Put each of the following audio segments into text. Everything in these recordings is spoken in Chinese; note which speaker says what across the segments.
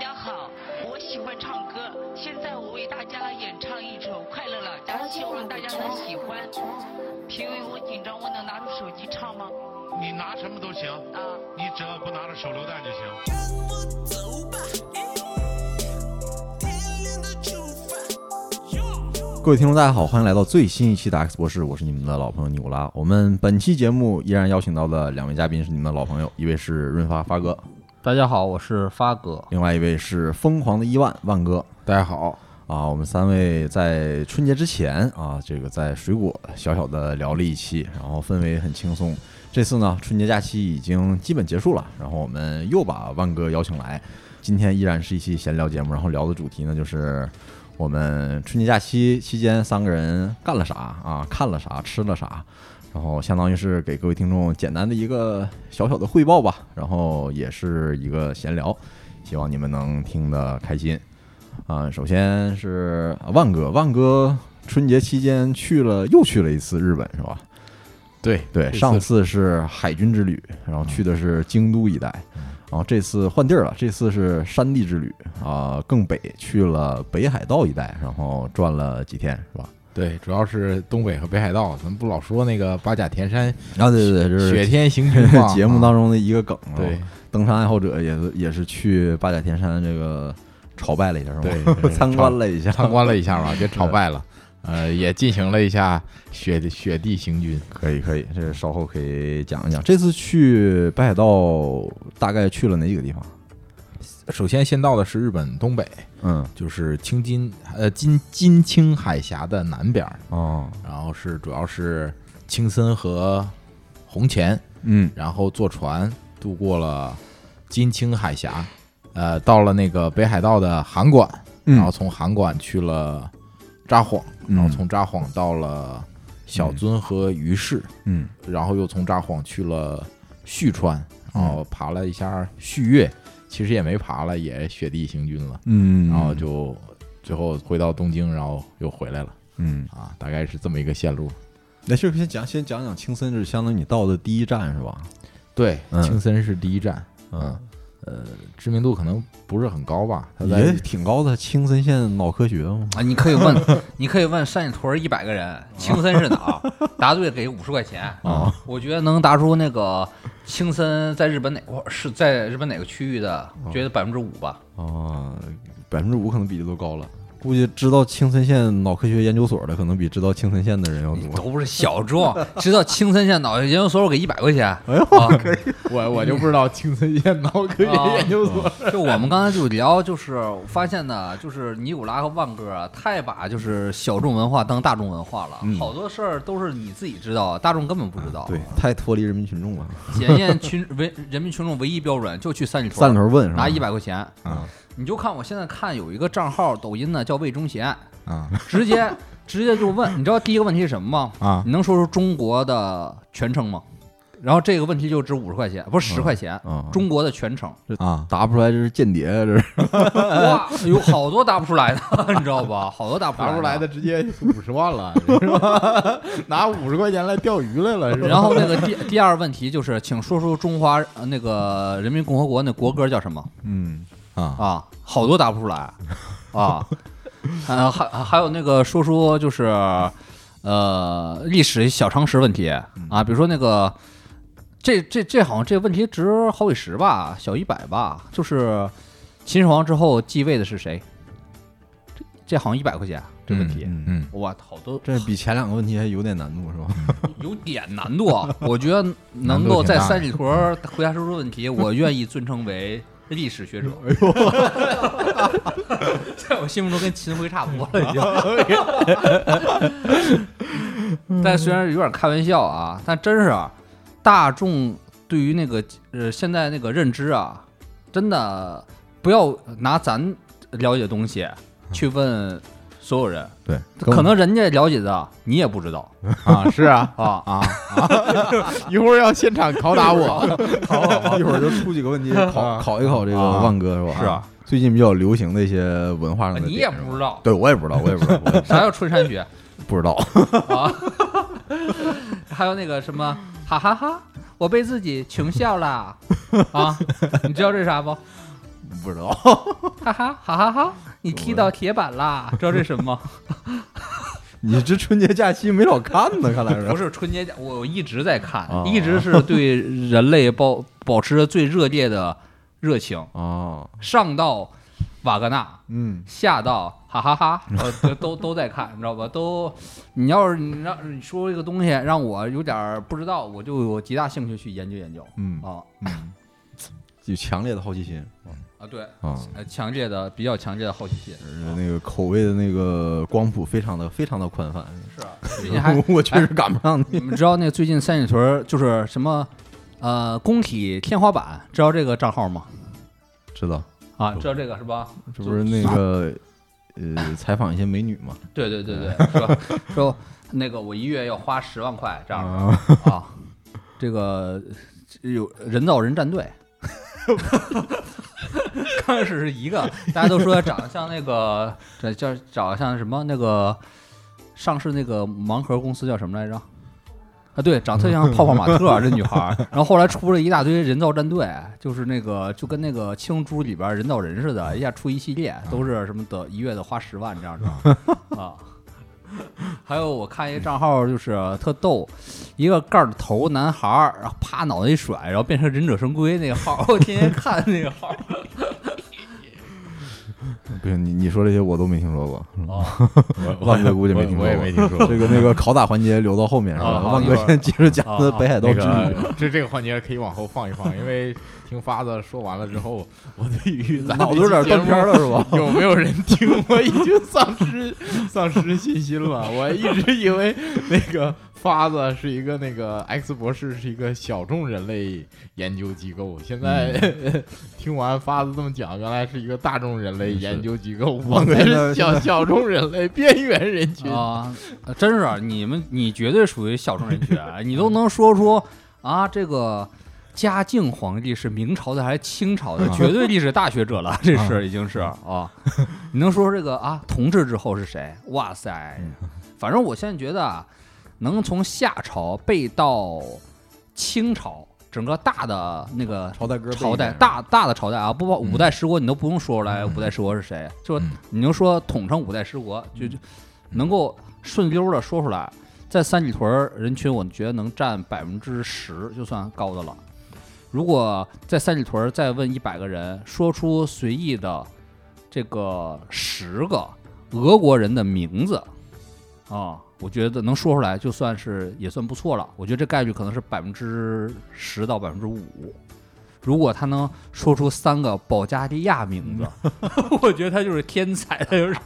Speaker 1: 家好，我喜欢唱歌，现在我为大家演唱一首《快乐老家》，希望大家能喜欢。评委，我紧张，我能拿出手机唱吗？
Speaker 2: 你拿什么都行，
Speaker 1: 啊，
Speaker 2: 你只要不拿着手榴弹就行。
Speaker 3: 跟我走吧，天亮的出发。
Speaker 4: 各位听众，大家好，欢迎来到最新一期的 X 博士，我是你们的老朋友尼古拉。我们本期节目依然邀请到的两位嘉宾是你们的老朋友，一位是润发发哥，
Speaker 5: 大家好，我是发哥。
Speaker 4: 另外一位是疯狂的伊万万哥。
Speaker 6: 大家好，
Speaker 4: 啊，我们三位在春节之前啊，这个在水果小小的聊了一期，然后氛围很轻松。这次呢，春节假期已经基本结束了，然后我们又把万哥邀请来，今天依然是一期闲聊节目，然后聊的主题呢就是我们春节假期期间三个人干了啥啊，看了啥，吃了啥。然后相当于是给各位听众简单的一个小小的汇报吧，然后也是一个闲聊，希望你们能听得开心。啊，首先是啊万哥，万哥春节期间去了又去了一次日本，是吧？
Speaker 6: 对
Speaker 4: 对，上次是海军之旅，然后去的是京都一带，然后这次换地儿了，这次是山地之旅啊、更北去了北海道一带，然后转了几天，是吧？
Speaker 6: 对，主要是东北和北海道，咱们不老说那个八甲田山
Speaker 4: 啊，对对对，这
Speaker 6: 雪
Speaker 4: 是
Speaker 6: 天 行军嘛
Speaker 4: 节目
Speaker 6: 啊
Speaker 4: 当中的一个梗，
Speaker 6: 对，
Speaker 4: 登山爱好者也是也是去八甲田山这个朝拜了一下，是吧？
Speaker 6: 对对
Speaker 4: 参观了一下，
Speaker 6: 参观了一下嘛，别 朝拜了。呃，也进行了一下雪雪地行军，
Speaker 4: 可以，可以，这稍后可以讲一讲。这次去北海道大概去了哪几个地方？
Speaker 6: 首先先到的是日本东北，
Speaker 4: 嗯，
Speaker 6: 就是青金呃金金青海峡的南边儿，
Speaker 4: 哦，
Speaker 6: 然后是主要是青森和红前，
Speaker 4: 嗯，
Speaker 6: 然后坐船渡过了金青海峡，呃，到了那个北海道的函馆，
Speaker 4: 嗯
Speaker 6: 然后从函馆去了札幌，
Speaker 4: 嗯
Speaker 6: 然后从札幌到了小樽和鱼市，
Speaker 4: 嗯，
Speaker 6: 然后又从札幌去了旭川，
Speaker 4: 嗯
Speaker 6: 然后爬了一下旭岳，其实也没爬了，也雪地行军了，
Speaker 4: 嗯
Speaker 6: 然后，就最后回到东京，然后又回来了
Speaker 4: 嗯，
Speaker 6: 啊，大概是这么一个线路。
Speaker 4: 那就先讲，先讲讲青森，就是相当于你到的第一站是吧？
Speaker 6: 对，
Speaker 4: 嗯
Speaker 6: 青森是第一站，呃
Speaker 4: 嗯，
Speaker 6: 知名度可能不是很高吧？它在
Speaker 4: 也挺高的，青森县脑科学嘛。
Speaker 5: 啊，你可以问，你可以问单井屯一百个人，青森是哪儿？答对给五十块钱
Speaker 4: 啊！
Speaker 5: 我觉得能答出那个青森在日本哪块儿是在日本哪个区域的，觉得百分之五吧。
Speaker 4: 哦，百分之五可能比这都高了。估计知道青森县脑科学研究所的，可能比知道青森县的人要
Speaker 5: 你
Speaker 4: 多。
Speaker 5: 都不是小众， 知道青森县脑研究所，我给一百块钱。哎呦，
Speaker 6: 我我就不知道青森县脑科
Speaker 4: 哦
Speaker 6: 学研究所。
Speaker 5: 就我们刚才就聊，就是我发现呢，就是尼古拉和万哥啊，太把就是小众文化当大众文化了，好多事儿都是你自己知道，大众根本不知道。
Speaker 4: 啊对，太脱离人民群众了。
Speaker 5: 检验群为人民群众唯一标准就去三里屯，
Speaker 4: 三里屯啊问是吧？
Speaker 5: 拿一百块钱你就看我现在看有一个账号，抖音呢叫魏忠贤，
Speaker 6: 啊
Speaker 5: 直接直接就问，你知道第一个问题是什么吗？
Speaker 6: 啊
Speaker 5: 你能说出中国的全称吗？然后这个问题就值五十块钱，不是十块钱，
Speaker 4: 嗯
Speaker 5: 中国的全称，
Speaker 6: 啊！
Speaker 4: 答不出来这是间谍啊，这是。
Speaker 5: 哇，有好多答不出来的，你知道吧？好多答不
Speaker 6: 拿出来
Speaker 5: 的
Speaker 6: 的。直接五十万了，是吧？拿五十块钱来钓鱼来了，是吧？
Speaker 5: 然后那个第第二问题就是，请说出中华呃那个人民共和国那国歌叫什么？
Speaker 4: 嗯，
Speaker 6: 啊，
Speaker 5: 啊，好多答不出来啊，呃，还还有那个说说就是，呃，历史小常识问题啊，比如说那个，这这这好像这问题值好几十吧，小一百吧，就是秦始皇之后继位的是谁？这这好像一百块钱啊这问题，
Speaker 4: 嗯
Speaker 6: 嗯，
Speaker 5: 哇，好多
Speaker 4: 这比前两个问题还有点难度是吧？
Speaker 5: 有点难度，啊我觉得能够在三里屯儿回答出问题，我愿意尊称为历史学者。 在我心目中跟秦晖差不多了已经。 但虽然有点开玩笑啊，但真是啊大众对于那个呃现在那个认知啊，真的不要拿咱了解的东西去问所有人，
Speaker 4: 对，
Speaker 5: 可能人家了解的你也不知道
Speaker 6: 啊，是啊，
Speaker 5: 啊。
Speaker 6: 啊啊！一会儿要现场拷打我，
Speaker 4: 哦一会儿就出几个问 题啊考 考一考这个
Speaker 6: 啊
Speaker 4: 万哥是吧？
Speaker 5: 是啊，
Speaker 4: 最近比较流行的一些文化上的点，
Speaker 5: 你也
Speaker 4: 道，
Speaker 5: 不知道
Speaker 4: 对我也不知道，我也不知道，我也
Speaker 5: 啥叫春山 雪
Speaker 4: 不知 道。
Speaker 5: 啊，还有那个什么 哈哈哈，我被自己穷笑啦啊，你知道这是啥不？
Speaker 6: 不知道，
Speaker 5: 哈哈哈哈哈！你踢到铁板啦，知道这是什么 吗？
Speaker 4: 你这春节假期没少看 呢，看来是
Speaker 5: 不。是春节假，我一直在看
Speaker 4: 哦，
Speaker 5: 一直是对人类保保持着最热烈的热情，
Speaker 4: 哦，
Speaker 5: 上到瓦格纳，
Speaker 4: 嗯，
Speaker 5: 下到哈哈 哈呃，都都都在看，你知道吧？都，你要是你让你说这个东西让我有点儿不知道，我就有极大兴趣去研究研究。
Speaker 4: 嗯
Speaker 5: 啊
Speaker 4: 有强烈的好奇心
Speaker 6: 嗯
Speaker 5: 啊，对，
Speaker 6: 哦
Speaker 4: 啊，
Speaker 5: 呃强烈的比较强烈的好奇心，
Speaker 4: 而那个口味的那个光谱非常的非常的宽泛，
Speaker 5: 是啊最近还
Speaker 4: 我确实赶不上你。
Speaker 5: 你们知道那个最近三里屯儿就是什么呃工体天花板，知道这个账号吗？
Speaker 4: 知道，
Speaker 5: 啊，知道这个是吧？
Speaker 4: 这不是那个呃，采访一些美女嘛？
Speaker 5: 对对对对，是吧？说那个我一月要花十万块这样的啊，这个有人造人战队。 刚开始是一个，大家都说长得像那个，这叫长得像什么那个上市那个盲盒公司叫什么来着？啊，对，长得特像泡泡玛特、啊这女孩儿。然后后来出了一大堆人造战队，就是那个就跟那个青珠里边儿人造人似的，一下出一系列，都是什么的一月的花十万这样的啊。还有我看一个账号就是特逗，一个盖儿头男孩儿，然后啪脑袋一甩，然后变成忍者神龟那个号儿，我天天看那个号儿。
Speaker 4: 不行，你你说这些我都没听说过，
Speaker 5: 哦，
Speaker 6: 啊
Speaker 4: 万哥估计没听说过
Speaker 6: 我也没听说 过
Speaker 4: 这个那个拷打环节留到后面是吧？
Speaker 5: 啊好
Speaker 4: 万
Speaker 5: 一
Speaker 4: 哥
Speaker 5: 会儿
Speaker 4: 先接着讲的北海道
Speaker 6: 那
Speaker 4: 之旅。
Speaker 6: 个 这这个环节可以往后放一放，因为听发子说完了之后，我对于咱
Speaker 4: 嗯脑子有点断片儿了是吧？
Speaker 6: 有没有人听，我已经丧失丧失信心了。我一直以为那个发子是一个那个 X 博士是一个小众人类研究机构，现在、
Speaker 4: 嗯
Speaker 6: 听完发子这么讲，原来是一个大众人类研究机构，我们
Speaker 4: 嗯现在
Speaker 6: 是小小众人类边缘人群。
Speaker 5: 啊，真是你们，你绝对属于小众人群，啊你都能说出啊，这个嘉靖皇帝是明朝的还是清朝的，绝对历史大学者了，这是已经是啊，你能说这个啊，同治之后是谁？哇塞，反正我现在觉得啊，能从夏朝背到清朝。整个大的那个
Speaker 4: 朝代歌背
Speaker 5: 朝代
Speaker 4: 景
Speaker 5: 大大的朝代啊，不包五代十国，你都不用说出来五代十国是谁，就是你能说统称五代十国，就就能够顺溜的说出来，在三里屯儿人群，我觉得能占百分之十就算高的了。如果在三里屯儿再问一百个人，说出随意的这个十个俄国人的名字啊，我觉得能说出来就算是也算不错了。我觉得这概率可能是百分之十到百分之五。如果他能说出三个保加利亚名字， 我觉得他就是天才，他就是，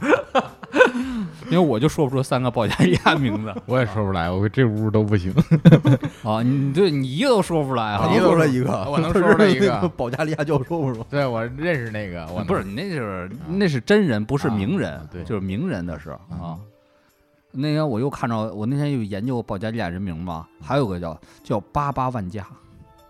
Speaker 5: 因为我就说不出三个保加利亚名 字
Speaker 6: 我也说不出来，我这屋都不行。
Speaker 5: 啊！你对你一个都说不出来啊
Speaker 4: 你！说出来一个，
Speaker 6: 我 能说出来一个
Speaker 4: 他是那保加利亚教授是吧？
Speaker 6: 对，我认识那个，我
Speaker 5: 哦不是，你那是那是真人，不是名人，
Speaker 6: 啊对
Speaker 5: 就是名人的事儿啊。那天我又看着，我那天有研究保加利亚人名嘛，还有个叫叫巴巴万加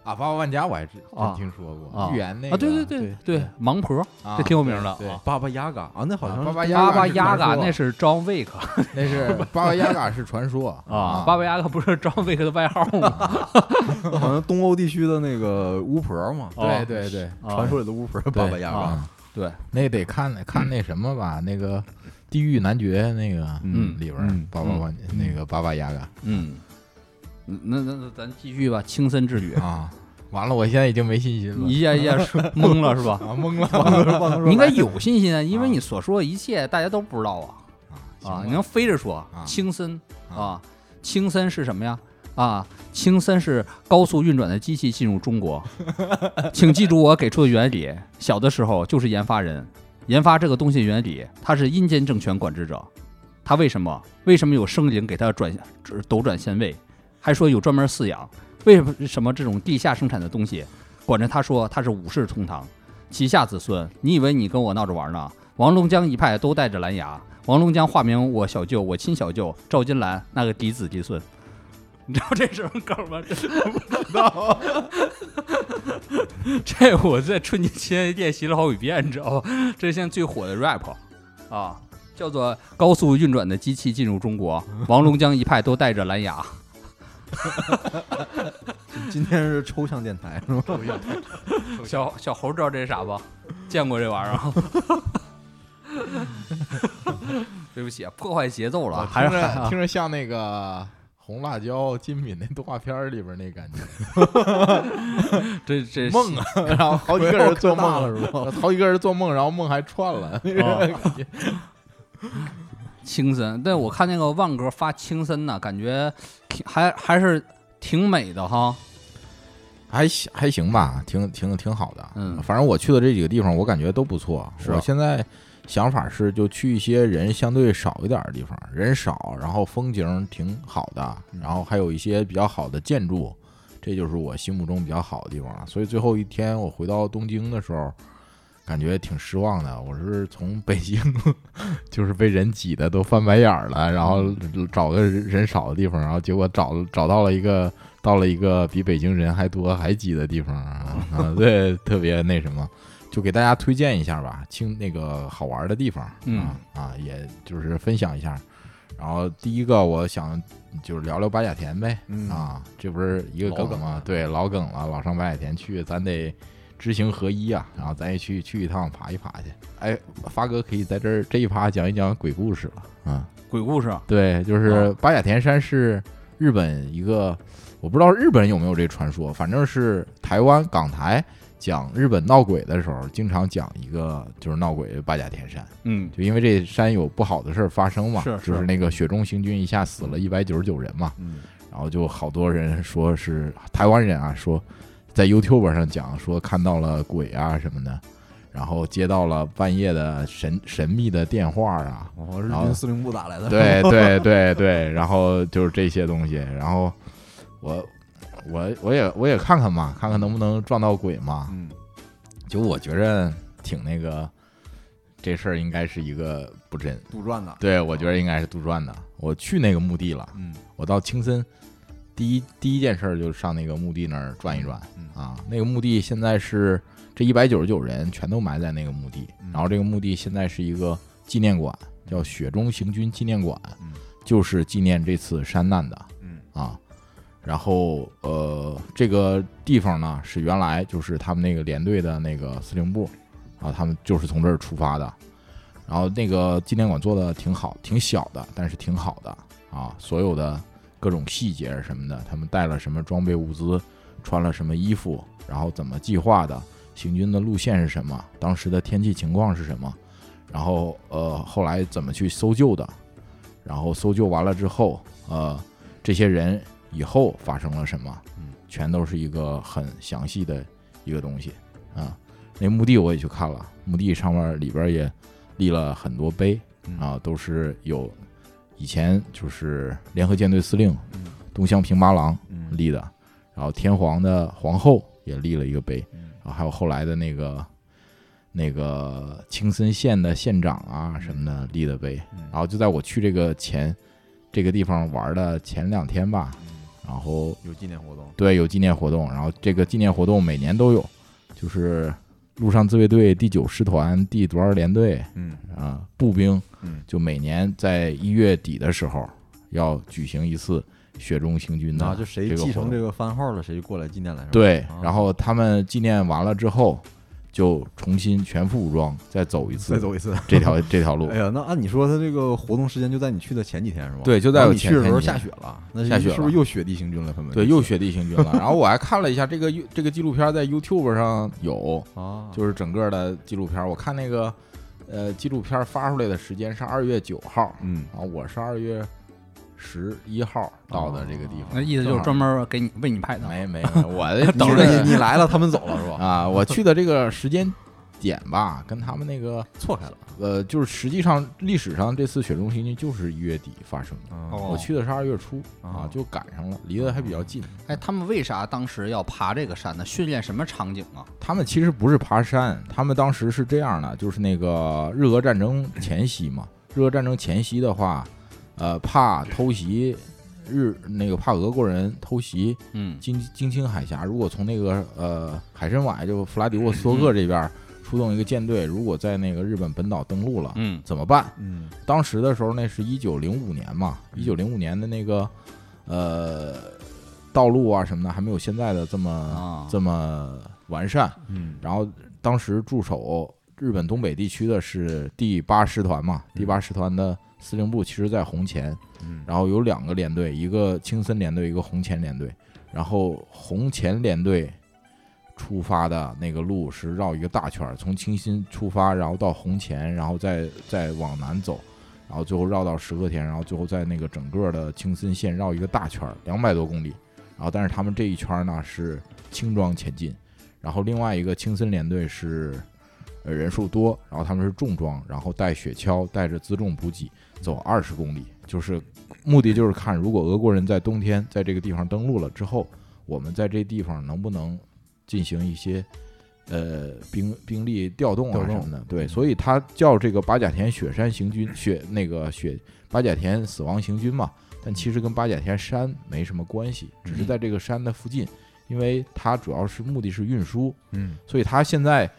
Speaker 6: 阿巴啊万家，我还真
Speaker 5: 啊
Speaker 6: 真听说过，
Speaker 5: 啊，
Speaker 6: 预言那个
Speaker 5: 啊，对对对对，盲婆，
Speaker 6: 啊
Speaker 5: 这挺有名的
Speaker 6: 对，对
Speaker 5: 啊
Speaker 4: 巴巴亚嘎啊，那好像
Speaker 6: 啊巴巴
Speaker 5: 巴巴
Speaker 6: 雅
Speaker 5: 雅
Speaker 6: 嘎
Speaker 5: 嘎
Speaker 6: 是传说
Speaker 5: 那是 John Wick
Speaker 6: 那 是巴巴雅嘎是传说
Speaker 5: 啊，巴巴雅嘎不是 John Wick 的外号吗？
Speaker 4: 那 好像东欧地区的那个巫婆嘛，
Speaker 5: 哦
Speaker 6: 对对对，
Speaker 5: 啊
Speaker 4: 传说里的巫婆巴巴亚嘎
Speaker 6: 啊。
Speaker 5: 对，
Speaker 6: 那得看看那什么吧，那个《地狱男爵》那个
Speaker 5: 嗯
Speaker 6: 里边
Speaker 4: 嗯
Speaker 6: 儿巴巴巴那个巴巴雅嘎
Speaker 5: 嗯，那那那咱继续吧，青森之 旅，
Speaker 6: 啊，完了，我现在已经没信心了，
Speaker 5: 一下一下说懵了是吧？
Speaker 6: 啊 懵了，
Speaker 5: 你应该有信心啊，因为你所说的一切大家都不知道啊
Speaker 6: 行
Speaker 5: 啊！
Speaker 6: 吧
Speaker 5: 你能飞着说
Speaker 6: 啊
Speaker 5: 青森
Speaker 6: 啊
Speaker 5: 啊，青森是什么呀？啊，青森是高速运转的机器进入中 国，请记住我给出的原理。小的时候就是研发人，研发这个东西的原理，他是阴间政权管制者。他为什么？为什么有生灵给他转呃斗转线位？还说有专门饲养？为什么什么这种地下生产的东西，管着他说他是五世同堂，旗下子孙？你以为你跟我闹着玩呢？王龙江一派都带着蓝牙，王龙江化名我小舅，我亲小舅赵金兰那个嫡子嫡孙。你知道这什么梗 吗？这不知道，这我在春节期间练习了好几遍，你知道吗？这是现在最火的 rap 啊，叫做《高速运转的机器进入中国》， 王龙江一派都带着蓝牙。
Speaker 4: 今天是抽象电台是吧？
Speaker 5: 小小猴知道这是啥不？见过这玩意儿。 对不起，啊破坏节奏了，哦还
Speaker 6: 听
Speaker 5: 是
Speaker 6: 着听着像那个红辣椒金敏那动画片儿里边那感觉，
Speaker 5: 这这
Speaker 6: 梦啊，然后好几个人做
Speaker 4: 大了
Speaker 6: 梦
Speaker 4: 是吧？
Speaker 6: 好几个人做梦，然后梦还串 了，那个哎感觉
Speaker 5: 青森，但我看那个万哥发青森呢，感觉挺还还是挺美的哈。
Speaker 6: 还行还行吧，挺挺挺好的。
Speaker 5: 嗯
Speaker 6: 反正我去的这几个地方，我感觉都不错。
Speaker 4: 是啊
Speaker 6: 我现在想法是，就去一些人相对少一点儿的地方，人少，然后风景挺好的，然后还有一些比较好的建筑，这就是我心目中比较好的地方了。所以最后一天我回到东京的时候。感觉挺失望的，我是从北京，就是被人挤的都翻白眼儿了，然后找个人少的地方，然后结果找找到了一个到了一个比北京人还多还挤的地方啊，啊 对，特别那什么，就给大家推荐一下吧，青那个好玩的地方啊、
Speaker 5: 嗯
Speaker 6: 啊，也就是分享一下。然后第一个我想就是聊聊八甲田呗、
Speaker 4: 嗯
Speaker 6: 啊，这不是一个
Speaker 4: 老
Speaker 6: 梗吗？对，老梗了，老上八甲田去，咱得知行合一啊，然后咱也去去一趟爬一爬去。哎，发哥可以在这儿这一趴讲一讲鬼故事了啊。
Speaker 5: 鬼故事，
Speaker 6: 对，就是八甲田山是日本一个，我不知道日本有没有这传说，反正是台湾港台讲日本闹鬼的时候，经常讲一个就是闹鬼的八甲田山，
Speaker 5: 嗯
Speaker 6: 就因为这山有不好的事儿发生嘛，
Speaker 5: 是是
Speaker 6: 就是那个雪中行军一下死了一百九十九人嘛，
Speaker 4: 嗯
Speaker 6: 然后就好多人说是台湾人啊，说在 YouTube 上讲说看到了鬼啊什么的，然后接到了半夜的神神秘的电话啊，
Speaker 4: 哦，日
Speaker 6: 然后
Speaker 4: 军司令部打来的，
Speaker 6: 对对对对，然后就是这些东西，然后我我我也我也看看嘛，看看能不能撞到鬼嘛。
Speaker 4: 嗯，
Speaker 6: 就我觉着挺那个，这事儿应该是一个不真，
Speaker 4: 杜撰的，
Speaker 6: 对我觉得应该是杜撰的。我去那个墓地了，
Speaker 4: 嗯
Speaker 6: 我到青森，第一第一件事儿就是上那个墓地那儿转一转
Speaker 4: 嗯
Speaker 6: 啊。那个墓地现在是这一百九十九人全都埋在那个墓地
Speaker 4: 嗯，
Speaker 6: 然后这个墓地现在是一个纪念馆，叫雪中行军纪念馆
Speaker 4: 嗯，
Speaker 6: 就是纪念这次山难的
Speaker 4: 嗯
Speaker 6: 啊。然后呃，这个地方呢是原来就是他们那个连队的那个司令部啊，他们就是从这儿出发的。然后那个纪念馆做的挺好，挺小的，但是挺好的啊，所有的各种细节什么的，他们带了什么装备物资，穿了什么衣服，然后怎么计划的，行军的路线是什么，当时的天气情况是什么，然后呃后来怎么去搜救的，然后搜救完了之后，呃这些人以后发生了什么
Speaker 4: 嗯，
Speaker 6: 全都是一个很详细的一个东西啊。那墓地我也去看了，墓地上面里边也立了很多碑
Speaker 4: 嗯
Speaker 6: 啊，都是有以前就是联合舰队司令
Speaker 4: 嗯
Speaker 6: 东乡平八郎
Speaker 4: 嗯
Speaker 6: 立的，然后天皇的皇后也立了一个碑，
Speaker 4: 嗯
Speaker 6: 然后还有后来的那个那个青森县的县长啊什么的立的碑，
Speaker 4: 嗯
Speaker 6: 然后就在我去这个前这个地方玩的前两天吧，
Speaker 4: 嗯
Speaker 6: 然后
Speaker 4: 有纪念活动，
Speaker 6: 对有纪念活动，然后这个纪念活动每年都有，就是陆上自卫队第九师团第多少联队
Speaker 4: 嗯
Speaker 6: 啊步兵
Speaker 4: 嗯
Speaker 6: 就每年在一月底的时候要举行一次雪中行军的
Speaker 4: 然后
Speaker 6: 活动，
Speaker 4: 就谁继承这个番号了，谁就过来纪念来，是吧
Speaker 6: 对
Speaker 4: 啊，
Speaker 6: 然后他们纪念完了之后，就重新全副武装再走一 次
Speaker 4: 再走一次。
Speaker 6: 这条这条路
Speaker 4: 哎。呀，那按你说，他这个活动时间就在你去的前几天是吗？
Speaker 6: 对就在
Speaker 4: 然后
Speaker 6: 我
Speaker 4: 你去
Speaker 6: 前
Speaker 4: 的时候
Speaker 6: 前几天
Speaker 4: 下雪了，那
Speaker 6: 下雪
Speaker 4: 是不是
Speaker 6: 了
Speaker 4: 又雪地行军了？他们
Speaker 6: 对，又雪地行军 了。然后我还看了一下这个这个纪录片，在 YouTube 上有，
Speaker 4: 啊，
Speaker 6: 就是整个的纪录片。我看那个呃纪录片发出来的时间是二月九号，
Speaker 4: 嗯
Speaker 6: 然后我是二月十一号到的这个地方。
Speaker 4: 嗯
Speaker 5: 那意思就是专门给你为你拍的。
Speaker 6: 没没没，我 的
Speaker 4: 你
Speaker 6: 去
Speaker 4: 是
Speaker 6: 的
Speaker 4: 你你来了，他们走了是吧？
Speaker 6: 啊，我去的这个时间点吧，跟他们那个
Speaker 4: 错开了。
Speaker 6: 呃，就是实际上历史上这次雪中行军就是一月底发生的，
Speaker 4: 哦
Speaker 5: 哦
Speaker 6: 我去的是二月初
Speaker 4: 哦
Speaker 6: 啊，就赶上了，离得还比较近。
Speaker 5: 哎，他们为啥当时要爬这个山呢？训练什么场景啊？
Speaker 6: 他们其实不是爬山，他们当时是这样的，就是那个日俄战争前夕嘛，日俄战争前夕的话，呃，怕偷袭日那个怕俄国人偷袭
Speaker 5: 嗯
Speaker 6: 金金青海峡，如果从那个呃海参崴就弗拉迪沃斯托克这边出动一个舰队，如果在那个日本本岛登陆了，
Speaker 5: 嗯
Speaker 6: 怎么办？
Speaker 4: 嗯
Speaker 6: 当时的时候，那是一九零五年嘛，一九零五年的那个呃道路啊什么的还没有现在的这么、
Speaker 5: 啊
Speaker 6: 这么完善。
Speaker 4: 嗯
Speaker 6: 然后当时驻守日本东北地区的是第八师团嘛，第八师团的司令部其实在红前，
Speaker 4: 嗯
Speaker 6: 然后有两个连队，一个青森联队，一个红前联队。然后红前联队出发的那个路是绕一个大圈儿，从清新出发，然后到红前，然后再再往南走，然后最后绕到石和田，然后最后在那个整个的青森县绕一个大圈儿，两百多公里。然后但是他们这一圈儿呢是轻装前进，然后另外一个青森联队是。呃，人数多，然后他们是重装，然后带雪橇，带着辎重补给，走二十公里，就是目的就是看，如果俄国人在冬天在这个地方登陆了之后，我们在这地方能不能进行一些呃兵兵力调动
Speaker 4: 调
Speaker 6: 啊
Speaker 4: 动嗯
Speaker 6: 什么的。对，所以他叫这个八甲田雪山行军雪那个雪八甲田死亡行军嘛，但其实跟八甲田山没什么关系，只
Speaker 4: 嗯
Speaker 6: 是在这个山的附近，因为它主要是目的是运输，
Speaker 4: 嗯，
Speaker 6: 所以他现在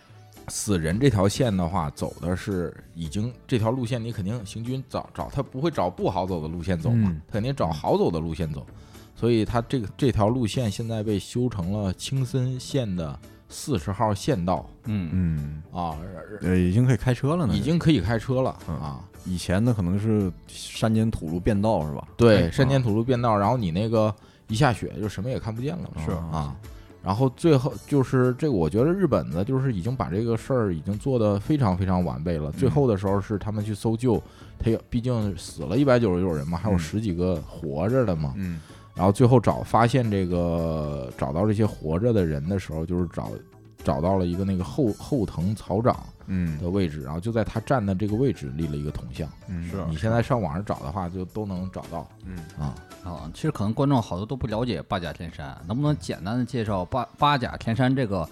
Speaker 6: 死人这条线的话，走的是已经这条路线，你肯定行军找找他不会找不好走的路线走嘛，
Speaker 4: 嗯
Speaker 6: 他肯定找好走的路线走。所以他这个这条路线现在被修成了青森县的四十号县道
Speaker 5: 嗯，
Speaker 4: 嗯，
Speaker 6: 啊，
Speaker 4: 呃，已经可以开车了呢，
Speaker 6: 已经可以开车了
Speaker 4: 嗯
Speaker 6: 啊。
Speaker 4: 以前的可能是山间土路变道是吧？
Speaker 6: 对，
Speaker 4: 哎
Speaker 6: 山间
Speaker 4: 啊
Speaker 6: 土路变道，然后你那个一下雪就什么也看不见了嘛，
Speaker 4: 是
Speaker 6: 啊。然后最后就是这个，我觉得日本呢，就是已经把这个事儿已经做得非常非常完备了。
Speaker 4: 嗯
Speaker 6: 最后的时候是他们去搜救，他有毕竟死了一百九十九人嘛，还有
Speaker 4: 嗯
Speaker 6: 十几个活着的嘛。
Speaker 4: 嗯
Speaker 6: 然后最后找发现这个找到这些活着的人的时候，就是找找到了一个那个后后藤草长
Speaker 4: 嗯
Speaker 6: 的位置，然后就在他站的这个位置立了一个铜像。
Speaker 4: 嗯
Speaker 5: 是
Speaker 6: 你现在上网上找的话，就都能找到
Speaker 4: 嗯
Speaker 6: 啊。
Speaker 5: 啊，其实可能观众好多都不了解八甲天山，能不能简单的介绍八八甲天山这个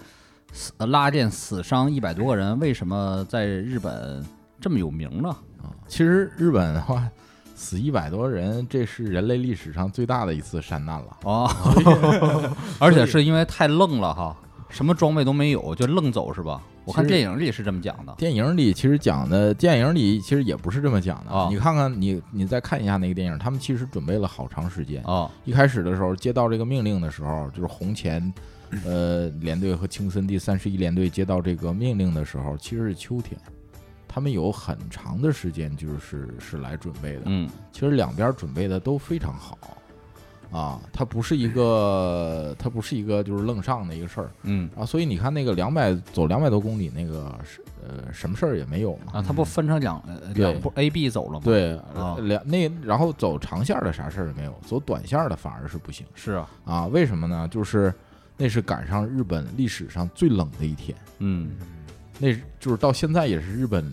Speaker 5: 死呃拉电死伤一百多个人，为什么在日本这么有名呢？
Speaker 6: 其实日本的话，死一百多人，这是人类历史上最大的一次山难了。
Speaker 5: 哦， 而且是因为太愣了哈，什么装备都没有，就愣走是吧？我看
Speaker 6: 其实
Speaker 5: 电影里是这么讲的。
Speaker 6: 电影里其实讲的，电影里其实也不是这么讲的。
Speaker 5: 哦
Speaker 6: 你看看你，你再看一下那个电影，他们其实准备了好长时间。
Speaker 5: 哦，
Speaker 6: 一开始的时候，接到这个命令的时候，就是红前，呃，联队和青森第三十一联队接到这个命令的时候，其实是秋天，他们有很长的时间就是是来准备的。
Speaker 5: 嗯，
Speaker 6: 其实两边准备的都非常好，啊，它不是一个，它不是一个就是愣上的一个事儿
Speaker 5: 嗯
Speaker 6: 啊，所以你看那个两百走两百多公里那个是呃什么事儿也没有嘛，
Speaker 5: 啊，他不分成两呃
Speaker 6: 嗯对
Speaker 5: 两步 A、B 走了吗？，
Speaker 6: 对
Speaker 5: 啊，
Speaker 6: 两那然后走长线儿的啥事儿也没有，走短线儿的反而是不行
Speaker 5: 是啊，
Speaker 6: 啊，为什么呢？就是那是赶上日本历史上最冷的一天，
Speaker 5: 嗯
Speaker 6: 那是就是到现在也是日本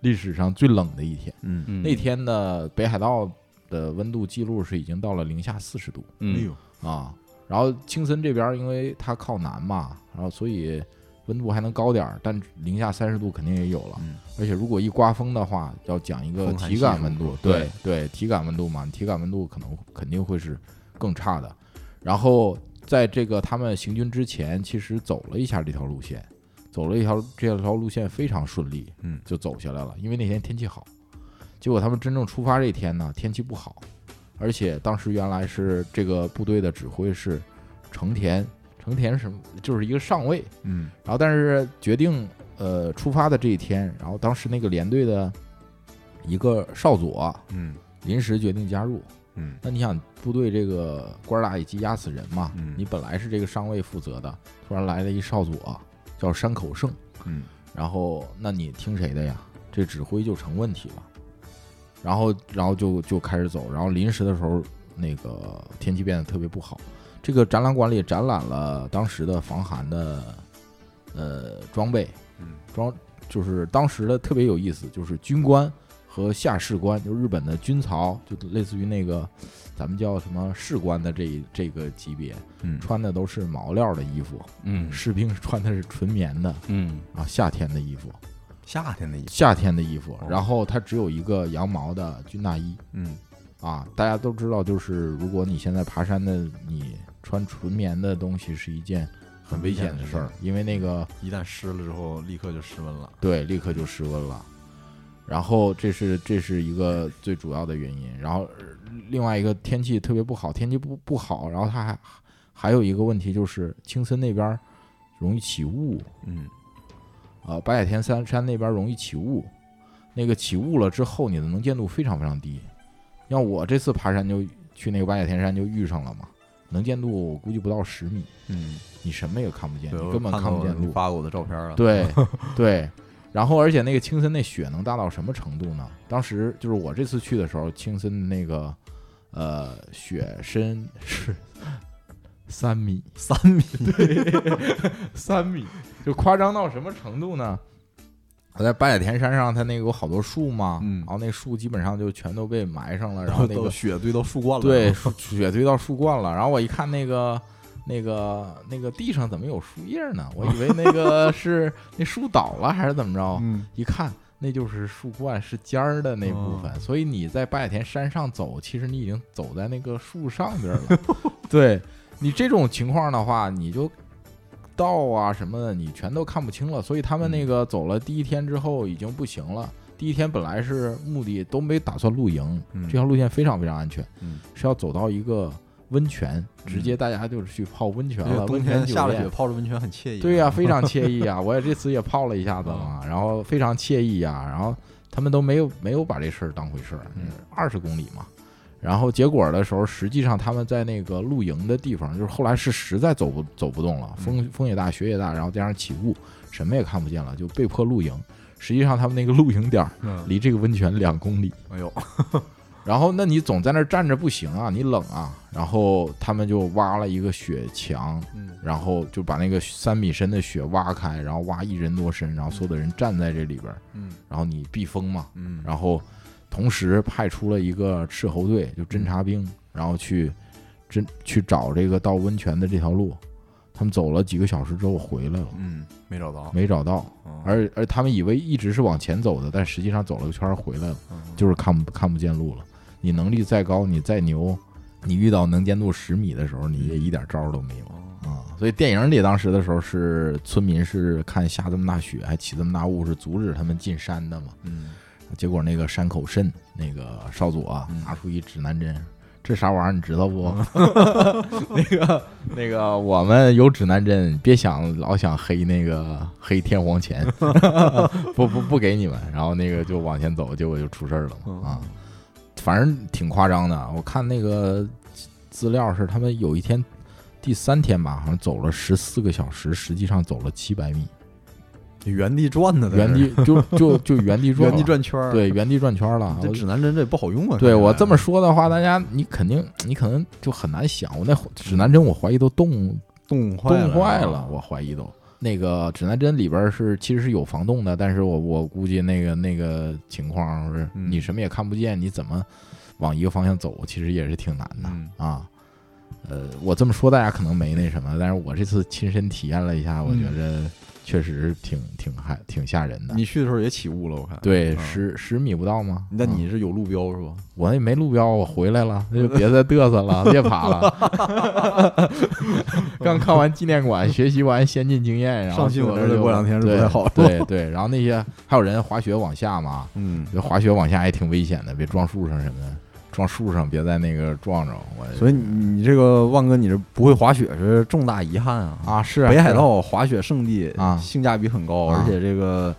Speaker 6: 历史上最冷的一天，
Speaker 4: 嗯
Speaker 5: 嗯，
Speaker 6: 那天的北海道的温度记录是已经到了零下四十度。
Speaker 4: 哎
Speaker 5: 嗯
Speaker 4: 呦，
Speaker 6: 啊。然后青森这边儿因为它靠南嘛，然后所以温度还能高点儿，但零下三十度肯定也有了。
Speaker 4: 嗯
Speaker 6: 而且如果一刮风的话，要讲一个
Speaker 4: 风寒
Speaker 6: 体感
Speaker 4: 系数
Speaker 6: 温度
Speaker 4: 是吧，
Speaker 6: 对对，体感温度嘛，体感温度可能肯定会是更差的。然后在这个他们行军之前，其实走了一下这条路线，走了一条这条路线非常顺利，
Speaker 4: 嗯
Speaker 6: 就走下来了。因为那天天气好，结果他们真正出发这一天呢，天气不好，而且当时原来是这个部队的指挥是成田，成田是什么就是一个上尉，
Speaker 4: 嗯
Speaker 6: 然后但是决定呃出发的这一天，然后当时那个连队的一个少佐
Speaker 4: 嗯
Speaker 6: 临时决定加入，
Speaker 4: 嗯
Speaker 6: 那你想部队这个官儿大一级压死人嘛，
Speaker 4: 嗯
Speaker 6: 你本来是这个上尉负责的，突然来了一少佐叫山口胜，
Speaker 4: 嗯
Speaker 6: 然后那你听谁的呀？这指挥就成问题了。然后，然后就就开始走，然后临时的时候，那个天气变得特别不好。这个展览馆里展览了当时的防寒的呃装备，
Speaker 4: 嗯，
Speaker 6: 装就是当时的特别有意思，就是军官和下士官，就日本的军曹，就类似于那个咱们叫什么士官的这一这个级别，
Speaker 4: 嗯
Speaker 6: 穿的都是毛料的衣服，
Speaker 5: 嗯
Speaker 6: 士兵穿的是纯棉的
Speaker 5: 嗯
Speaker 6: 啊，夏天的衣服，
Speaker 4: 夏天的衣服，
Speaker 6: 夏天的衣服，然后它只有一个羊毛的军大衣
Speaker 4: 嗯
Speaker 6: 啊。大家都知道，就是如果你现在爬山的，你穿纯棉的东西是一件很危险的事儿，因为那个
Speaker 4: 一旦湿了之后，立刻就失温了。
Speaker 6: 对立刻就失温了。然后这是这是一个最主要的原因。然后呃另外一个天气特别不好，天气不不好，然后它还还有一个问题就是青森那边儿容易起雾
Speaker 4: 嗯
Speaker 6: 呃八百天山山那边容易起雾，那个起雾了之后，你的能见度非常非常低。像我这次爬山就去那个八百天山就遇上了嘛，能见度我估计不到十米，
Speaker 4: 嗯，
Speaker 6: 你什么也看不见，
Speaker 4: 对
Speaker 6: 嗯你
Speaker 4: 我
Speaker 6: 根本
Speaker 4: 看
Speaker 6: 看不
Speaker 4: 过
Speaker 6: 见
Speaker 4: 你
Speaker 6: 路。
Speaker 4: 发过我的照片了，，
Speaker 6: 对对，然后而且那个青森那雪能大到什么程度呢？当时就是我这次去的时候，青森那个呃雪深是 三米，
Speaker 4: 三米，
Speaker 6: 三米，就夸张到什么程度呢？我在八百田山上，它那个有好多树嘛，
Speaker 4: 嗯
Speaker 6: 然后那树基本上就全都被埋上了，然
Speaker 4: 然
Speaker 6: 后
Speaker 4: 后
Speaker 6: 那
Speaker 4: 那
Speaker 6: 个
Speaker 4: 个雪堆到树冠了，
Speaker 6: 对，树雪堆到树冠了。然后我一看那个那个那个地上怎么有树叶呢？我以为那个是那树倒了还是怎么着？
Speaker 4: 嗯，
Speaker 6: 一看那就是树冠是尖儿的那部分。
Speaker 4: 哦
Speaker 6: 所以你在八百田山上走，其实你已经走在那个树上边了。 对你这种情况的话，你就。道啊什么的，你全都看不清了，所以他们
Speaker 4: 嗯
Speaker 6: 那个走了第一天之后已经不行了。第一天本来是目的都没打算露营，
Speaker 4: 嗯
Speaker 6: 这条路线非常非常安全，
Speaker 4: 嗯
Speaker 6: 是要走到一个温泉，直接大家就是去泡温泉
Speaker 4: 这
Speaker 6: 了。
Speaker 4: 个冬
Speaker 6: 温
Speaker 4: 天
Speaker 6: 泉
Speaker 4: 下
Speaker 6: 酒
Speaker 4: 了雪
Speaker 6: 店，
Speaker 4: 泡着温泉很惬意，
Speaker 6: 对呀、非常惬意啊！我 也这次也泡了一下子
Speaker 4: 嗯
Speaker 6: 嘛，然后非常惬意啊。然后他们都没有没有把这事儿当回事儿
Speaker 4: 嗯，
Speaker 6: 二十公里嘛。然后结果的时候，实际上他们在那个露营的地方，就是后来是实在走不走不动了，风
Speaker 4: 嗯
Speaker 6: 风也大，雪也大，然后加上起雾，什么也看不见了，就被迫露营。实际上他们那个露营点儿
Speaker 4: 嗯，
Speaker 6: 离这个温泉两公里，
Speaker 4: 哎呦，
Speaker 6: 然后那你总在那儿站着不行啊，你冷啊。然后他们就挖了一个雪墙，
Speaker 4: 嗯
Speaker 6: 然后就把那个三米深的雪挖开，然后挖一人多深，然后所有的人站在这里边儿，
Speaker 4: 嗯
Speaker 6: 然后你避风嘛。
Speaker 4: 嗯，
Speaker 6: 然后同时派出了一个斥候队，就侦察兵，然后去侦去找这个到温泉的这条路。他们走了几个小时之后回来了，
Speaker 4: 嗯，没找到，
Speaker 6: 没找到，
Speaker 4: 嗯
Speaker 6: 而而他们以为一直是往前走的，但实际上走了个圈儿回来了。
Speaker 4: 嗯
Speaker 6: 就是看不看不见路了。你能力再高，你再牛，你遇到能见度十米的时候，你也一点招儿都没有
Speaker 4: 哦
Speaker 6: 啊、所以电影里当时的时候是村民是看下这么大雪，还起这么大雾，是阻止他们进山的嘛。
Speaker 4: 嗯
Speaker 6: 结果那个山口慎那个少佐啊，
Speaker 4: 嗯
Speaker 6: 拿出一指南针。这啥玩意儿？你知道不？
Speaker 4: 嗯
Speaker 6: 那个那个，我们有指南针，别想老想黑那个黑天皇钱， 不不不给你们。然后那个就往前走，结果就出事儿了嘛
Speaker 4: 嗯
Speaker 6: 啊！反正挺夸张的。我看那个资料是他们有一天第三天吧，好像走了十四个小时，实际上走了七百米，
Speaker 4: 原地转呢，在这儿
Speaker 6: 原地就就就原地 转，
Speaker 4: 原地，转圈儿，
Speaker 6: 对，原地转圈儿了。
Speaker 4: 这
Speaker 6: 我
Speaker 4: 指南针这不好用啊，
Speaker 6: 对
Speaker 4: 看起
Speaker 6: 我
Speaker 4: 来
Speaker 6: 这么说的话，大家你肯定你可能就很难想，我那指南针我怀疑都冻
Speaker 4: 冻坏
Speaker 6: 冻坏
Speaker 4: 了
Speaker 6: 了，，我怀疑都。那个指南针里边是其实是有防冻的，但是我我估计那个那个情况是
Speaker 4: 嗯
Speaker 6: 你什么也看不见，你怎么往一个方向走，其实也是挺难的、
Speaker 4: 嗯
Speaker 6: 啊。呃，我这么说大家可能没那什么，但是我这次亲身体验了一下，我觉得确实挺挺害挺吓人的。
Speaker 4: 嗯你去的时候也起雾了，我看，
Speaker 6: 对
Speaker 4: 嗯
Speaker 6: 十十米不到吗？
Speaker 4: 那
Speaker 6: 啊
Speaker 4: 你是有路标是吧？
Speaker 6: 我也没路标，我回 来了，那就别再嘚瑟了，别爬了。 刚看完纪念馆，学习完先进经验，然后
Speaker 4: 上新闻了
Speaker 6: 就
Speaker 4: 过两天是不
Speaker 6: 啊对
Speaker 4: 太好了
Speaker 6: 对对，然后那些还有人滑雪往下嘛，
Speaker 4: 嗯，
Speaker 6: 就滑雪往下也挺危险的，别撞树上什么的，撞树上别在那个撞着我。
Speaker 4: 所以你你这个万哥，你这不会滑雪是重大遗憾啊！
Speaker 6: 啊，是啊
Speaker 4: 北海
Speaker 6: 是啊
Speaker 4: 道滑雪圣地
Speaker 6: 啊
Speaker 4: 性价比很高，
Speaker 6: 啊
Speaker 4: 而且这个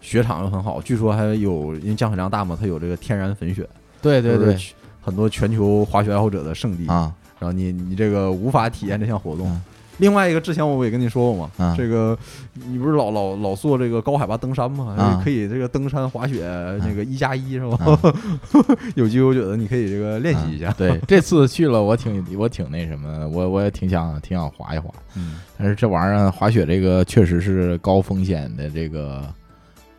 Speaker 4: 雪场又很好，据说还有因为降雪量大嘛，它有这个天然粉雪，
Speaker 6: 对对
Speaker 4: 就是
Speaker 6: 对
Speaker 4: 全很多全球滑雪爱好者的圣地。
Speaker 6: 啊，
Speaker 4: 然后你你这个无法体验这项活动。
Speaker 6: 嗯
Speaker 4: 另外一个，之前我也跟你说过嘛，
Speaker 6: 嗯
Speaker 4: 这个你不是老老老做这个高海拔登山嘛，
Speaker 6: 啊
Speaker 4: 可以这个登山滑雪那个一加一是吧？有机会我觉得你可以这个 练习一下
Speaker 6: 啊。对，这次去了，我挺我挺那什么的，我我也挺想挺想滑一滑。
Speaker 4: 嗯
Speaker 6: 但是这玩意儿啊滑雪这个确实是高风险的这个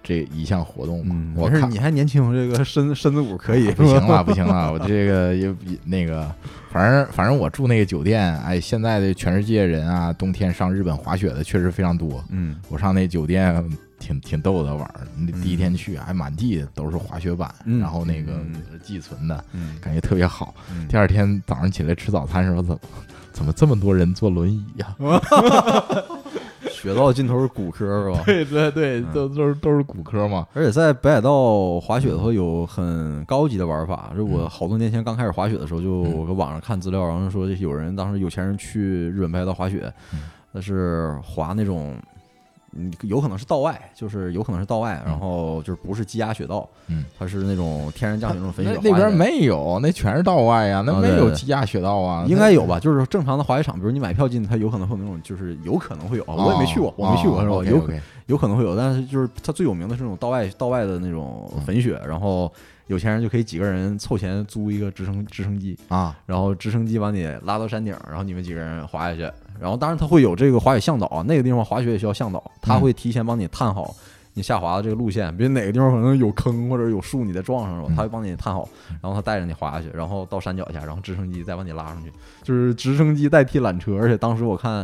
Speaker 6: 这一项活动嘛，
Speaker 4: 嗯，
Speaker 6: 我
Speaker 4: 没事
Speaker 6: 看啊
Speaker 4: 你还年轻，这个身身子骨可以，
Speaker 6: 不行了，不行了，我这个也也那个，反正反正我住那个酒店，哎，现在的全世界人啊，冬天上日本滑雪的确实非常多。
Speaker 4: 嗯
Speaker 6: 我上那酒店挺挺逗的玩儿，那
Speaker 4: 嗯
Speaker 6: 第一天去还满地都是滑雪板，
Speaker 4: 嗯
Speaker 6: 然后那个
Speaker 4: 嗯
Speaker 6: 寄存的，
Speaker 4: 嗯，
Speaker 6: 感觉特别好。
Speaker 4: 嗯
Speaker 6: 第二天早上起来吃早餐的时候，怎么怎么这么多人坐轮椅呀、
Speaker 4: 雪道尽头是骨科是吧？
Speaker 6: 对对对，
Speaker 4: 嗯
Speaker 6: 都都是都是骨科嘛。
Speaker 4: 而且在北海道滑雪的话有很高级的玩法，就我好多年前刚开始滑雪的时候，就
Speaker 6: 嗯
Speaker 4: 我搁网上看资料，然后说有人当时有钱人去日本北海道滑雪
Speaker 6: 嗯，
Speaker 4: 那是滑那种嗯，有可能是道外，就是有可能是道外，然后就是不是积压雪道，
Speaker 6: 嗯，
Speaker 4: 它是那种天然降雪那种粉雪
Speaker 6: 那
Speaker 4: 滑
Speaker 6: 那
Speaker 4: 下
Speaker 6: 边
Speaker 4: 来
Speaker 6: 没有，那全是道外呀，那
Speaker 4: 啊
Speaker 6: 没
Speaker 4: 对
Speaker 6: 有
Speaker 4: 对
Speaker 6: 积压雪道啊，
Speaker 4: 应该有吧？就是正常的滑雪场，比如你买票进，它有可能会有那种，就是有可能会有，啊，
Speaker 6: 那。
Speaker 4: 我也没去过，我没去过是吧？有可
Speaker 6: 哦 OK，
Speaker 4: 有可能会有，但是就是它最有名的是那种道外道外的那种
Speaker 6: 嗯
Speaker 4: 粉雪，然后有钱人就可以几个人凑钱租一个直升直升机，
Speaker 6: 啊，
Speaker 4: 然后直升机把你拉到山顶，然后你们几个人滑下去，然后当然它会有这个滑雪向导，那个地方滑雪也需要向导，他会提前帮你探好。你下滑的这个路线，比如哪个地方可能有坑或者有树，你在撞上了，他会帮你探好，然后他带着你滑下去，然后到山脚下，然后直升机再把你拉上去，就是直升机代替缆车，而且当时我看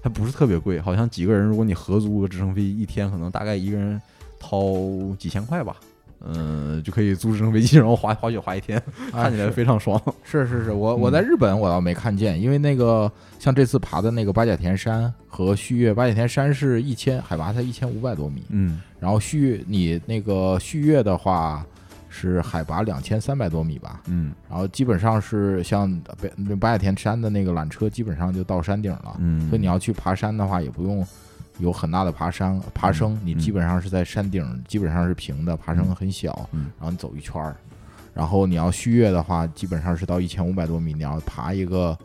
Speaker 4: 还不是特别贵，好像几个人如果你合租个直升飞机，一天可能大概一个人掏几千块吧，嗯、就可以租直升飞机，然后滑滑雪滑一天，
Speaker 6: 啊
Speaker 4: 看起来非常爽。
Speaker 6: 是是是，我我
Speaker 4: 嗯
Speaker 6: 在日本我倒没看见，因为那个像这次爬的那个八甲田山和旭月，八甲田山是一千海拔才一千五百多米，
Speaker 4: 嗯，
Speaker 6: 然后旭月你那个旭月的话是海拔两千三百多米吧，
Speaker 4: 嗯
Speaker 6: 然后基本上是像北那八甲田山的那个缆车基本上就到山顶了，
Speaker 4: 嗯
Speaker 6: 啊所以你要去爬山的话也不用。有很大的爬山爬升，你基本上是在山顶，基本上是平的，爬升很小，
Speaker 4: 嗯嗯
Speaker 6: 然后你走一圈儿，然后你要续月的话，基本上是到一千五百多米，你要爬一个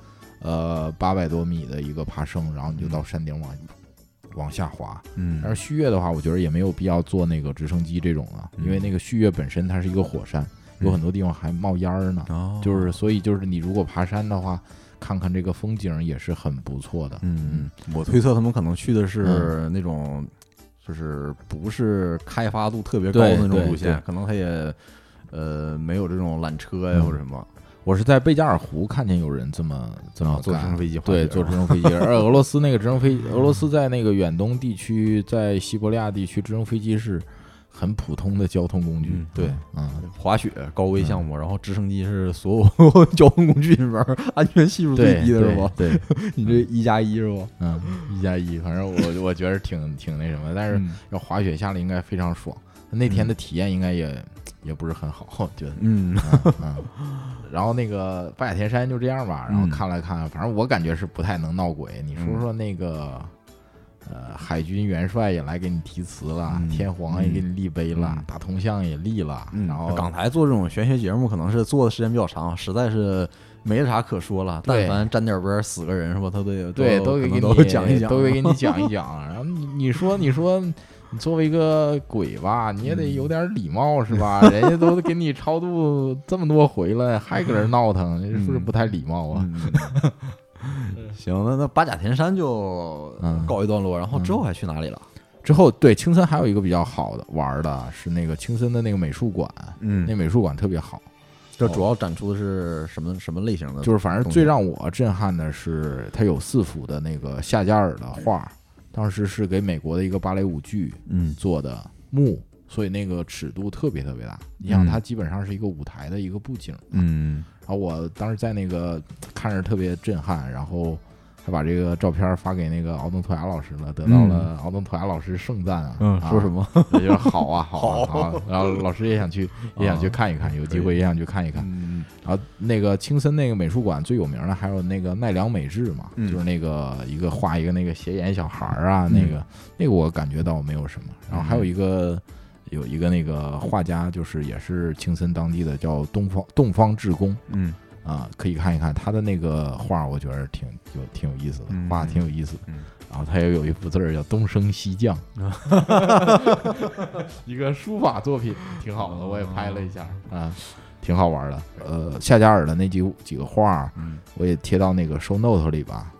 Speaker 6: 呃八百多米的一个爬升，然后你就到山顶往、往下滑。
Speaker 4: 嗯
Speaker 6: 但是续月的话，我觉得也没有必要坐那个直升机这种了，因
Speaker 4: 嗯
Speaker 6: 为那个续月本身它是一个火山，有很多地方还冒烟儿呢。
Speaker 4: 哦
Speaker 6: 就是所以就是你如果爬山的话，看看这个风景也是很不错的。
Speaker 4: 嗯，我推测他们可能去的
Speaker 6: 嗯
Speaker 4: 是那种，就是不是开发度特别高的那
Speaker 6: 对
Speaker 4: 种
Speaker 6: 对
Speaker 4: 路线
Speaker 6: 对，
Speaker 4: 可能他也呃没有这种缆车呀
Speaker 6: 嗯
Speaker 4: 或者什么，
Speaker 6: 我是在贝加尔湖看见有人这么这
Speaker 4: 然
Speaker 6: 么
Speaker 4: 后坐
Speaker 6: 干
Speaker 4: 直升飞机滑雪
Speaker 6: 对，啊坐直升飞机。而俄罗斯那个直升 飞，俄罗斯在那个远东地区，在西伯利亚地区，直升飞机是很普通的交通工具
Speaker 4: 嗯。对，
Speaker 6: 嗯，
Speaker 4: 滑雪高危项目，然后直升机是所有 交通工具里面安全系数最
Speaker 6: 对，
Speaker 4: 低的是吧？
Speaker 6: 对，对
Speaker 4: 你这一加一是吧？
Speaker 6: 嗯，一加一，反正我我觉得挺挺那什么，但是
Speaker 4: 嗯
Speaker 6: 要滑雪下来应该非常爽。那天的体验应该也也不是很好，我觉得。
Speaker 4: 嗯
Speaker 6: 嗯，然后那个八甲田山就这样吧，然后
Speaker 4: 嗯
Speaker 6: 看了看，反正我感觉是不太能闹鬼。你说
Speaker 4: 嗯
Speaker 6: 说那个，呃，海军元帅也来给你题词了，
Speaker 4: 嗯
Speaker 6: 天皇也给你立碑了，
Speaker 4: 嗯
Speaker 6: 大铜像也立了，
Speaker 4: 嗯，
Speaker 6: 然后
Speaker 4: 港台做这种玄学节目，可能是做的时间比较长，实在是。没啥可说了，
Speaker 6: 对
Speaker 4: 但凡沾点边儿死个人是吧？他都得
Speaker 6: 对
Speaker 4: 都
Speaker 6: 都给
Speaker 4: 可
Speaker 6: 给
Speaker 4: 能
Speaker 6: 你
Speaker 4: 都讲一讲，
Speaker 6: 都 给给你讲一讲。然后你你说你说。你作为一个鬼吧，你也
Speaker 4: 嗯
Speaker 6: 得有点礼貌是 吧？人家都给你超度这么多回了，还搁这儿闹腾，是不是
Speaker 4: 嗯
Speaker 6: 不太礼貌啊？
Speaker 4: 嗯 行，那那八甲田山就呃
Speaker 6: 嗯
Speaker 4: 告一段落，然后之后还去哪里了？
Speaker 6: 之后，对青森还有一个比较好的玩儿的是那个青森的那个美术馆，那
Speaker 4: 嗯，
Speaker 6: 美术馆特别好，
Speaker 4: 这主要展出的是什么什么类型的？
Speaker 6: 就是反正
Speaker 4: 东西
Speaker 6: 最让我震撼的是，它有四幅的那个夏加尔的画儿，当时是给美国的一个芭蕾舞剧
Speaker 4: 嗯
Speaker 6: 做的幕，所以那个尺度特别特别大。你
Speaker 4: 嗯
Speaker 6: 想，它基本上是一个舞台的一个布景，
Speaker 4: 嗯
Speaker 6: 然后我当时在那个看着特别震撼，然后还把这个照片发给那个敖登托雅老师了，得到了敖登托雅老师盛赞啊，啊
Speaker 4: 嗯说什么？
Speaker 6: 我觉得好 啊，好啊，好啊。然后老师也想去，也想去看一看，有机会也想去看一看。
Speaker 4: 哦嗯
Speaker 6: 然后那个青森那个美术馆最有名的还有那个奈良美智嘛，
Speaker 4: 嗯
Speaker 6: 就是那个一个画一个那个斜眼小孩儿啊，那个那个我感觉到没有什么。然后还有一个。有一个那个画家，就是也是青森当地的，叫东方东方志工
Speaker 4: 嗯
Speaker 6: 啊、可以看一看他的那个画，我觉得挺有挺有意思的，
Speaker 4: 嗯
Speaker 6: 画得挺有意思的。
Speaker 4: 嗯
Speaker 6: 然后他也有一幅字儿叫“东升西降”， 一个书法作品，挺好的，我也拍了一下
Speaker 4: 哦
Speaker 6: 啊，挺好玩的。呃，夏加尔的那几几个画儿，
Speaker 4: 嗯
Speaker 6: 我也贴到那个 show note 里吧，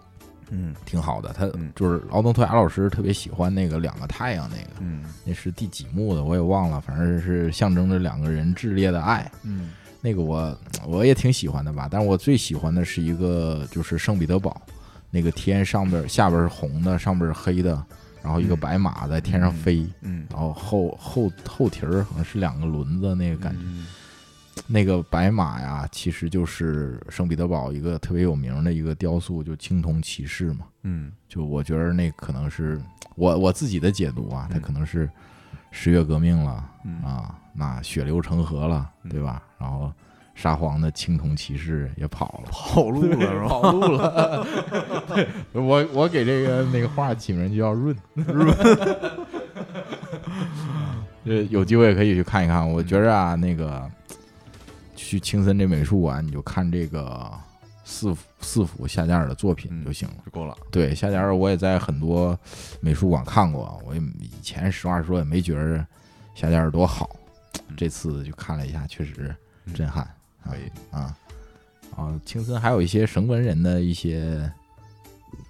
Speaker 4: 嗯
Speaker 6: 挺好的。他
Speaker 4: 嗯
Speaker 6: 就是劳动特雅老师特别喜欢那个两个太阳那个，
Speaker 4: 嗯
Speaker 6: 那是第几幕的我也忘了，反正是象征着两个人炽烈的爱。
Speaker 4: 嗯
Speaker 6: 那个我我也挺喜欢的吧，但是我最喜欢的是一个就是圣彼得堡，那个天上边下边是红的，上边是黑的，然后一个
Speaker 4: 嗯
Speaker 6: 白马在天上飞，
Speaker 4: 嗯，
Speaker 6: 然后后后后蹄儿好像是两个轮子那个感觉，
Speaker 4: 觉
Speaker 6: 那个白马呀，其实就是圣彼得堡一个特别有名的一个雕塑，就青铜骑士嘛。
Speaker 4: 嗯
Speaker 6: 就我觉得那可能是我我自己的解读啊，它
Speaker 4: 嗯
Speaker 6: 可能是十月革命了啊
Speaker 4: 嗯
Speaker 6: 啊，那血流成河了，
Speaker 4: 嗯
Speaker 6: 对吧？然后沙皇的青铜骑士也跑了，
Speaker 4: 跑路了是吧？
Speaker 6: 跑路了。对， 我我给这个那个画起名就叫润润。呃，有机会可以去看一看。我
Speaker 4: 嗯
Speaker 6: 觉着啊，那个去青森这美术馆，你就看这个四幅四幅夏加尔的作品就行了。
Speaker 4: 嗯就够了。
Speaker 6: 对，夏加尔我也在很多美术馆看过，我也以前实话说也没觉着夏加尔多好，这次就看了一下，确实震撼。
Speaker 4: 嗯可以
Speaker 6: 啊啊啊！青森还有一些绳文人的一些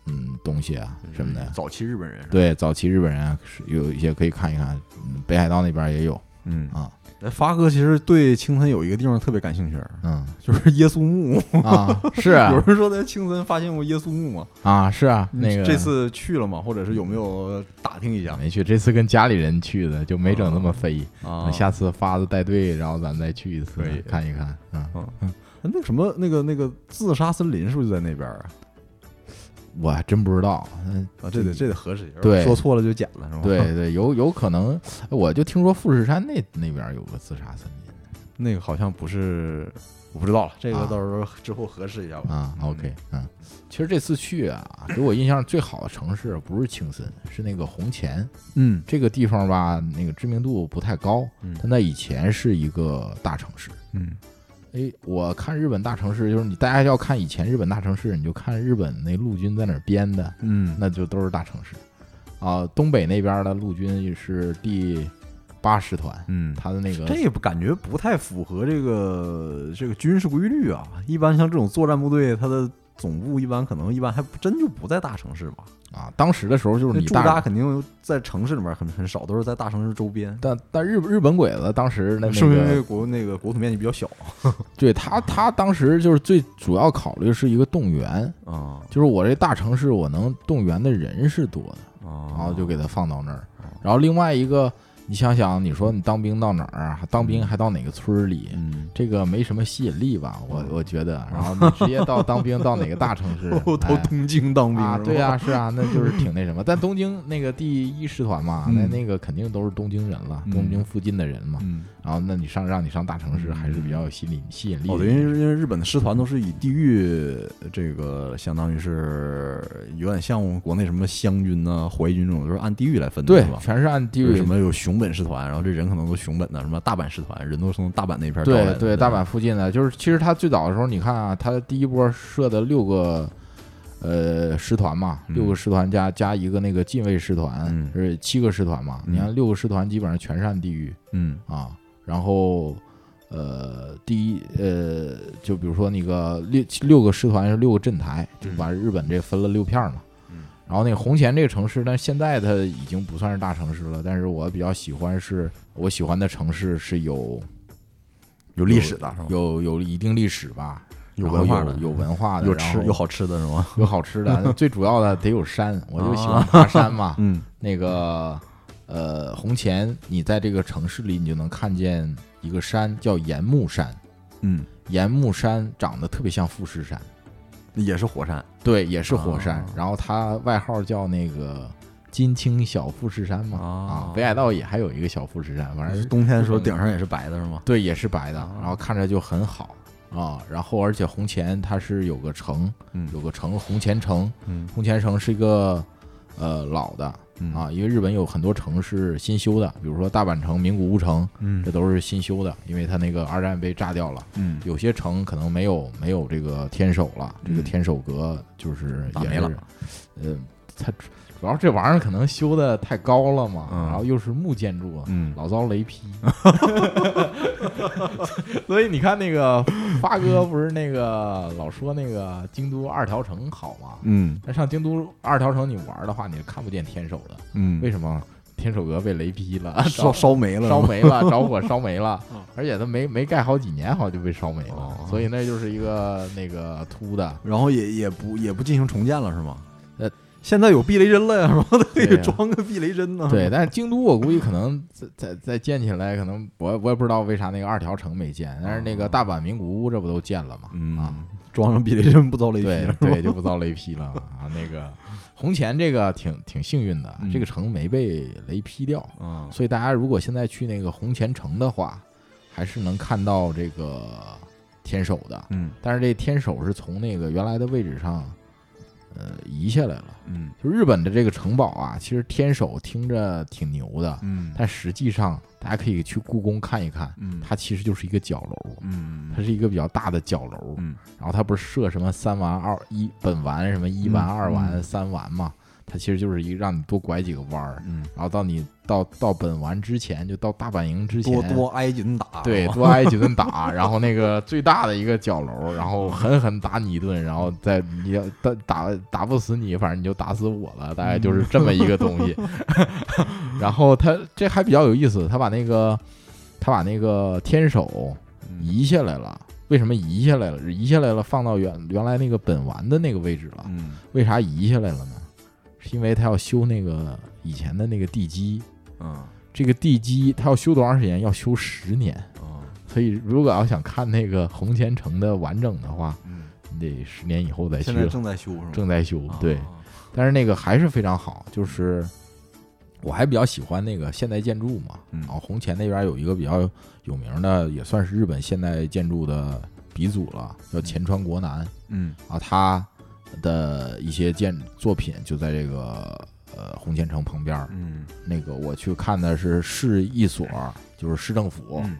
Speaker 6: 嗯东西啊什么的，
Speaker 4: 早期日本人是吧，
Speaker 6: 对，早期日本人啊是有一些可以看一看，嗯北海道那边也有
Speaker 4: 嗯
Speaker 6: 啊，
Speaker 4: 哎发哥其实对青森有一个地方特别感兴趣，
Speaker 6: 嗯
Speaker 4: 就是耶稣墓。
Speaker 6: 啊是
Speaker 4: 有
Speaker 6: 啊
Speaker 4: 人说在青森发现过耶稣墓吗？
Speaker 6: 啊是啊，那个
Speaker 4: 这次去了吗？或者是有没有打听一下
Speaker 6: 没去，这次跟家里人去的，就没整那么飞。
Speaker 4: 啊
Speaker 6: 等？下次发子带队，然后咱们再去一次
Speaker 4: 可以
Speaker 6: 看一看啊。
Speaker 4: 那个什么，那个那个自杀森林是不是就在那边啊？
Speaker 6: 我还真不知道，嗯
Speaker 4: 啊，这得这得核实一下，
Speaker 6: 对
Speaker 4: 说错了就剪了是吧？
Speaker 6: 对，对，有有可能，我就听说富士山那那边有个自杀森林
Speaker 4: 那个好像不是，我不知道了，这个
Speaker 6: 啊
Speaker 4: 到时候之后核实一下吧。
Speaker 6: 啊。
Speaker 4: 嗯
Speaker 6: OK，嗯，其实这次去啊，给我印象最好的城市不是青森，是那个红前
Speaker 4: 嗯
Speaker 6: 这个地方吧，那个知名度不太高
Speaker 4: 嗯，
Speaker 6: 但在以前是一个大城市。
Speaker 4: 嗯
Speaker 6: 哎，我看日本大城市，就是你大家要看以前日本大城市，你就看日本那陆军在哪儿编的，
Speaker 4: 嗯，
Speaker 6: 那就都是大城市。啊、东北那边的陆军是第八师团，
Speaker 4: 嗯
Speaker 6: 他的那个
Speaker 4: 这不感觉不太符合这个这个军事规律啊。一般像这种作战部队，它的总部一般可能一般还不真就不在大城市吧。
Speaker 6: 啊，当时的时候就是
Speaker 4: 那
Speaker 6: 你
Speaker 4: 驻扎
Speaker 6: 大，
Speaker 4: 肯定在城市里面很很少，都是在大城市周边。
Speaker 6: 但但日日本鬼子当时那那
Speaker 4: 是不是因为
Speaker 6: 个，
Speaker 4: 国那个国土面积比较小
Speaker 6: 对他他当时就是最主要考虑是一个动员，
Speaker 4: 啊
Speaker 6: 就是我这大城市我能动员的人是多的，
Speaker 4: 啊
Speaker 6: 然后就给他放到那儿，
Speaker 4: 哦
Speaker 6: 然后另外一个你想想，你说你当兵到哪儿啊？当兵还到哪个村儿里？
Speaker 4: 嗯，，
Speaker 6: 这个没什么吸引力吧，我我觉得。然后你直接到当兵到哪个大城市
Speaker 4: 都
Speaker 6: 哎
Speaker 4: 东京当兵
Speaker 6: 啊，
Speaker 4: 是吧
Speaker 6: 对呀、是啊，那 就是挺那什么。但东京那个第一师团嘛，那
Speaker 4: 嗯
Speaker 6: 那个肯定都是东京人了，
Speaker 4: 嗯
Speaker 6: 东京附近的人嘛。
Speaker 4: 嗯，
Speaker 6: 然后那你上让你上大城市，还是比较有吸引吸引力的。
Speaker 4: 哦，对，因为因为日本的师团都是以地域这个，相当于是有点像我们国内什么湘军呐、淮军这种，都是按地域来分的，
Speaker 6: 对
Speaker 4: 是吧？
Speaker 6: 全是按地
Speaker 4: 就是
Speaker 6: 域
Speaker 4: 什。么有熊本师团，然后这人可能都熊本的，什么大阪师团，人都是从大阪那片儿招来
Speaker 6: 对
Speaker 4: 的。
Speaker 6: 对，大阪附近的，就是其实他最早的时候，你看啊，他第一波设的六个呃师团嘛，
Speaker 4: 嗯
Speaker 6: 六个师团加加一个那个禁卫师
Speaker 4: 嗯
Speaker 6: 团，是七个师团嘛。
Speaker 4: 嗯
Speaker 6: 你看六个师团基本上全是按地域
Speaker 4: 嗯
Speaker 6: 啊，然后呃，第一呃，就比如说那个六六个师团是六个镇台，就把日本这分了六片儿嘛。
Speaker 4: 嗯
Speaker 6: 然后那个红前这个城市，但是现在它已经不算是大城市了。但是我比较喜欢是，我喜欢的城市是有
Speaker 4: 有历史的，
Speaker 6: 有有一定历史吧，
Speaker 4: 有
Speaker 6: 然后
Speaker 4: 文化的
Speaker 6: 有有文化的，
Speaker 4: 有
Speaker 6: 然
Speaker 4: 吃
Speaker 6: 后
Speaker 4: 有好吃的是吗？
Speaker 6: 有好吃的。 那最主要的得有山，我就喜欢爬山嘛。
Speaker 4: 嗯
Speaker 6: 那个呃，红前，你在这个城市里，你就能看见一个山叫岩木山。
Speaker 4: 嗯，
Speaker 6: 岩木山长得特别像富士山，
Speaker 4: 也是火山。
Speaker 6: 对，也是火山。
Speaker 4: 啊
Speaker 6: 然后它外号叫那个金青小富士山嘛。
Speaker 4: 啊
Speaker 6: 啊，北海道也还有一个小富士山，反正
Speaker 4: 冬天的时候顶上也是白的是吗？
Speaker 6: 对也是白
Speaker 4: 哦
Speaker 6: 的，然后看着就很好啊。然后而且红前它是有个城，
Speaker 4: 嗯
Speaker 6: 有个城红前城，
Speaker 4: 嗯
Speaker 6: 红前城是一个呃老的啊，因为日本有很多城是新修的，比如说大阪城、名古屋城，
Speaker 4: 嗯
Speaker 6: 这都是新修的，因为它那个二战被炸掉了。
Speaker 4: 嗯
Speaker 6: 有些城可能没有没有这个天守了，这个
Speaker 4: 嗯
Speaker 6: 天守阁就是
Speaker 5: 啊
Speaker 4: 打
Speaker 6: 也
Speaker 4: 没
Speaker 6: 是
Speaker 4: 了。
Speaker 6: 呃，它主主要这玩意儿可能修的太高了嘛，
Speaker 4: 嗯
Speaker 6: 然后又是木建筑，啊
Speaker 4: 嗯
Speaker 6: 老遭雷 劈。所以你看那个发哥不是那个老说那个京都二条城好吗？
Speaker 4: 嗯
Speaker 6: 但上京都二条城你玩的话，你是看不见天守的，
Speaker 4: 嗯啊
Speaker 6: 为什么？天守阁被雷劈了，
Speaker 4: 烧烧没了？嗯
Speaker 6: 烧没了， 着火烧没了，而且它没没盖好几年，好像就被烧没了
Speaker 4: 哦，
Speaker 6: 所以那就是一个那个秃的，
Speaker 4: 然后也也不也不进行重建了是吗？
Speaker 6: 呃，
Speaker 4: 现在有避雷针了 呀，是吧？都可以
Speaker 6: 对呀
Speaker 4: 装个避雷针呢。
Speaker 6: 对，但是京都我估计可能再再再建起来，可能我我也不知道为啥那个二条城没建，但是那个大阪名古屋这不都建了吗？
Speaker 4: 哦嗯
Speaker 6: 啊，
Speaker 4: 装上避雷针不遭雷
Speaker 6: 对
Speaker 4: 劈。
Speaker 6: 对，就不遭雷劈了啊。那个红前这个挺挺幸运的，
Speaker 4: 嗯
Speaker 6: 这个城没被雷劈掉，
Speaker 4: 嗯
Speaker 6: 所以大家如果现在去那个红前城的话，还是能看到这个天守的，
Speaker 4: 嗯
Speaker 6: 但是这天守是从那个原来的位置上，呃，移下来了。
Speaker 4: 嗯
Speaker 6: 就日本的这个城堡啊，其实天守听着挺牛的，
Speaker 4: 嗯
Speaker 6: 但实际上大家可以去故宫看一看，
Speaker 4: 嗯
Speaker 6: 它其实就是一个角楼，
Speaker 4: 嗯
Speaker 6: 它是一个比较大的角楼。
Speaker 4: 嗯
Speaker 6: 然后它不是设什么三丸二一本丸什么一丸
Speaker 4: 嗯
Speaker 6: 二
Speaker 4: 嗯
Speaker 6: 丸三丸嘛，它其实就是一个让你多拐几个弯儿，
Speaker 4: 嗯，
Speaker 6: 然后到你到到本丸之前，就到大本营之前，
Speaker 4: 多多挨紧打，啊
Speaker 6: 对，多挨几顿打，然后那个最大的一个角楼，然后狠狠打你一顿，然后再你要打打打不死你，反正你就打死我了，大概
Speaker 4: 嗯
Speaker 6: 就是这么一个东西。 然后他这还比较有意思，他把那个他把那个天守
Speaker 4: 嗯
Speaker 6: 移下来了。为什么移下来了？移下来了，放到原原来那个本丸的那个位置了。
Speaker 4: 嗯
Speaker 6: 为啥移下来了呢？是因为他要修那个以前的那个地基。
Speaker 4: 嗯
Speaker 6: 这个地基他要修多长时间？要修十年。
Speaker 4: 嗯
Speaker 6: 所以，如果要想看那个红前城的完整的话，
Speaker 4: 嗯，
Speaker 6: 你得十年以后再去
Speaker 4: 现在
Speaker 6: 了。
Speaker 4: 正在修是吗？
Speaker 6: 哎正在修，对，
Speaker 4: 啊
Speaker 6: 但是那个还是非常好，就是我还比较喜欢那个现代建筑嘛。
Speaker 4: 嗯
Speaker 6: 然后红前那边有一个比较有名的，也算是日本现代建筑的鼻祖了，叫前川国男
Speaker 4: 嗯
Speaker 6: 啊，他的一些建作品就在这个呃红前城旁边儿。
Speaker 4: 嗯
Speaker 6: 那个我去看的是市一所，就是市政府，
Speaker 4: 嗯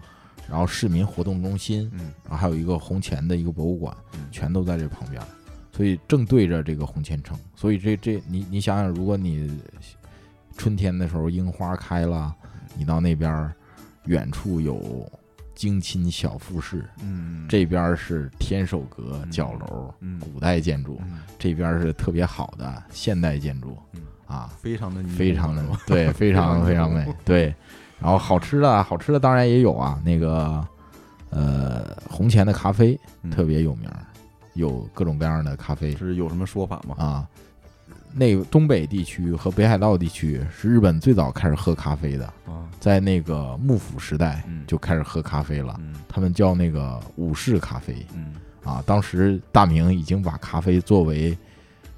Speaker 6: 然后市民活动中心，
Speaker 4: 嗯
Speaker 6: 然后还有一个红前的一个博物馆
Speaker 4: 嗯，
Speaker 6: 全都在这旁边儿，所以正对着这个红前城。所以这这你你想想，如果你春天的时候樱花开了，
Speaker 4: 嗯
Speaker 6: 你到那边儿远处有京亲小富士，
Speaker 4: 嗯
Speaker 6: 这边儿是天守阁
Speaker 4: 嗯
Speaker 6: 角楼，
Speaker 4: 嗯
Speaker 6: 古代建筑，
Speaker 4: 嗯
Speaker 6: 这边儿是特别好的现代建筑
Speaker 4: 嗯，
Speaker 6: 啊，
Speaker 4: 非常的
Speaker 6: 非常的
Speaker 4: 的
Speaker 6: 对，非常嗯非常美，对。然后好吃的啊，好吃的当然也有啊，那个呃红前的咖啡特别有名儿，有各种各样的咖啡
Speaker 4: 是有什么说法吗？
Speaker 6: 啊。那个东北地区和北海道地区是日本最早开始喝咖啡的，
Speaker 4: 啊
Speaker 6: 在那个幕府时代
Speaker 4: 嗯
Speaker 6: 就开始喝咖啡了，
Speaker 4: 嗯
Speaker 6: 他们叫那个武士咖啡
Speaker 4: 嗯
Speaker 6: 啊。当时大明已经把咖啡作为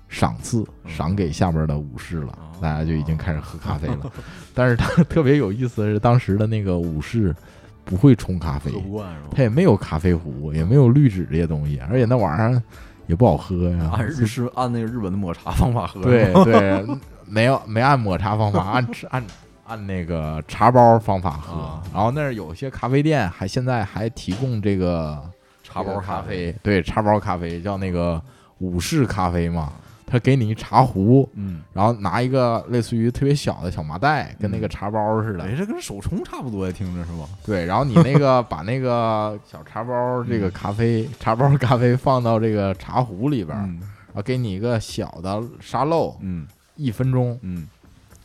Speaker 6: 赏赐
Speaker 4: 嗯
Speaker 6: 赏给下边的武士了
Speaker 4: 哦，
Speaker 6: 大家就已经开始喝咖啡了。但是他 特别有意思的是，当时的那个武士不会冲咖啡，
Speaker 4: 喝不惯是吧？
Speaker 6: 它也没有咖啡壶，也没有滤纸这些东西，而且那玩意儿也不好喝呀。
Speaker 4: 按啊 日式按那个日本的抹茶方法喝，
Speaker 6: 对对，没有没按抹茶方法，按吃按按那个茶包方法喝。
Speaker 4: 啊
Speaker 6: 然后那儿有些咖啡店还现在还提供这个
Speaker 4: 茶包
Speaker 6: 咖
Speaker 4: 咖啡，
Speaker 6: 啡，对茶包咖啡叫那个武士咖啡嘛，他给你一茶壶，
Speaker 4: 嗯，
Speaker 6: 然后拿一个类似于特别小的小麻袋，跟那个茶包似的，
Speaker 4: 哎，这跟手冲差不多呀，听着是吧？
Speaker 6: 对，然后你 那个把那个小茶包
Speaker 4: 嗯
Speaker 6: 这个咖啡、茶包咖啡放到这个茶壶里边儿，
Speaker 4: 嗯
Speaker 6: 然后给你一个小的沙漏，
Speaker 4: 嗯
Speaker 6: 一分钟，
Speaker 4: 嗯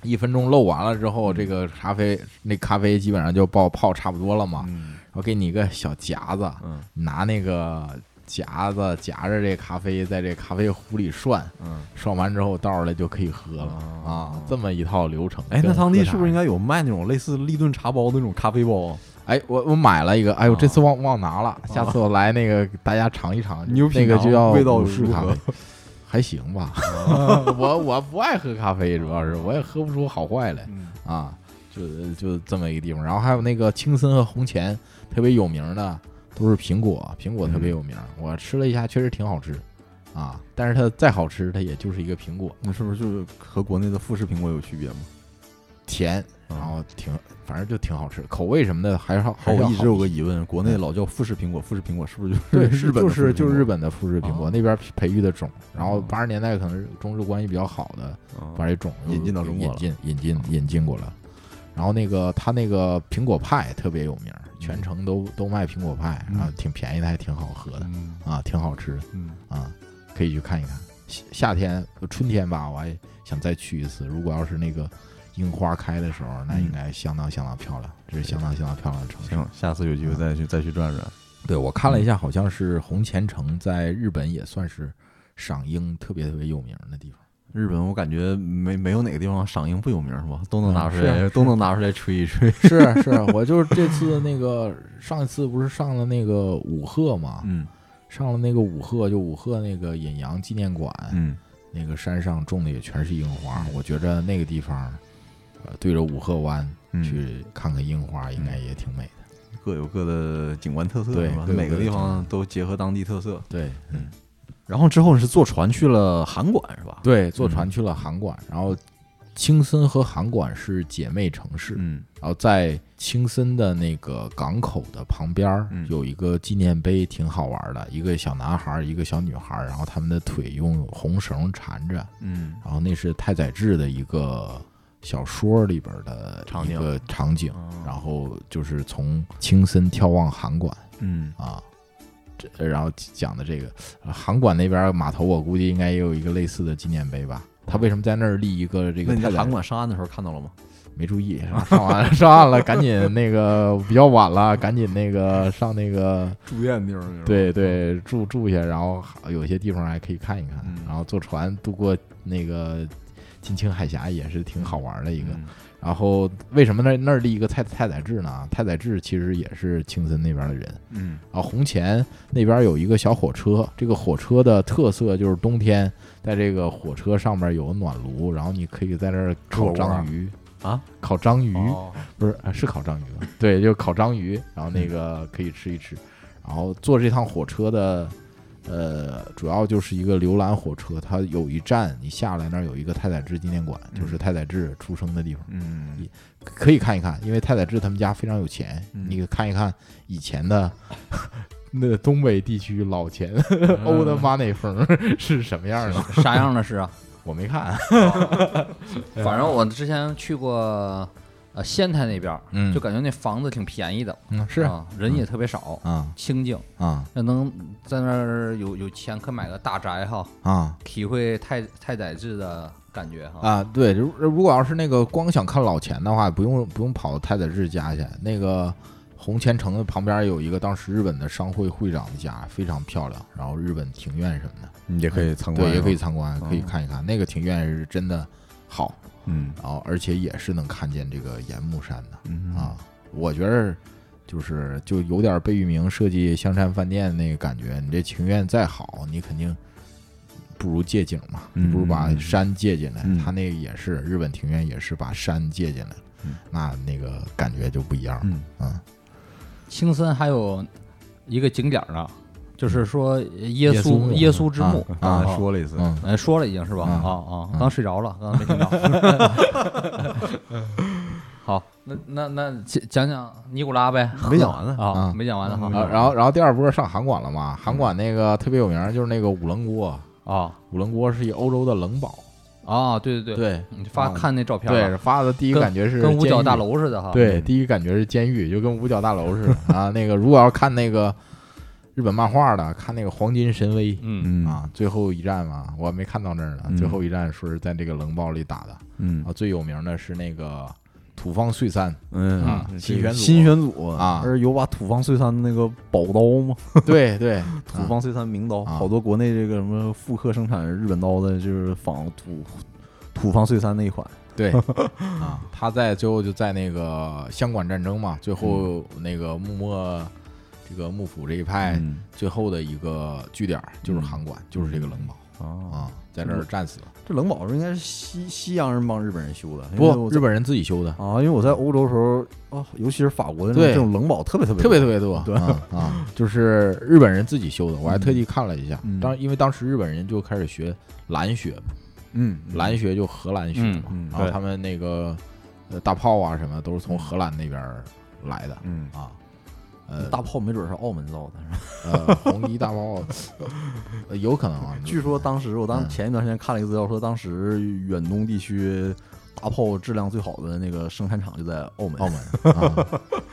Speaker 6: 一分钟漏完了之后，这个咖啡那咖啡基本上就泡泡差不多了嘛，
Speaker 4: 嗯
Speaker 6: 然后给你一个小夹子，
Speaker 4: 嗯
Speaker 6: 拿那个夹子夹着这咖啡在这咖啡壶里涮，
Speaker 4: 嗯，
Speaker 6: 涮完之后倒出来就可以喝了
Speaker 4: 哦
Speaker 6: 啊，这么一套流程。
Speaker 4: 哎，那
Speaker 6: 跟
Speaker 4: 当
Speaker 6: 喝
Speaker 4: 地
Speaker 6: 茶
Speaker 4: 是不是应该有卖那种类似立顿茶包的那种咖啡包？
Speaker 6: 哎，我我买了一个，哎呦，
Speaker 4: 啊
Speaker 6: 这次忘忘拿了，下次我来那个给大家尝一尝，
Speaker 4: 哦牛皮
Speaker 6: 那个
Speaker 4: 糖
Speaker 6: 就叫
Speaker 4: 味道
Speaker 6: 武士
Speaker 4: 如
Speaker 6: 咖
Speaker 4: 何
Speaker 6: 啡，还行 吧。我我不爱喝咖啡，主要是我也喝不出好坏来
Speaker 4: 嗯
Speaker 6: 啊，就就这么一个地方。然后还有那个青森和红前特别有名的都是苹果，苹果特
Speaker 4: 嗯
Speaker 6: 别有名，我吃了一下确实挺好吃啊，但是它再好吃，它也就是一个苹果，
Speaker 4: 那是不是就是和国内的富士苹果有区别吗？啊
Speaker 6: 甜，然后挺反正就挺好吃，口味什么的还是好，哦还
Speaker 4: 我
Speaker 6: 是要
Speaker 4: 一
Speaker 6: 好嗯
Speaker 4: 直有个疑问，国内老叫富士苹果，富士苹果是不是就是
Speaker 6: 对，
Speaker 4: 日本
Speaker 6: 就
Speaker 4: 的富士
Speaker 6: 是
Speaker 4: 苹
Speaker 6: 就
Speaker 4: 果
Speaker 6: 是日本的富士苹果
Speaker 4: 啊
Speaker 6: 那边培育的种，然后
Speaker 4: 哦
Speaker 6: 八十年代可能是中日关系比较好的，
Speaker 4: 啊
Speaker 6: 把这种
Speaker 4: 引进到中国
Speaker 6: 嗯引
Speaker 4: 了
Speaker 6: 进引进引进过来。然后那个他那个苹果派特别有名，全城都都卖苹果派，
Speaker 4: 嗯
Speaker 6: 然后挺便宜的，还挺好喝的
Speaker 4: 嗯
Speaker 6: 啊，挺好吃的
Speaker 4: 嗯
Speaker 6: 啊，可以去看一看。夏夏天呃春天吧，我还想再去一次。如果要是那个樱花开的时候，那应该相当相当漂亮，这是相当相当漂亮的城市。
Speaker 4: 行，下次有机会再去再去转转。
Speaker 6: 对，我看了一下，好像是红前城在日本也算是赏樱特别特别有名的地方。
Speaker 4: 日本，我感觉没没有哪个地方赏樱不有名是吧？都能拿出
Speaker 6: 嗯是
Speaker 4: 来，都能拿出来吹一 吹。
Speaker 6: 是是，我就是这次那个上一次不是上了那个五鹤嘛，
Speaker 4: 嗯
Speaker 6: 上了那个五鹤，就五鹤那个引阳纪念馆，
Speaker 4: 嗯
Speaker 6: 那个山上种的也全是樱花，我觉着那个地方，呃，对着五鹤湾
Speaker 4: 嗯
Speaker 6: 去看看樱花，应该也挺美的。
Speaker 4: 各有各的景观特色，
Speaker 6: 对
Speaker 4: 是吧
Speaker 6: 各有
Speaker 4: 每个
Speaker 6: 各的
Speaker 4: 地
Speaker 6: 景观嗯
Speaker 4: 方都结合当地特色。
Speaker 6: 对
Speaker 4: 然后之后是坐船去了函馆，是吧？，
Speaker 6: 对，坐船去了函馆，然后青森和函馆是姐妹城市，
Speaker 4: 嗯
Speaker 6: 然后在青森的那个港口的旁边儿
Speaker 4: 嗯
Speaker 6: 有一个纪念碑，挺好玩儿的。一个小男孩儿，一个小女孩儿，然后他们的腿用红绳缠着，
Speaker 4: 嗯
Speaker 6: 然后那是太宰治的一个小说里边儿的
Speaker 4: 场
Speaker 6: 一
Speaker 4: 景
Speaker 6: 个场景
Speaker 4: 哦，
Speaker 6: 然后就是从青森眺望函馆
Speaker 4: 嗯
Speaker 6: 啊。这然后讲的这个呃函馆那边儿码头，我估计应该也有一个类似的纪念碑吧。他为什么在那儿立一个这个
Speaker 4: 那你在
Speaker 6: 太宰
Speaker 4: 函馆上岸的时候看到了吗？
Speaker 6: 没注意，上 上完了上岸了，赶紧那个比较晚了，赶紧那个上那个
Speaker 4: 住店地方，
Speaker 6: 对对住住一下，然后还有些地方还可以看一看，
Speaker 4: 嗯
Speaker 6: 然后坐船渡过那个金青海峡也是挺好玩的一个。
Speaker 4: 嗯
Speaker 6: 然后为什么那那儿立一个太太宰治呢？太宰治其实也是青森那边的人，
Speaker 4: 嗯
Speaker 6: 然后红前那边有一个小火车，这个火车的特色就是冬天在这个火车上面有暖炉，然后你可以在这儿
Speaker 4: 火
Speaker 6: 烤
Speaker 4: 锅啊
Speaker 6: 章鱼
Speaker 4: 啊，
Speaker 6: 烤章鱼。
Speaker 4: 哦
Speaker 6: 不是啊是烤章鱼吧？对，就是烤章鱼，然后那个可以吃一吃，然后坐这趟火车的，呃，主要就是一个游览火车，它有一站，你下来那儿有一个太宰治纪念馆，就是太宰治出生的地方，
Speaker 4: 嗯
Speaker 6: 可以看一看，因为太宰治他们家非常有钱，
Speaker 4: 嗯
Speaker 6: 你看一看以前 的。那东北地区老钱欧的妈那风儿嗯是什么样的？
Speaker 5: 啥样的是啊？
Speaker 6: 我没看，
Speaker 5: 反正我之前去过呃仙台那边儿，
Speaker 6: 嗯
Speaker 5: 就感觉那房子挺便宜的，
Speaker 6: 嗯，是啊
Speaker 5: 啊，人也特别少，
Speaker 6: 啊
Speaker 5: 清静，
Speaker 6: 啊
Speaker 5: 要能在那儿有有钱可买个大宅哈，
Speaker 6: 啊！
Speaker 5: 体会太太宰治的感觉哈。
Speaker 6: 啊，对，如如果要是那个光想看老钱的话，不用不用跑太宰治家去，那个红前城的旁边有一个当时日本的商会会长的家，非常漂亮，然后日本庭院什么的，
Speaker 4: 嗯，也可以参观，
Speaker 6: 对，也可以
Speaker 4: 是吧，
Speaker 6: 参观，可以看一看，那个庭院是真的好，
Speaker 4: 嗯
Speaker 6: 然后而且也是能看见这个岩木山的
Speaker 4: 嗯
Speaker 6: 啊，我觉得。就是就有点贝聿铭设计香山饭店那个感觉，你这庭院再好，你肯定不如借景嘛，
Speaker 4: 嗯
Speaker 6: 不如把山借进来。
Speaker 4: 嗯
Speaker 6: 他那个也是日本庭院，也是把山借进来了，
Speaker 4: 嗯
Speaker 6: 那那个感觉就不一样了。
Speaker 4: 嗯
Speaker 6: 嗯，
Speaker 5: 青森还有一个景点儿呢，就是说耶
Speaker 6: 耶稣
Speaker 5: 稣
Speaker 6: 墓
Speaker 5: 耶稣之墓
Speaker 6: 啊
Speaker 4: 刚才
Speaker 5: 啊
Speaker 4: 说了一次，
Speaker 6: 嗯
Speaker 5: 哎，说了已经是吧？
Speaker 6: 嗯
Speaker 5: 啊啊，
Speaker 6: 嗯
Speaker 5: 刚睡着了，刚刚没听到。好，那那那讲讲尼古拉呗，
Speaker 4: 没讲完呢
Speaker 5: 啊，
Speaker 6: 嗯
Speaker 5: 没讲完呢
Speaker 6: 啊
Speaker 5: 哈
Speaker 6: 然后然后第二波上函馆了嘛，函
Speaker 5: 嗯
Speaker 6: 馆那个特别有名，就是那个五棱锅，
Speaker 5: 啊
Speaker 6: 五棱锅是一欧洲的冷堡，
Speaker 5: 啊，对对对，
Speaker 6: 对
Speaker 5: 你发
Speaker 6: 嗯
Speaker 5: 看那照片吧
Speaker 6: 对，发的第一个
Speaker 5: 跟
Speaker 6: 感觉是
Speaker 5: 跟五角
Speaker 6: 监狱
Speaker 5: 大楼似
Speaker 4: 啊
Speaker 5: 的哈。
Speaker 4: 嗯
Speaker 6: 对，第一感觉是监狱，就跟五角大楼似 的啊。那个如果要看那个日本漫画的，看那个《黄金神威》
Speaker 5: 嗯，
Speaker 4: 嗯
Speaker 6: 啊，最后一战嘛，我还没看到那儿呢。
Speaker 4: 嗯
Speaker 6: 最后一战说是在这个冷暴里打的
Speaker 4: 嗯
Speaker 6: 啊，最有名的是那个土方岁 三，
Speaker 4: 嗯
Speaker 6: 啊
Speaker 4: 这个
Speaker 6: 新选组
Speaker 4: 新选组
Speaker 6: 啊
Speaker 4: 而有把土方岁三的那个宝刀吗？
Speaker 6: 对对，
Speaker 4: 土方岁三名刀，
Speaker 6: 啊
Speaker 4: 好多国内这个什么复刻生产日本刀的，就是仿土土方岁三那一款。
Speaker 6: 对啊，他在最后就在那个香馆战争嘛，最后那个幕末这个幕府这一派
Speaker 4: 嗯
Speaker 6: 最后的一个据点儿就是函馆，就是这个冷堡
Speaker 4: 啊，
Speaker 6: 啊，在这儿战死了。
Speaker 4: 这冷宝应该是西西洋人帮日本人修的，因为
Speaker 6: 不，
Speaker 4: 哎我
Speaker 6: 日
Speaker 4: 在
Speaker 6: 本人自己修的，
Speaker 4: 啊，因为我在欧洲的时候啊，尤其是法国的
Speaker 6: 对
Speaker 4: 这种冷宝特别特别
Speaker 6: 特别特
Speaker 4: 多
Speaker 6: 别多，
Speaker 4: 对嗯
Speaker 6: 啊啊，就是日本人自己修的，我还特地看了一下
Speaker 4: 嗯。
Speaker 6: 当因为当时日本人就开始学蓝学，
Speaker 4: 嗯
Speaker 6: 蓝学就荷兰学嘛
Speaker 4: 嗯嗯，
Speaker 6: 然后
Speaker 5: 对
Speaker 6: 他们那个呃大炮啊什么都是从荷兰那边儿来的
Speaker 4: 嗯，
Speaker 6: 啊，呃
Speaker 4: 大炮没准是澳门造的。
Speaker 6: 呃红衣大炮，呃有可能啊，
Speaker 4: 据说当时我当
Speaker 6: 嗯
Speaker 4: 前一段时间看了一个资料，说当时远东地区大炮质量最好的那个生产厂就在澳门。
Speaker 6: 澳门啊，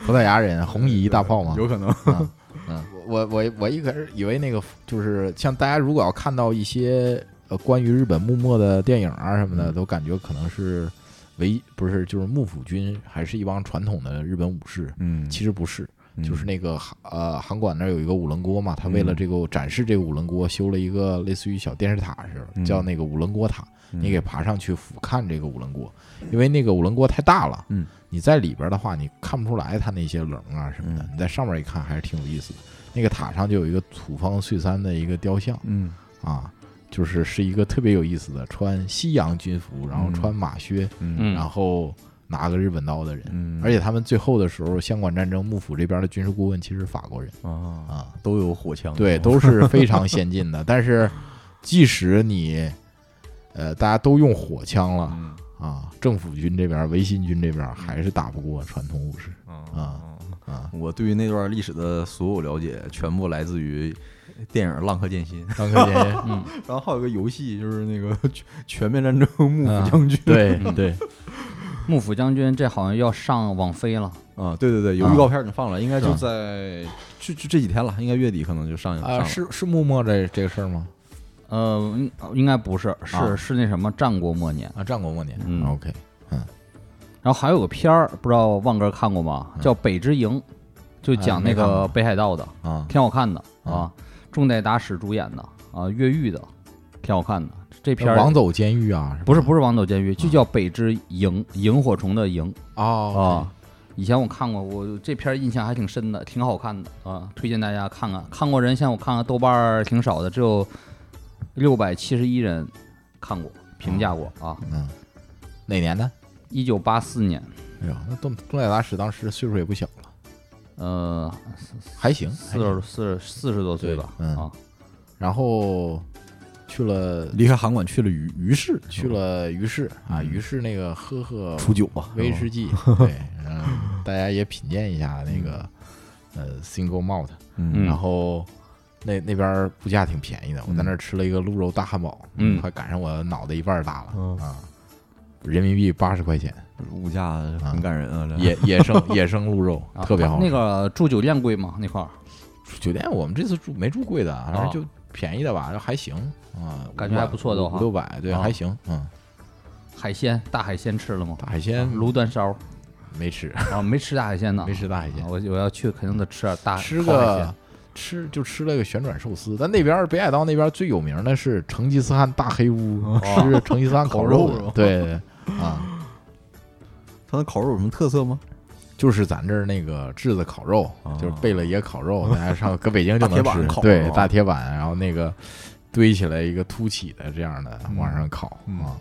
Speaker 6: 葡萄牙人红衣大炮嘛，
Speaker 4: 可能。
Speaker 6: 嗯，嗯，我我我一开始以为那个就是像大家如果要看到一些呃关于日本幕末的电影啊什么
Speaker 4: 嗯
Speaker 6: 的，都感觉可能是维不是就是幕府军还是一帮传统的日本武士，
Speaker 4: 嗯
Speaker 6: 其实不是，
Speaker 4: 嗯
Speaker 6: 就是那个韩呃韩馆那儿有一个五棱锅嘛，他为了这个展示这个五棱锅，修了一个类似于小电视塔似的，
Speaker 4: 嗯
Speaker 6: 叫那个五棱锅塔，
Speaker 4: 嗯
Speaker 6: 你给爬上去俯瞰这个五棱锅，因为那个五棱锅太大了，
Speaker 4: 嗯，
Speaker 6: 你在里边的话，你看不出来它那些棱啊什么的
Speaker 4: 嗯，
Speaker 6: 你在上面一看还是挺有意思的。那个塔上就有一个土方岁三的一个雕像
Speaker 4: 嗯
Speaker 6: 啊，就是是一个特别有意思的，穿西洋军服，然后
Speaker 4: 嗯
Speaker 6: 穿马靴，
Speaker 4: 嗯
Speaker 5: 嗯
Speaker 6: 然后拿个日本刀的人，
Speaker 4: 嗯
Speaker 6: 而且他们最后的时候，香港战争幕府这边的军事顾问其实是法国人
Speaker 4: 啊，
Speaker 6: 啊，
Speaker 4: 都有火枪，
Speaker 6: 对，都 是非常先进的。但是即使你呃大家都用火枪了
Speaker 4: 嗯
Speaker 6: 啊，政府军这边、维新军这边还是打不过传统武士
Speaker 4: 啊
Speaker 6: 啊。
Speaker 4: 我对于那段历史的所有了解，全部来自于电影《浪客剑心》，
Speaker 6: 当科 杰，
Speaker 5: 嗯，
Speaker 4: 然后还有个游戏，就是那个全全面战争幕府将军。
Speaker 6: 啊对
Speaker 5: 嗯
Speaker 6: 对，
Speaker 5: 幕府将军这好像要上网飞了，
Speaker 4: 啊，对对对，有
Speaker 5: 啊
Speaker 4: 预告片已经放了，应该
Speaker 6: 是
Speaker 4: 就
Speaker 6: 吧
Speaker 4: 在就就这几天了，应该月底可能就上映上
Speaker 6: 啊，
Speaker 4: 了。
Speaker 6: 是是幕末这这个事儿吗？
Speaker 5: 呃，应应该不是，是、
Speaker 6: 啊
Speaker 5: 是那什么战国末年。
Speaker 6: 啊，战国末年
Speaker 5: 嗯
Speaker 6: ，OK，
Speaker 5: 然后还有个片儿，不知道旺哥看过吗？叫《北之营》，就讲那
Speaker 6: 嗯哎没看
Speaker 5: 个
Speaker 6: 过
Speaker 5: 北海道的，
Speaker 6: 啊，
Speaker 5: 挺好看的
Speaker 6: 嗯
Speaker 5: 啊。仲代达史主演的啊，越狱的，挺好看的。这片儿
Speaker 6: 呃王嗯走监狱啊，
Speaker 5: 不是
Speaker 6: 是
Speaker 5: 不是王走监狱，就叫《北之营》，萤火虫的萤
Speaker 6: 哦
Speaker 5: 啊。以前我看过，我这片儿印象还挺深的，挺好看的啊，推荐大家看看。看过人，像我看看豆瓣儿挺少的，只有六百七十一人看过评价过啊。
Speaker 6: 嗯，哪年的？
Speaker 5: 一九八四年，
Speaker 6: 哎呦，那东东海大使当时岁数也不小了，
Speaker 5: 呃，
Speaker 6: 还行。还
Speaker 5: 四
Speaker 6: 行
Speaker 5: 十四四十多岁吧，
Speaker 6: 哎对嗯
Speaker 5: 啊，
Speaker 6: 然后去了
Speaker 4: 离开韩馆去了于于市，
Speaker 6: 去了于是啊，
Speaker 4: 嗯
Speaker 6: 于是那个喝喝
Speaker 4: 初九吧，
Speaker 5: 哦
Speaker 6: 威士 忌，对，然后大家也品鉴一下那个呃 single malt，
Speaker 4: 嗯，
Speaker 6: 然后。那那边儿物价挺便宜的，我在那儿吃了一个鹿肉大汉堡，
Speaker 5: 嗯
Speaker 6: 快赶上我脑袋一半儿大了、
Speaker 4: 嗯
Speaker 6: 啊！人民币八十块钱，
Speaker 4: 物价很感人啊，这
Speaker 6: 野野生野生鹿肉
Speaker 5: 嗯啊
Speaker 6: 特别好吃。
Speaker 5: 那个住酒店贵吗？那块儿
Speaker 6: 住酒店我们这次住没住贵的，反正就便宜的吧，还行啊，
Speaker 5: 哦感觉还不错都哈
Speaker 6: 五六百对，
Speaker 5: 啊
Speaker 6: 还行，嗯，
Speaker 5: 海鲜大海鲜吃了吗？
Speaker 6: 大海鲜
Speaker 5: 芦段烧
Speaker 6: 没吃，
Speaker 5: 啊，没吃大海鲜呢，
Speaker 6: 没吃大海鲜
Speaker 5: 啊，我我要去肯定得吃点大
Speaker 6: 吃
Speaker 5: 啊好海鲜
Speaker 6: 个吃就吃了个旋转寿司，但那边儿北海道那边儿最有名的是成吉思汗大黑屋，吃成吉思汗烤
Speaker 4: 哦烤肉是
Speaker 6: 肉
Speaker 4: 吧
Speaker 6: 的，对对对啊，
Speaker 4: 它的烤肉有什么特色吗？
Speaker 6: 就是咱这儿那个炙子烤肉
Speaker 4: 啊，
Speaker 6: 就是贝勒爷烤肉，大家上搁北京就能
Speaker 4: 大铁
Speaker 6: 吃
Speaker 4: 板烤，
Speaker 6: 对
Speaker 4: 啊，
Speaker 6: 大铁板，然后那个堆起来一个凸起的这样的往上烤
Speaker 4: 嗯
Speaker 6: 啊。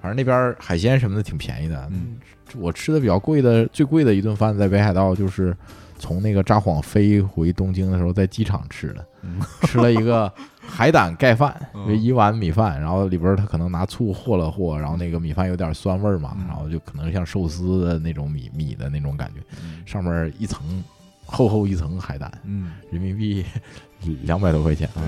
Speaker 6: 反正那边儿海鲜什么的挺便宜的，
Speaker 4: 嗯
Speaker 6: 我吃的比较贵的，最贵的一顿饭在北海道就是从那个札幌飞回东京的时候，在机场吃的，
Speaker 4: 嗯
Speaker 6: 吃了一个海胆盖饭，
Speaker 4: 嗯
Speaker 6: 就一碗米饭，然后里边儿他可能拿醋和了和，然后那个米饭有点酸味儿嘛
Speaker 4: 嗯，
Speaker 6: 然后就可能像寿司的那种米米的那种感觉，上面一层厚厚一层海胆，
Speaker 4: 嗯，
Speaker 6: 人民币 两百多块钱啊，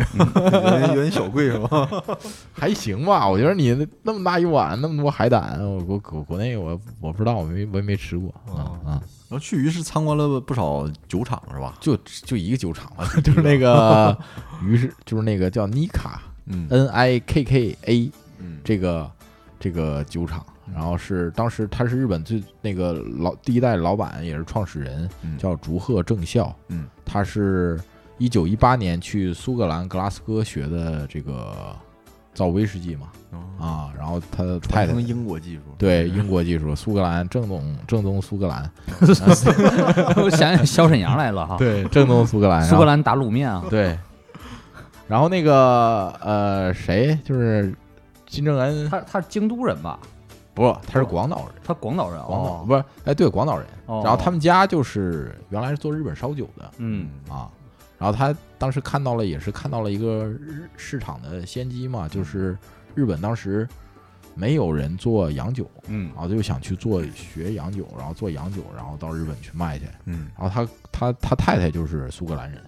Speaker 4: 有点有点小贵是吧？
Speaker 6: 还行吧，我觉得你那那么大一碗，那么多海胆，我国国国内我我不知道，我没我也没吃过 啊啊。
Speaker 4: 然后去于市参观了不少酒厂是吧？
Speaker 6: 就就一个酒 厂嘛，就是那个，于是就是那个叫妮卡
Speaker 4: 嗯
Speaker 6: N I K K A
Speaker 4: 嗯
Speaker 6: 这个这个酒厂，然后是当时他是日本最那个老第一代老板也是创始人，
Speaker 4: 嗯
Speaker 6: 叫竹贺正孝，
Speaker 4: 嗯，
Speaker 6: 他是一九一八年去苏格兰格拉斯哥学的这个造威士忌嘛，
Speaker 4: 啊，
Speaker 6: 啊，然后他的太
Speaker 4: 传
Speaker 6: 太
Speaker 4: 承英国技术，
Speaker 6: 对英国技术，苏格兰正宗正宗苏格兰，
Speaker 5: 我想起小沈阳来
Speaker 4: 啊
Speaker 5: 了哈，
Speaker 6: 对正宗苏格兰，
Speaker 5: 苏
Speaker 6: 然
Speaker 5: 格
Speaker 6: 后
Speaker 5: 兰打卤面 啊，
Speaker 6: 对，然后那个呃，谁就是金正恩，
Speaker 5: 他他是京都人吧？
Speaker 6: 不，他是广岛人，
Speaker 5: 他广岛人
Speaker 6: 广岛、
Speaker 5: 哦，
Speaker 6: 不是，哎，对，广岛人。
Speaker 5: 哦
Speaker 6: 然后他们家就是原来是做日本烧酒的
Speaker 5: 嗯
Speaker 6: 啊，然后他当时看到了，也是看到了一个日市场的先机嘛，就是日本当时没有人做洋酒，
Speaker 5: 嗯
Speaker 6: 然后就想去做学洋酒，然后做洋酒，然后到日本去卖去。
Speaker 4: 嗯
Speaker 6: 然后他他他太太就是苏格兰人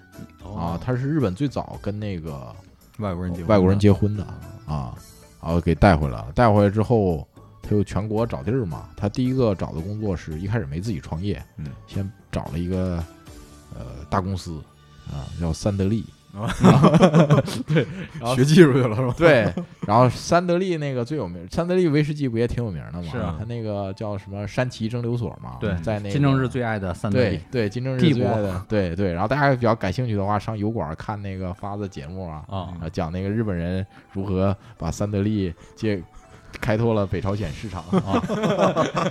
Speaker 6: 啊
Speaker 5: 哦，
Speaker 6: 他是日本最早跟那个
Speaker 4: 外国人结婚
Speaker 6: 外国人结婚的啊，然后给带回来了。带回来之后，他就全国找地儿嘛。他第一个找的工作是一开始没自己创业，
Speaker 4: 嗯，
Speaker 6: 先找了一个呃大公司啊，叫三得利。
Speaker 4: 啊学技术去了是吧？
Speaker 6: 对， 然后三得利那个最有名，三得利威士忌不也挺有名的嘛？
Speaker 5: 是啊
Speaker 6: 他那个叫什么山崎蒸馏所嘛？
Speaker 5: 对
Speaker 6: 嗯在那个
Speaker 5: 金正日最爱的三得
Speaker 6: 对
Speaker 5: 利，
Speaker 6: 对金正日
Speaker 5: 帝
Speaker 6: 最
Speaker 5: 国
Speaker 6: 爱的对对。然后大家比较感兴趣的话，上油管看那个发的节目啊，
Speaker 5: 啊，
Speaker 6: 啊，讲那个日本人如何把三得利借开拓了北朝鲜市场啊，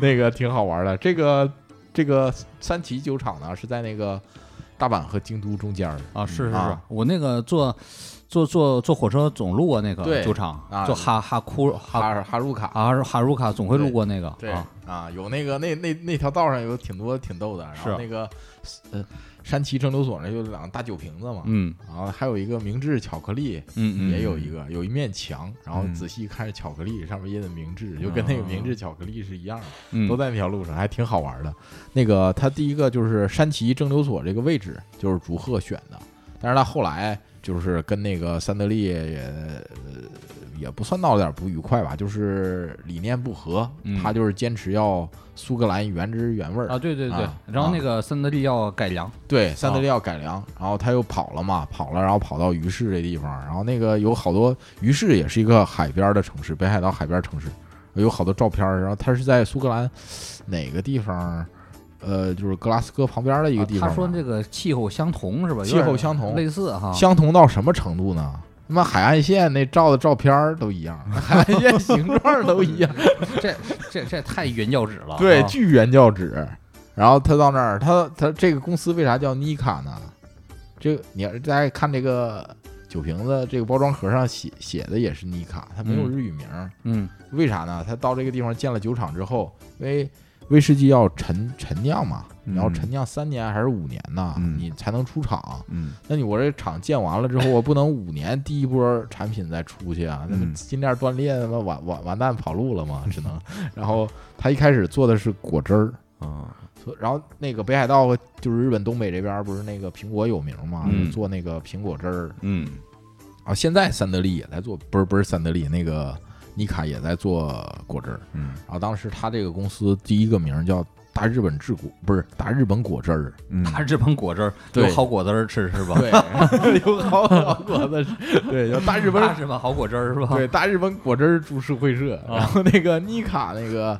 Speaker 6: 那个挺好玩的。这个这个三崎酒厂呢是在那个大阪和京都中间儿的
Speaker 5: 啊，是是是
Speaker 6: 啊，
Speaker 5: 我那个做坐坐坐火车总路过那个
Speaker 6: 对
Speaker 5: 酒厂
Speaker 6: 啊，
Speaker 5: 就哈哈库
Speaker 6: 哈
Speaker 5: 哈
Speaker 6: 尔哈鲁卡，
Speaker 5: 哈哈鲁卡总会路过那个
Speaker 6: 对
Speaker 5: 啊，
Speaker 6: 啊，有那个那那那条道上有挺多挺逗的，然
Speaker 5: 是
Speaker 6: 后那个呃山崎蒸馏所那就有两个大酒瓶子嘛，
Speaker 5: 嗯
Speaker 6: 然后还有一个明治巧克力，
Speaker 5: 嗯嗯，
Speaker 6: 也有一个，有一面墙，然后
Speaker 4: 嗯
Speaker 6: 仔细看是巧克力，上面印的明治，就跟那个明治巧克力是一样的，
Speaker 5: 哦嗯
Speaker 6: 都在那条路上，还挺好玩的。那个他第一个就是山崎蒸馏所这个位置，就是竹鹤选的，但是他后来就是跟那个三得利也呃也不算闹了点不愉快吧，就是理念不合，
Speaker 5: 嗯
Speaker 6: 他就是坚持要苏格兰原汁原味儿
Speaker 5: 啊，对对对
Speaker 6: 啊，
Speaker 5: 然后那个森德利要改良，
Speaker 6: 对，三得利要改良，然后他又跑了嘛，跑了，然后跑到鱼市这地方，然后那个有好多鱼市也是一个海边的城市，北海道海边城市，有好多照片儿，然后他是在苏格兰哪个地方？呃，就是格拉斯哥旁边的一个地方吧、
Speaker 5: 啊他
Speaker 6: 啊
Speaker 5: 说这个气候相同是吧？
Speaker 6: 气候相同
Speaker 5: 有点类似哈，
Speaker 6: 相同到什么程度呢？他妈海岸线那照的照片儿都一样， 海岸线 形状儿都一样，
Speaker 5: 这这这太原教旨了啊，
Speaker 6: 对，巨原教旨。然后他到那儿，他他这个公司为啥叫妮卡呢？这个你要是大家看这个酒瓶子，这个包装盒上写写的也是妮卡，它没有
Speaker 5: 嗯
Speaker 6: 日语名儿，
Speaker 5: 嗯
Speaker 6: 为啥呢？他到这个地方建了酒厂之后，因为威士忌要陈陈酿嘛，你要
Speaker 4: 嗯
Speaker 6: 陈酿三年还是五年呢，
Speaker 4: 嗯
Speaker 6: 你才能出厂。
Speaker 4: 嗯，
Speaker 6: 那你我这厂建完了之后，我不能五年第一波产品再出去啊，那么
Speaker 4: 嗯
Speaker 6: 金链断裂，那么完完完蛋跑路了嘛， 只能。然后他一开始做的是果汁儿，
Speaker 4: 啊，
Speaker 6: 所然后那个北海道就是日本东北这边儿不是那个苹果有名嘛，
Speaker 5: 嗯
Speaker 6: 就做那个苹果汁儿。
Speaker 4: 嗯
Speaker 6: 啊，现在三得利也在做，不是不是三得利，那个妮卡也在做果汁儿。
Speaker 4: 嗯
Speaker 6: 然后当时他这个公司第一个名儿叫大日本制果，不是大日本果汁儿。
Speaker 4: 嗯，
Speaker 5: 大日本果汁儿有
Speaker 6: 对
Speaker 5: 好果汁儿吃是吧？
Speaker 6: 对，有好好果子吃，对，叫大日本
Speaker 5: 大日本好果汁儿是吧？
Speaker 6: 对，大日本果汁儿株式会社，
Speaker 5: 啊
Speaker 6: 然后那个妮卡那个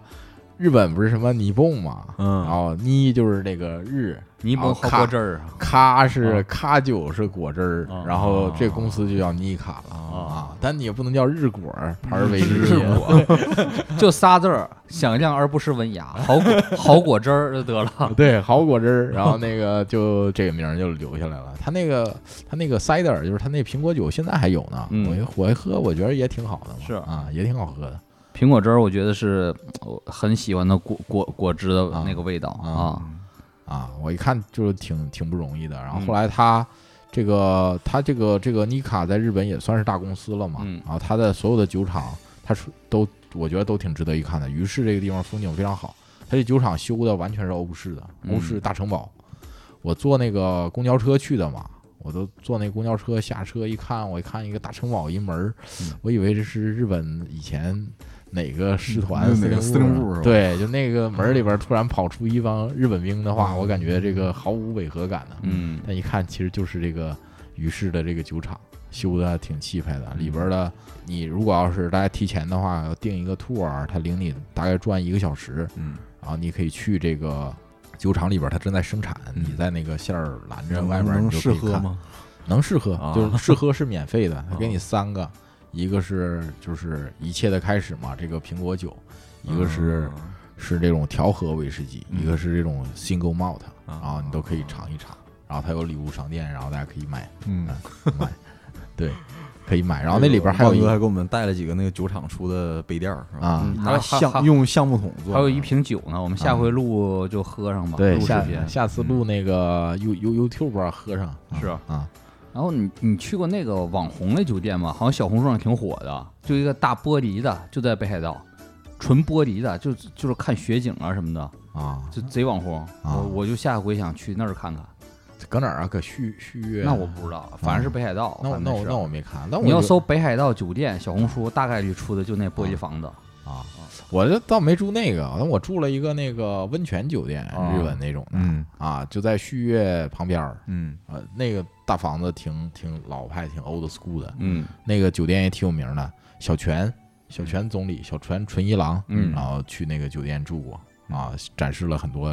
Speaker 6: 日本不是什么尼蹦嘛，
Speaker 4: 嗯
Speaker 6: 然后妮就是那个日，
Speaker 5: 柠檬好果汁儿啊，
Speaker 6: 咖是咖酒是果汁儿
Speaker 5: 啊，
Speaker 6: 然后这公司就叫妮卡了啊，但你也不能叫日果儿，牌儿为啊
Speaker 5: 日
Speaker 6: 也
Speaker 5: 果， 就仨字儿，响亮而不失文 雅，好果好果汁儿就得了。
Speaker 6: 对，好果汁儿，然后那个就这个名儿就留下来了。他那个他那个 cider 就是他那苹果酒，现在还有呢。
Speaker 5: 嗯
Speaker 6: 我一我一喝，我觉得也挺好的嘛，
Speaker 5: 是
Speaker 6: 啊，也挺好喝的。
Speaker 5: 苹果汁儿，我觉得是我很喜欢的 果果果汁的那个味道
Speaker 6: 啊
Speaker 5: 啊。
Speaker 6: 啊，我一看就是挺挺不容易的。然后
Speaker 5: 嗯
Speaker 6: 后来他这个他这个这个妮卡在日本也算是大公司了嘛，
Speaker 5: 嗯
Speaker 6: 然后他的所有的酒厂，他是都我觉得都挺值得一看的。于是这个地方风景非常好，他这酒厂修的完全是欧式的，
Speaker 5: 嗯
Speaker 6: 欧式大城堡。我坐那个公交车去的嘛。我都坐那公交车下车一看，我一看一个大城堡一门儿，
Speaker 4: 嗯
Speaker 6: 我以为这是日本以前哪个师团
Speaker 4: 嗯哪个司令部是吧
Speaker 6: 对，就那个门
Speaker 4: 嗯
Speaker 6: 儿里边儿突然跑出一帮日本兵的话，我感觉这个毫无违和感的。
Speaker 5: 嗯
Speaker 6: 但一看其实就是这个于氏的这个酒厂修的挺气派的，里边儿
Speaker 4: 嗯
Speaker 6: 的你如果要是大家提前的话，要订一个 tour，他领你大概转一个小时，
Speaker 4: 嗯，
Speaker 6: 然后你可以去这个酒厂里边儿，它正在生产，
Speaker 4: 嗯
Speaker 6: 你在那个线儿拦着，
Speaker 4: 能
Speaker 6: 外边儿你
Speaker 4: 能
Speaker 6: 就
Speaker 4: 试
Speaker 6: 可以
Speaker 4: 喝
Speaker 6: 看？
Speaker 4: 吗？
Speaker 6: 能试喝，
Speaker 4: 啊哦
Speaker 6: 就是试喝是免费 的，他给你三个，一个是就是一切的开始嘛，这个苹果酒，一个是、是这种调和威士忌，
Speaker 4: 嗯
Speaker 6: 一个是这种 single malt，
Speaker 4: 啊
Speaker 6: 然后你都可以尝一尝。然后它有礼物商店，然后大家可以买
Speaker 4: 嗯，
Speaker 6: 买，对，可以买。然后那里边还有一
Speaker 4: 还
Speaker 6: 个
Speaker 4: 给我们带了几个那个酒厂出的杯垫儿嗯
Speaker 6: 啊，
Speaker 5: 还
Speaker 4: 拿
Speaker 5: 有还
Speaker 4: 橡用橡木桶做的，
Speaker 5: 还有一瓶酒呢，我们下回录就喝上吧，
Speaker 6: 对
Speaker 5: 录视
Speaker 6: 下
Speaker 5: 频。
Speaker 6: 下次录那个 You You YouTube 啊喝上
Speaker 5: 是
Speaker 6: 啊，
Speaker 5: 然后你你去过那个网红类酒店吗？好像小红书上挺火的，就一个大玻璃的，就在北海道，纯玻璃的，就就是看雪景啊什么的，
Speaker 6: 啊，
Speaker 5: 就贼网红。
Speaker 6: 啊
Speaker 5: 我我就下回想去那儿看看，
Speaker 6: 搁哪儿啊？搁续续约？
Speaker 5: 那我不知道，反正是北海道。
Speaker 6: 那我
Speaker 5: 反
Speaker 6: 那
Speaker 5: 正
Speaker 6: 我
Speaker 5: 是
Speaker 6: 那我没看，那我
Speaker 5: 你要
Speaker 6: 就
Speaker 5: 搜北海道酒店小红书，大概率出的就那玻璃房子。
Speaker 6: 啊，我这倒没住那个，那我住了一个那个温泉酒店，
Speaker 5: 啊
Speaker 6: 日本那种的、
Speaker 4: 嗯
Speaker 6: 啊，就在旭月旁边儿，
Speaker 4: 嗯
Speaker 6: 呃，那个大房子挺挺老派，挺 old school 的，
Speaker 5: 嗯
Speaker 6: 那个酒店也挺有名的，小泉，小泉总理，小泉纯一郎，
Speaker 5: 嗯
Speaker 6: 然后去那个酒店住过。啊，展示了很多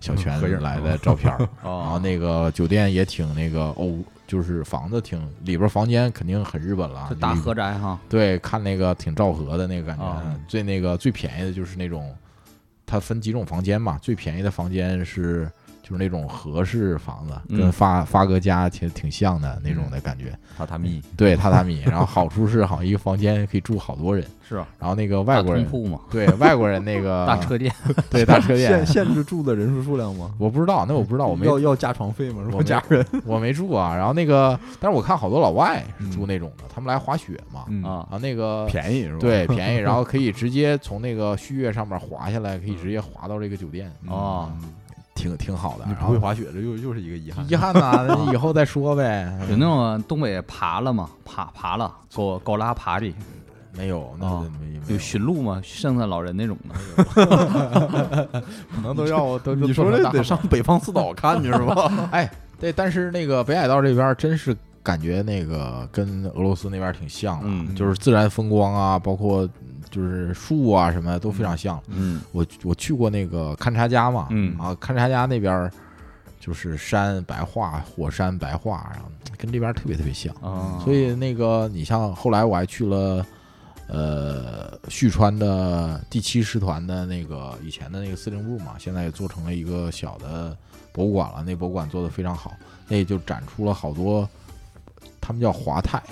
Speaker 6: 小
Speaker 4: 嗯
Speaker 6: 泉
Speaker 4: 合影
Speaker 6: 来
Speaker 5: 啊
Speaker 4: 是吧
Speaker 6: 的照片儿，
Speaker 5: 哦
Speaker 6: 然后那个酒店也挺那个欧，就是房子挺里边儿房间肯定很日本了啊
Speaker 5: 就，大
Speaker 6: 你
Speaker 5: 合宅哈，
Speaker 6: 对，看那个挺昭和的那个感觉，
Speaker 5: 啊
Speaker 6: 最那个最便宜的就是那种，它分几种房间嘛，最便宜的房间是就是那种合适房子，
Speaker 5: 嗯
Speaker 6: 跟发发哥家其实挺像的那种的感觉。
Speaker 4: 榻榻米
Speaker 6: 对，榻 榻米，然后好处是好像一个房间可以住好多人，
Speaker 5: 是啊，
Speaker 6: 然后那个外国人啊
Speaker 5: 大通。铺嘛，
Speaker 6: 对外国人 那个
Speaker 5: 大车店，
Speaker 6: 对大车店
Speaker 4: 限，限制住的人数数量吗？
Speaker 6: 我不知道，那我不知道，我没
Speaker 4: 要要加床费吗？如
Speaker 6: 我
Speaker 4: 果
Speaker 6: 没
Speaker 4: 加人，
Speaker 6: 我没住啊。然后那个，但是我看好多老外是住那种的，他们来滑雪嘛，
Speaker 4: 嗯
Speaker 5: 啊，
Speaker 6: 啊，那个
Speaker 4: 便宜是吧？
Speaker 6: 对 便 宜，然后可以直接从那个旭月上面滑下来，可以直接滑到这个酒店，
Speaker 5: 哦
Speaker 6: 嗯挺挺好的。
Speaker 4: 嗯你
Speaker 6: 然
Speaker 4: 不
Speaker 6: 后
Speaker 4: 会滑雪，这又又是一个遗憾。
Speaker 6: 遗憾呐，那以后再 说呗。
Speaker 5: 有那种东北爬了嘛，爬爬了，狗狗拉爬犁，
Speaker 6: 没有，那
Speaker 4: 哦
Speaker 5: 啊
Speaker 6: 没没
Speaker 5: 有驯鹿吗？圣诞老人那种的，
Speaker 6: 可能都让我都
Speaker 4: 你说这得上北方四岛看去是吧？
Speaker 6: 哎，对，但是那个北海道这边真是感觉那个跟俄罗斯那边挺像的，
Speaker 5: 嗯
Speaker 6: 就是自然风光啊，包括就是树啊什么的都非常像。
Speaker 5: 嗯
Speaker 6: 我我去过那个勘察家嘛，
Speaker 5: 嗯
Speaker 6: 啊，勘察家那边儿就是山白化，火山白化，然后跟这边儿特别特别像。
Speaker 5: 啊，
Speaker 6: 嗯所以那个你像后来我还去了。呃，旭川的第七师团的那个以前的那个司令部嘛，现在也做成了一个小的博物馆了。那博物馆做得非常好，那就展出了好多，他们叫华泰，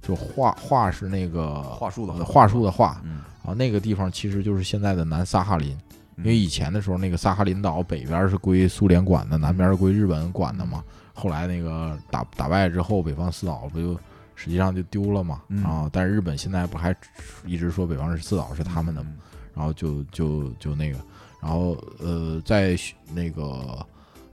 Speaker 6: 就画画是那个
Speaker 4: 桦树的桦
Speaker 6: 桦树的桦
Speaker 4: 嗯
Speaker 6: 啊，那个地方其实就是现在的南撒哈林，因
Speaker 4: 嗯
Speaker 6: 为以前的时候那个撒哈林岛北边是归苏联管的，南边是归日本管的嘛。
Speaker 4: 嗯
Speaker 6: 后来那个打打败之后，北方四岛不就实际上就丢了嘛？
Speaker 4: 嗯
Speaker 6: 然后，但是日本现在不还一直说北方四岛是他们的嘛？
Speaker 4: 嗯
Speaker 6: 然后就就就那个，然后呃，在旭那个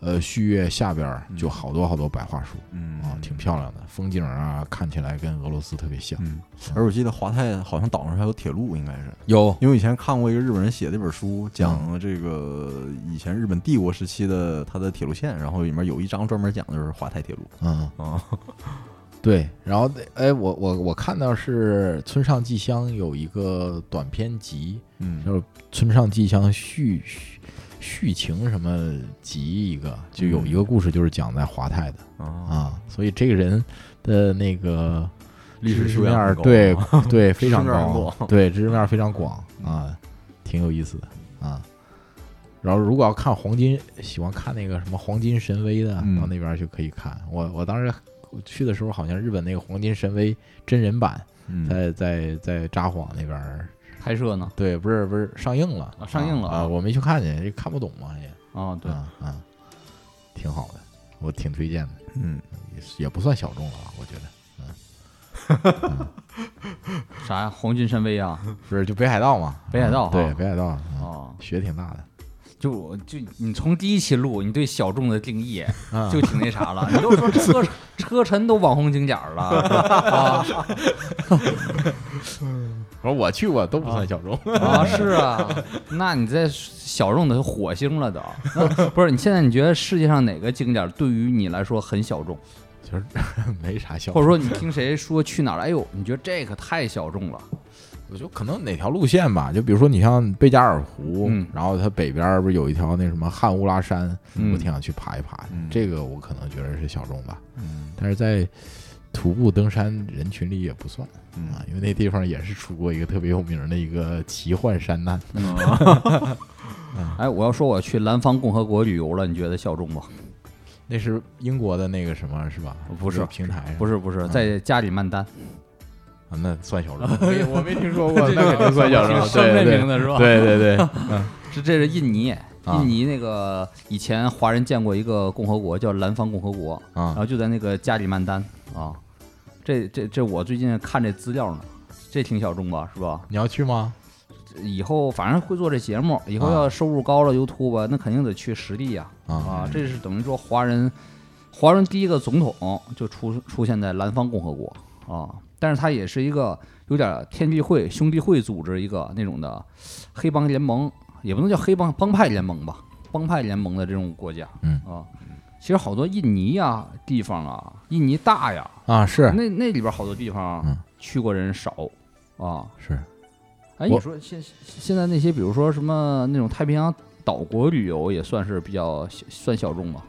Speaker 6: 呃旭月下边儿就好多好多白桦树
Speaker 4: 嗯
Speaker 6: 啊，挺漂亮的，风景啊看起来跟俄罗斯特别像。
Speaker 4: 嗯，而我记得华泰好像岛上还有铁路，应该是
Speaker 6: 有
Speaker 4: 因为我以前看过一个日本人写的一本书，讲这个以前日本帝国时期的它的铁路线，然后里面有一章专门讲的就是华泰铁路
Speaker 6: 嗯。
Speaker 4: 啊，
Speaker 6: 对，然后哎，我我我看到是村上纪香有一个短篇集，
Speaker 4: 嗯
Speaker 6: 就是村上纪香续续续情什么集一个，就有一个故事就是讲在华泰的
Speaker 4: 啊，
Speaker 6: 啊，所以这个人的那个
Speaker 4: 历史
Speaker 6: 知识
Speaker 4: 修养
Speaker 6: 面儿
Speaker 4: 很高啊
Speaker 6: 对对非常
Speaker 4: 知识面儿很
Speaker 6: 高，啊
Speaker 4: 广
Speaker 6: 对知识面儿非常广啊，挺有意思的啊。然后如果要看黄金，喜欢看那个什么黄金神威的，
Speaker 4: 嗯
Speaker 6: 到那边儿就可以看。我我当时去的时候，好像日本那个黄金神威真人版
Speaker 4: 嗯，
Speaker 6: 在在在札幌那边儿，
Speaker 5: 拍摄呢，
Speaker 6: 对，不是不是上映了，
Speaker 5: 啊上映了
Speaker 6: 啊啊，我没去看去，也看不懂嘛也，
Speaker 5: 啊，对，
Speaker 6: 啊啊，挺好的，我挺推荐的。
Speaker 4: 嗯，
Speaker 6: 也是也不算小众了吧，我觉得
Speaker 5: 啥呀？黄金神威啊，
Speaker 6: 不是就北海道嘛，
Speaker 5: 北海道哈
Speaker 6: 嗯对北海道，嗯
Speaker 5: 哦，
Speaker 6: 雪挺大的，
Speaker 5: 就我就你从第一期录，你对小众的定义
Speaker 6: 啊
Speaker 5: 就挺那啥了，你都说车车臣都网红景点 儿了啊
Speaker 6: 我说我去过都不算小众，
Speaker 5: 啊 是啊，那你在小众的火星了都，那不是？你现在你觉得世界上哪个景点儿对于你来说很小众，
Speaker 6: 其实 没啥小
Speaker 5: 或
Speaker 6: 众
Speaker 5: 者，说你听谁说去哪儿了，哎呦，你觉得这个太小众了，
Speaker 6: 我就可能哪条路线吧，就比如说你像贝加尔湖
Speaker 5: 嗯，
Speaker 6: 然后它北边儿不是有一条那什么汉乌拉山，
Speaker 5: 嗯
Speaker 6: 我挺想去爬一爬的
Speaker 4: 嗯，
Speaker 6: 这个我可能觉得是小众吧，
Speaker 4: 嗯
Speaker 6: 但是在徒步登山人群里也不算
Speaker 4: 嗯
Speaker 6: 啊，因为那地方也是出过一个特别有名的一个奇幻山难，
Speaker 5: 哎，我要说我去南方共和国旅游了，你觉得小众吗？
Speaker 6: 那是英国的那个什么是吧？
Speaker 5: 不是
Speaker 6: 一个平台上
Speaker 5: 不是不是，在加里曼丹，
Speaker 6: 啊，那算小众。
Speaker 4: 没我没听说过
Speaker 6: 那肯定算小众，
Speaker 5: 挺
Speaker 6: 对
Speaker 5: 深
Speaker 6: 对
Speaker 5: 名的是吧？
Speaker 6: 对 对嗯啊对，
Speaker 5: 这这是印尼，印尼那个以前华人建过一个共和国，叫南方共和国，然
Speaker 6: 啊，
Speaker 5: 后就在那个加里曼丹啊。这这这，我最近看这资料呢，这挺小众吧，是吧？
Speaker 6: 你要去吗？
Speaker 5: 以后反正会做这节目，以后
Speaker 6: 啊
Speaker 5: 要收入高了 YouTube，那肯定得去实地呀
Speaker 6: 啊
Speaker 5: 啊！这是等于说华人，华人第一个总统就出出现在南方共和国啊，但是他也是一个有点天地会兄弟会组织一个那种的黑帮联盟，也不能叫黑帮帮派联盟吧，帮派联盟的这种国家，
Speaker 6: 嗯
Speaker 5: 啊，其实好多印尼呀地方啊，印尼大呀，
Speaker 6: 啊，是
Speaker 5: 那那里边好多地方啊
Speaker 6: 嗯
Speaker 5: 去过人少啊，
Speaker 6: 是，
Speaker 5: 哎，
Speaker 6: 我
Speaker 5: 你说现现在那些，比如说什么那种太平洋岛国旅游，也算是比较小算小众吧？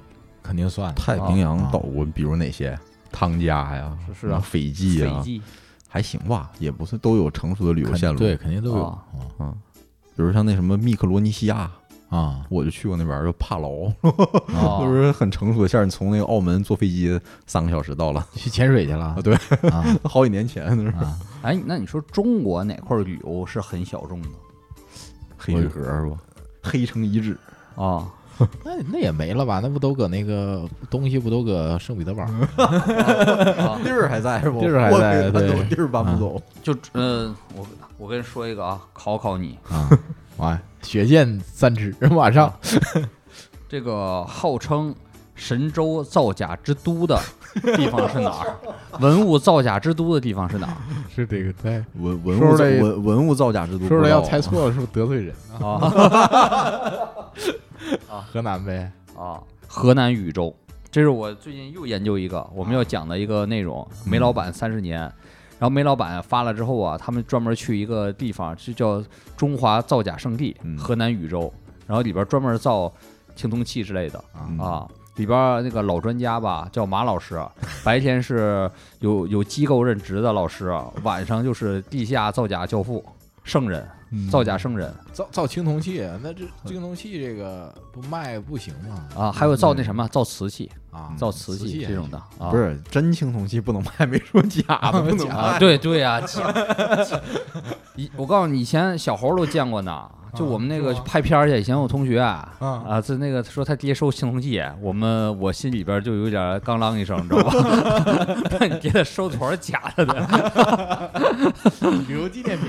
Speaker 6: 肯定算的
Speaker 4: 太平洋岛国，比如哪些？汤加呀，
Speaker 5: 是是啊
Speaker 4: 斐济
Speaker 5: 斐
Speaker 4: 呀，
Speaker 5: 济
Speaker 4: 还行吧，也不是都有成熟的旅游
Speaker 6: 肯
Speaker 4: 线路。
Speaker 6: 对，肯定都有。
Speaker 5: 啊
Speaker 6: 嗯
Speaker 4: 比如像那什么密克罗尼西亚，
Speaker 5: 啊，
Speaker 4: 我就去过那边儿，就帕劳，
Speaker 5: 哦
Speaker 4: 就是很成熟的线儿。你从那个澳门坐飞机三个小时到了，
Speaker 6: 去潜水去了
Speaker 4: 啊，对，
Speaker 5: 啊
Speaker 4: 好几年前那是
Speaker 5: 啊，哎，那你说中国哪块儿旅游是很小众的？
Speaker 4: 黑水河是吧？黑城遗址，
Speaker 5: 哦，
Speaker 6: 那那也没了吧？那不都搁那个东西不都搁圣彼得堡？
Speaker 4: 地儿还在是啊不？
Speaker 6: 地儿还
Speaker 4: 我
Speaker 6: 在
Speaker 4: 给搬走
Speaker 6: 对
Speaker 4: 地儿搬不走。
Speaker 5: 就嗯、我我跟你说一个啊，考考你，
Speaker 6: 哇，血溅三尺，马上
Speaker 5: 这个号称神州造假之都的地方是哪儿？ 文物造假之都的地方是哪儿？
Speaker 6: 是这个在。
Speaker 4: 文文
Speaker 6: 说
Speaker 4: 物
Speaker 6: 出
Speaker 4: 造
Speaker 6: 来
Speaker 4: 文文物造假之都不知道
Speaker 6: 说
Speaker 4: 啊，
Speaker 6: 出来要猜错了，是不是得罪人？
Speaker 5: 啊
Speaker 6: 河南呗，
Speaker 5: 啊，河南禹州，这是我最近又研究一个我们要讲的一个内容，煤老板三十年。然后煤老板发了之后啊，他们专门去一个地方，就叫中华造假圣地
Speaker 4: 嗯，
Speaker 5: 河南禹州。然后里边专门造青铜器之类的
Speaker 4: 嗯
Speaker 5: 啊。里边那个老专家吧，叫马老师，啊白天是有有机构任职的老师，啊晚上就是地下造假教父、圣人、
Speaker 4: 嗯
Speaker 5: 造假圣人
Speaker 6: 造造青铜器，啊那这青铜器这个不卖不行吗？
Speaker 5: 啊，还有造那什么造瓷器、
Speaker 6: 啊，
Speaker 5: 造瓷
Speaker 6: 嗯瓷器
Speaker 5: 器
Speaker 6: 也
Speaker 5: 这种的啊，
Speaker 4: 不是真青铜器不能卖， 没说假的不能
Speaker 5: 啊，
Speaker 4: 卖。
Speaker 5: 对对呀、切切以我告诉你，以前小猴都见过呢。就我们那个
Speaker 6: 啊是吗
Speaker 5: 拍片儿去，以前我同学啊，
Speaker 6: 嗯
Speaker 5: 啊，在那个说他爹收青铜器，我们我心里边就有点儿刚啷一声，你知道吧？ 那你给他收多少假的呢？
Speaker 6: 旅游纪念品。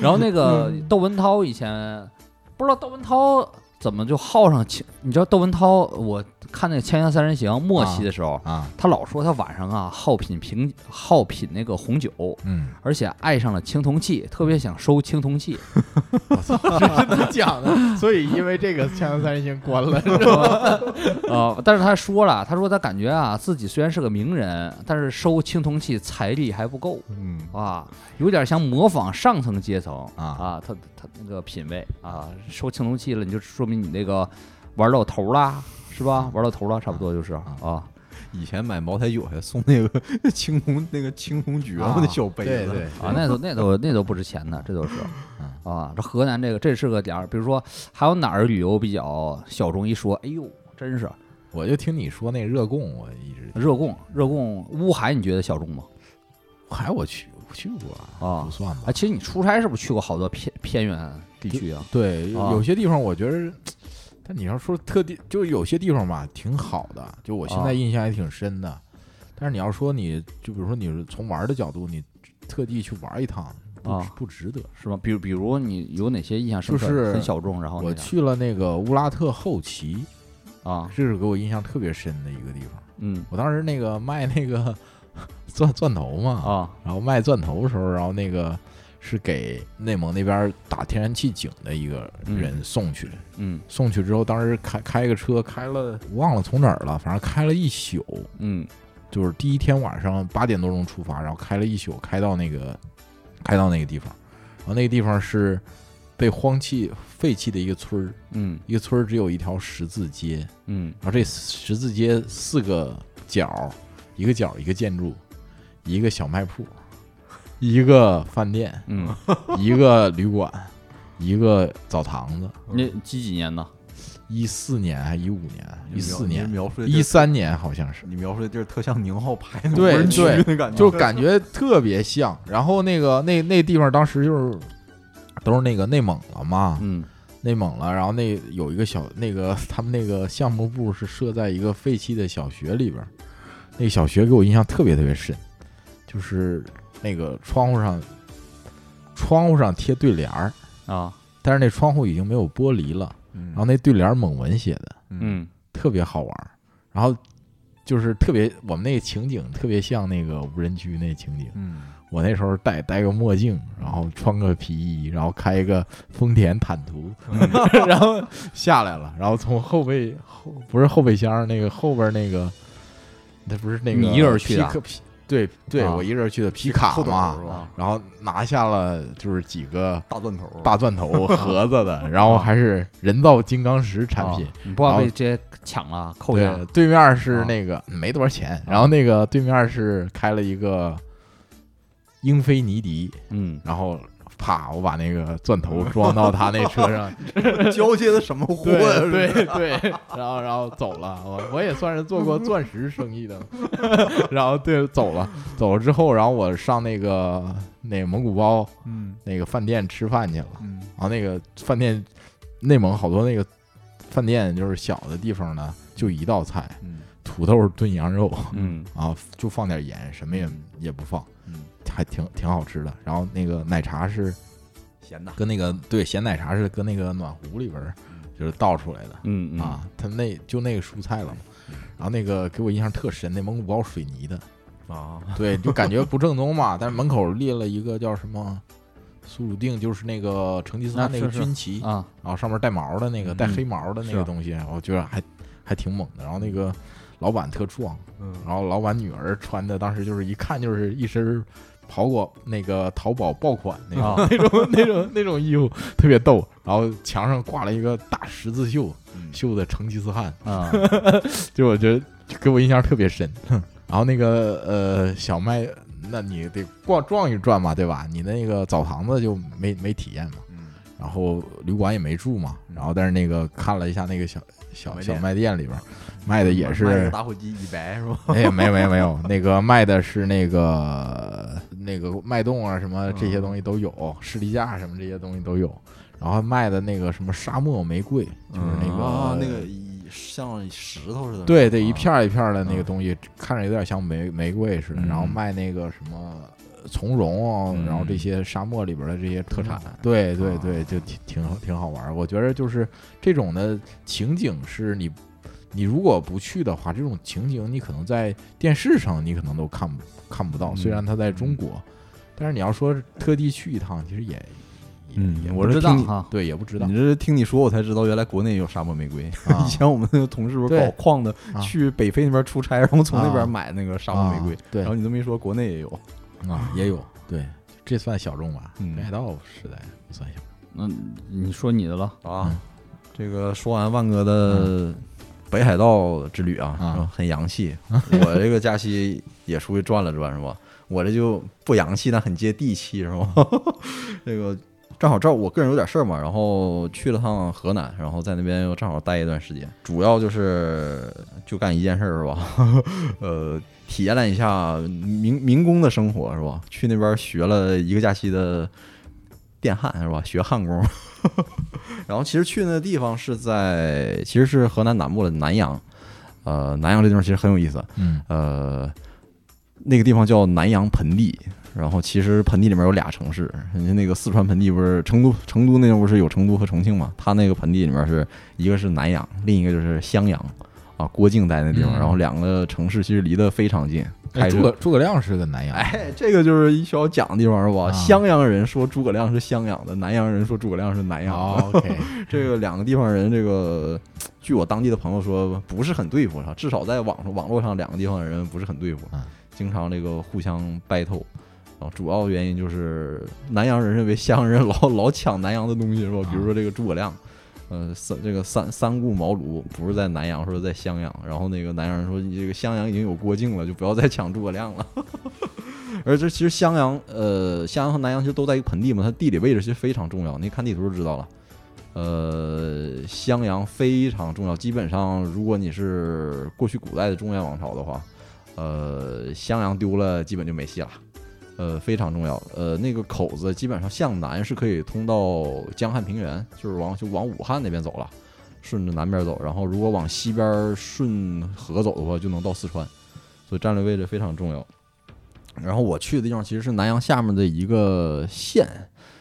Speaker 5: 然后那个窦文涛以前不知道窦文涛怎么就好上青，你知道窦文涛，我看那个《锵锵三人行》末期的时候，
Speaker 6: 啊，
Speaker 5: 他老说他晚上啊好品平好品那个红酒，
Speaker 6: 嗯，
Speaker 5: 而且爱上了青铜器，特别想收青铜器。
Speaker 6: 真的假的？ 所以因为这个《锵锵三人行》关了，是吧？
Speaker 5: 呃，但是他说了，他说他感觉啊自己虽然是个名人，但是收青铜器财力还不够
Speaker 4: 嗯，
Speaker 5: 啊，有点像模仿上层阶层
Speaker 6: 啊
Speaker 5: 啊，他他那个品味啊，收青铜器了，你就说明你那个玩到头啦，是吧？玩到头了，差不多就是啊
Speaker 4: 以前买茅台酒还送那个青铜那个青铜爵嘛，
Speaker 5: 啊
Speaker 4: 那小杯
Speaker 6: 对
Speaker 4: 子。
Speaker 6: 对，
Speaker 5: 啊，那都那 都那都不值钱的，这都是啊，这河南这个这是个点儿，比如说还有哪儿旅游比较小众？一说，哎呦，真是
Speaker 6: 我就听你说那热贡，我一直
Speaker 5: 热贡，热贡乌海，你觉得小众吗？
Speaker 6: 还我去我去过
Speaker 5: 啊
Speaker 6: 不算吧
Speaker 5: 啊，。其实你出差是不是去过好多偏偏远地区啊？
Speaker 6: 对，
Speaker 5: 啊
Speaker 6: 有些地方我觉得，但你要说特地，就有些地方吧，挺好的，就我现
Speaker 5: 啊
Speaker 6: 在印象还挺深的。但是你要说你，就比如说你是从玩的角度，你特地去玩一趟，不、
Speaker 5: 啊
Speaker 6: 不值得。
Speaker 5: 是吗？比如比如你有哪些印象深刻？
Speaker 6: 就是
Speaker 5: 很小众，然后
Speaker 6: 我
Speaker 5: 那个
Speaker 6: 去了那个乌拉特后旗，
Speaker 5: 啊，
Speaker 6: 这是给我印象特别深的一个地方。
Speaker 5: 嗯
Speaker 6: 我当时那个卖那个钻钻头嘛，
Speaker 5: 啊
Speaker 6: 然后卖钻头的时候，然后那个是给内蒙那边打天然气井的一个人送去，
Speaker 5: 嗯
Speaker 6: 送去之后，当时开开个车开了，忘了从哪儿了，反正开了一宿，
Speaker 5: 嗯
Speaker 6: 就是第一天晚上八点多钟出发，然后开了一宿，开到那个开到那个地方，然后那个地方是被荒弃废弃的一个村儿，
Speaker 5: 嗯
Speaker 6: 一个村儿只有一条十字街，
Speaker 5: 嗯
Speaker 6: 然后这十字街四个角，一个角一个建筑，一个小卖铺，一个饭店，
Speaker 5: 嗯，
Speaker 6: 一个旅馆，一个澡堂子。
Speaker 5: 那几几年呢？
Speaker 6: 一四年还一五年，
Speaker 4: 你
Speaker 6: 一
Speaker 4: 描
Speaker 6: 四
Speaker 4: 你
Speaker 6: 年，
Speaker 4: 描述的地
Speaker 6: 一
Speaker 4: 儿
Speaker 6: 三年好像是，
Speaker 4: 你描述的地儿特像宁浩拍那
Speaker 6: 对
Speaker 4: 无人区
Speaker 6: 对
Speaker 4: 那感觉，
Speaker 6: 就感觉特别像。然后那个那那地方当时就是都是那个内蒙了嘛，
Speaker 5: 嗯
Speaker 6: 内蒙了。然后那有一个小那个 他们那个项目部是设在一个废弃的小学里边儿，那个小学给我印象特别特别深，就是那个窗户上窗户上贴对联儿，
Speaker 5: 啊
Speaker 6: 但是那窗户已经没有玻璃了，
Speaker 4: 嗯，
Speaker 6: 然后那对联儿蒙文写的。
Speaker 5: 嗯
Speaker 6: 特别好玩儿，然后就是特别我们那个情景特别像那个无人区那情景。
Speaker 4: 嗯，
Speaker 6: 我那时候戴戴个墨镜，然后穿个皮衣，然后开一个丰田 坦途，然后下来了，然后从后备后不是后备箱那个后边那个，那不是那个
Speaker 5: 你一个人去的
Speaker 6: 皮克皮对对，
Speaker 5: 啊
Speaker 6: 我一个人去的皮卡
Speaker 4: 后头
Speaker 6: 嘛啊
Speaker 4: 是，吧？
Speaker 6: 然后拿下了就是几个
Speaker 4: 大钻头，
Speaker 6: 大钻头盒子的，然后还是人造金刚石产品
Speaker 5: 啊，，你不怕被这些抢了扣下
Speaker 6: 对，对面是那个、啊没多少钱，然后那个对面是开了一个英菲尼迪，
Speaker 5: 嗯
Speaker 6: 然后啪，我把那个钻头装到他那车 上，
Speaker 4: 交接的什么货
Speaker 6: 对
Speaker 4: 呀？是
Speaker 6: 对对，然后然后走了，我我也算是做过钻石生意的， 然后对走了，走了之后，然后我上那个那个蒙古包
Speaker 4: 嗯
Speaker 6: 那个饭店吃饭去了，
Speaker 4: 嗯
Speaker 6: 然后那个饭店内蒙好多那个饭店就是小的地方呢，就一道菜，
Speaker 4: 嗯
Speaker 6: 土豆炖羊肉
Speaker 5: 嗯
Speaker 6: 啊，就放点盐，什么也也不放，
Speaker 4: 嗯，
Speaker 6: 还挺挺好吃的。然后那个奶茶是
Speaker 4: 咸的，
Speaker 6: 跟那个对咸奶茶是跟那个暖壶里边儿就是倒出来的。
Speaker 5: 嗯
Speaker 6: 啊，，他那就那个蔬菜了嘛。然后那个给我印象特深，那蒙古包水 泥的，
Speaker 4: 啊，
Speaker 6: 对，就感觉不正宗嘛。但是门口立了一个叫什么苏鲁定，就是那个成吉思汗
Speaker 5: 那
Speaker 6: 那个
Speaker 5: 是是
Speaker 6: 军旗，
Speaker 5: 啊，嗯
Speaker 6: 然后上面带毛的那个，带黑毛的那
Speaker 4: 是
Speaker 6: 个
Speaker 4: 啊
Speaker 6: 东西，我觉得还还挺猛的。然后那个老板特壮，
Speaker 4: 嗯
Speaker 6: 然后老板女儿穿的，当时就是一看就是一身跑过那个淘宝爆款
Speaker 4: 嗯
Speaker 6: 那种、
Speaker 5: 啊
Speaker 6: 那种 那种那种衣服，特别逗。然后墙上挂了一个大十字绣，
Speaker 4: 嗯
Speaker 6: 绣的成吉思汗。
Speaker 5: 啊，
Speaker 6: 就我觉得就给我印象特别深。 然后那个呃小麦，那你得逛转一转嘛，对吧？你那个澡堂子就没没体验嘛，
Speaker 4: 嗯
Speaker 6: 然后旅馆也没住嘛，然后但是那个看了一下那个小小小
Speaker 4: 小
Speaker 6: 卖店里边儿卖的也
Speaker 4: 卖个
Speaker 6: 是，
Speaker 4: 打火机一百是吧？
Speaker 6: 哎没有没有没有，那个卖的是那个那个脉动啊什么这些东西都
Speaker 4: 嗯
Speaker 6: 有，士力架什么这些东西都有。然后卖的那个什么沙漠玫瑰，就是那个、
Speaker 4: 啊那个一像石头似的，
Speaker 6: 对对，一片儿一片儿的那个
Speaker 4: 啊嗯
Speaker 6: 东西，看着有点像玫玫瑰似的，
Speaker 4: 嗯
Speaker 6: 然后卖那个什么呃从容啊，
Speaker 4: 嗯
Speaker 6: 然后这些沙漠里边的这些特产
Speaker 4: 特产，
Speaker 6: 对对
Speaker 4: 啊
Speaker 6: 对，就挺挺好挺好玩儿。我觉得就是这种的情景是你。你如果不去的话，这种情景你可能在电视上你可能都看不看不到。
Speaker 4: 嗯
Speaker 6: 虽然它在中国，但是你要说特地去一趟，其实也也
Speaker 4: 嗯
Speaker 6: 也
Speaker 4: 我
Speaker 6: 不
Speaker 4: 是
Speaker 6: 知
Speaker 4: 听
Speaker 6: 道
Speaker 4: 你
Speaker 6: 哈，对，也不知道
Speaker 4: 你。这听你说，我才知道原来国内也有沙漠玫瑰。
Speaker 6: 啊
Speaker 4: 以前我们的同事不是搞
Speaker 6: 对
Speaker 4: 矿的
Speaker 6: 啊，
Speaker 4: 去北非那边出差，然后从那
Speaker 6: 啊
Speaker 4: 边买那个沙漠玫瑰
Speaker 6: 啊。对
Speaker 4: 然后你这么一说，国内也有。
Speaker 6: 啊，也有，对，这算小众吧？
Speaker 4: 嗯
Speaker 6: 北海道时代不算小
Speaker 5: 嗯，你说你的了，
Speaker 4: 啊，这个说完万哥的北海道之旅啊，
Speaker 6: 啊
Speaker 4: 是吧很洋气。我这个假期也出去转了转，是吧？我这就不洋气，但很接地气，是吧？这个正好这儿我个人有点事儿嘛，然后去了趟河南，然后在那边又正好待一段时间，主要就是就干一件事儿，是吧？ 呃，体验了一下民民工的生活，是吧？去那边学了一个假期的电焊，是吧？学焊工。然后其实去那个地方是在，其实是河南南部的南阳，呃，南阳这地方其实很有意思，
Speaker 6: 嗯，
Speaker 4: 呃，那个地方叫南阳盆地，然后其实盆地里面有俩城市，人家那个四川盆地不是成都，成都那边不是有成都和重庆嘛，它那个盆地里面是一个是南阳，另一个就是襄阳。啊，郭靖待那地方，
Speaker 6: 嗯
Speaker 4: 然后两个城市其实离得非常近，开
Speaker 6: 哎，
Speaker 4: 车
Speaker 6: 诸葛诸葛亮是个南阳，
Speaker 4: 哎，这个就是需要讲的地方是吧？
Speaker 6: 啊
Speaker 4: 襄阳人说诸葛亮是襄阳的，南阳人说诸葛亮是南阳的。
Speaker 6: 哦，OK，
Speaker 4: 这个两个地方人，这个据我当地的朋友说，不是很对付哈，至少在网上网络上，两个地方的人不是很对付
Speaker 6: 嗯，
Speaker 4: 经常这个互相 battle。然后主要原因就是南阳人认为襄阳人老老抢南阳的东西是吧？比如说这个诸葛亮，呃，三这个三三顾茅庐不是在南阳，说是在襄阳。然后那个南阳人说，你这个襄阳已经有郭靖了，就不要再 抢诸葛亮了。而这其实襄阳，呃，襄阳和南阳其实都在一个盆地嘛，它地理位置其实非常重要，你看地图就知道了。呃，襄阳非常重要。基本上，如果你是过去古代的中原王朝的话，呃，襄阳丢了基本就没戏了。呃，非常重要。呃，那个口子基本上向南是可以通到江汉平原，就是往就往武汉那边走了，顺着南边走。然后如果往西边顺河走的话，就能到四川，所以战略位置非常重要。然后我去的地方其实是南阳下面的一个县，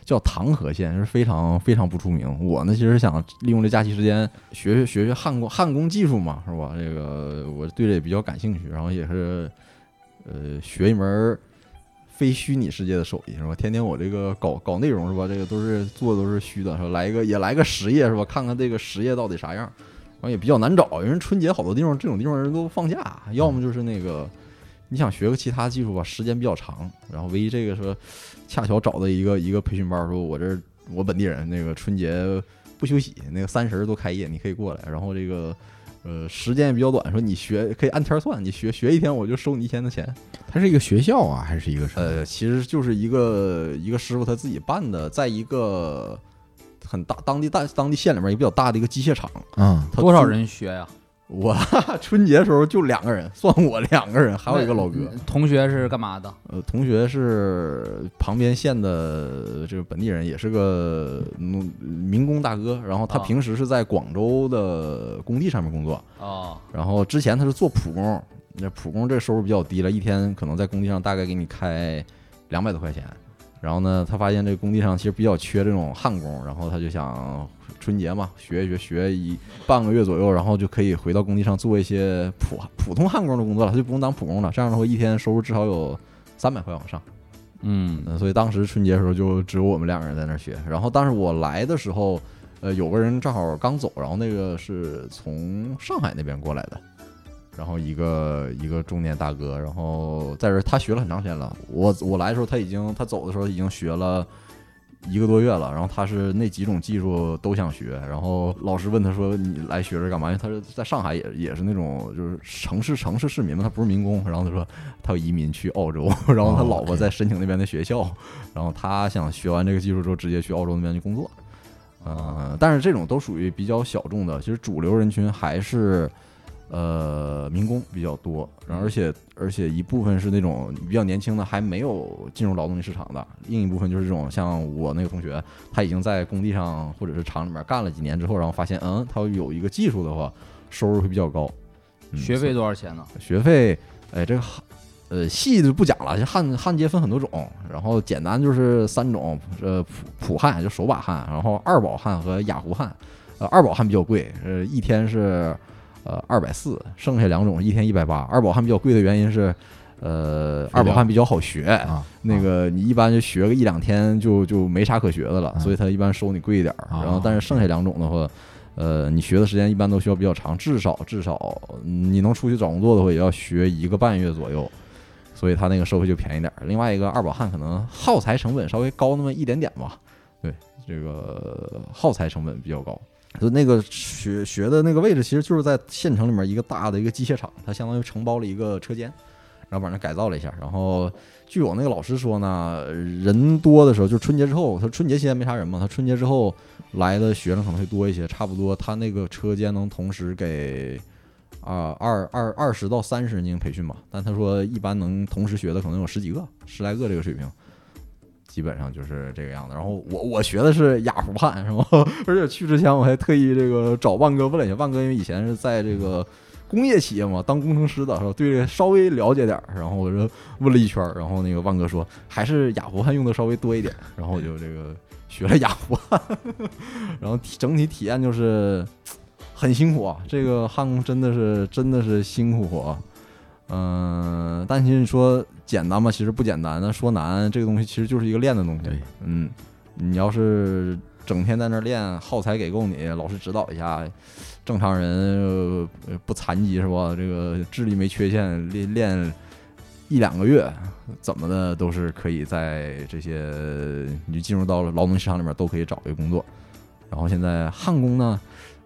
Speaker 4: 叫唐河县，是非常非常不出名。我呢，其实想利用这假期时间学学学学焊工焊工技术嘛，是吧？这个我对这也比较感兴趣，然后也是呃学一门儿非虚拟世界的手艺，是吧？天天我这个搞搞内容是吧？这个都是做的都是虚的，说来一个也来个实业是吧？看看这个实业到底啥样，然后也比较难找，因为春节好多地方这种地方人都放假，要么就是那个。你想学个其他技术吧，时间比较长，然后唯一这个说恰巧找到一个一个培训班，说我这儿我本地人，那个春节不休息，那个三十儿都开业，你可以过来。然后这个呃，时间也比较短，说你学可以按天儿算，你学学一天我就收你一天的钱。
Speaker 6: 它是一个学校啊，还是一个什么？
Speaker 4: 呃，其实就是一个一个师傅他自己办的，在一个很大当地大当地县里面一个比较大的一个机械厂，
Speaker 6: 嗯，
Speaker 4: 他
Speaker 5: 多少
Speaker 4: 租？
Speaker 5: 人学呀？
Speaker 4: 我春节的时候就两个人，算我两个人，还有一个老哥。
Speaker 5: 那嗯同学是干嘛的？
Speaker 4: 呃，同学是旁边县的这个本地人，也是个农民工大哥。然后他
Speaker 5: 啊
Speaker 4: 平时是在广州的工地上面工作，
Speaker 5: 哦，
Speaker 4: 然后之前他是做普工，那普工这收入比较低了，一天可能在工地上大概给你开两百多块钱。然后呢，他发现这个工地上其实比较缺这种焊工，然后他就想春节嘛，学一学，学一半个月左右，然后就可以回到工地上做一些普普通焊工的工作了，他就不用当普工了。这样的话，一天收入至少有三百块往上。
Speaker 5: 嗯，
Speaker 4: 嗯，所以当时春节的时候就只有我们两个人在那儿学。然后，但是我来的时候，呃，有个人正好刚走，然后那个是从上海那边过来的，然后一个一个中年大哥，然后在这儿他学了很长时间了。我我来的时候他已经他走的时候已经学了。一个多月了，然后他是那几种技术都想学，然后老师问他说：“你来学这干嘛？”因为他是在上海也也是那种就是城市城市市民嘛，他不是民工。然后他说 他要移民去澳洲，然后他
Speaker 6: 哦
Speaker 4: 老婆
Speaker 6: OK
Speaker 4: 在申请那边的学校，然后他想学完这个技术之后直接去澳洲那边去工作。呃，但是这种都属于比较小众的，其实主流人群还是呃民工比较多，然后而
Speaker 5: 嗯
Speaker 4: 且而且一部分是那种比较年轻的还没有进入劳动力市场的，另一部分就是这种像我那个同学，他已经在工地上或者是厂里面干了几年之后，然后发现嗯，他有一个技术的话，收入会比较高。嗯
Speaker 5: 学费多少钱呢？
Speaker 4: 学费，哎，这个焊，呃，细就不讲了，就焊焊接分很多种，然后简单就是三种，呃，普普焊就手把焊，然后二宝焊和雅虎焊，呃，二宝焊比较贵，呃，一天是呃二百四，剩下两种一天一百八，二宝焊比较贵的原因是。呃，
Speaker 6: 料
Speaker 4: 二宝焊比较好学，
Speaker 6: 啊，
Speaker 4: 哎那个你一般就学个一两天就就没啥可学的了，
Speaker 6: 嗯
Speaker 4: 所以他一般收你贵一点儿。
Speaker 6: 哦
Speaker 4: 然后但是剩下两种的话，呃，你学的时间一般都需要比较长，至少至少嗯你能出去找工作的话，也要学一个半月左右。所以他那个收费就便宜点儿。另外一个二宝焊可能耗材成本稍微高那么一点点吧，对，这个耗材成本比较高。就那个学学的那个位置，其实就是在县城里面一个大的一个机械厂，它相当于承包了一个车间，然后把那改造了一下。然后据我那个老师说呢，人多的时候，就春节之后，他春节期间没啥人嘛，他春节之后来的学生可能会多一些，差不多他那个车间能同时给啊二二二十到三十人进行培训吧。但他说一般能同时学的可能有十几个、十来个这个水平。基本上就是这个样子。然后我我学的是雅虎汉，然后 而且去之前我还特意这个找万哥问了一下，万哥因为以前是在这个工业企业嘛，当工程师的，然后对这个稍微了解点儿。然后我就问了一圈儿，然后那个万哥说还是雅虎汉用的稍微多一点，然后我就这个学了雅虎汉，然后体整体体验就是很辛苦啊，这个焊工真的是真的是辛苦活、啊嗯、但其实你说简单吧，其实不简单。那说难，这个东西其实就是一个练的东西
Speaker 6: 对。
Speaker 4: 嗯，你要是整天在那儿练，耗材给够你，老师指导一下，正常人、呃、不残疾是吧？这个智力没缺陷，练练一两个月，怎么的都是可以在这些你进入到了劳动市场里面都可以找一个工作。然后现在焊工呢，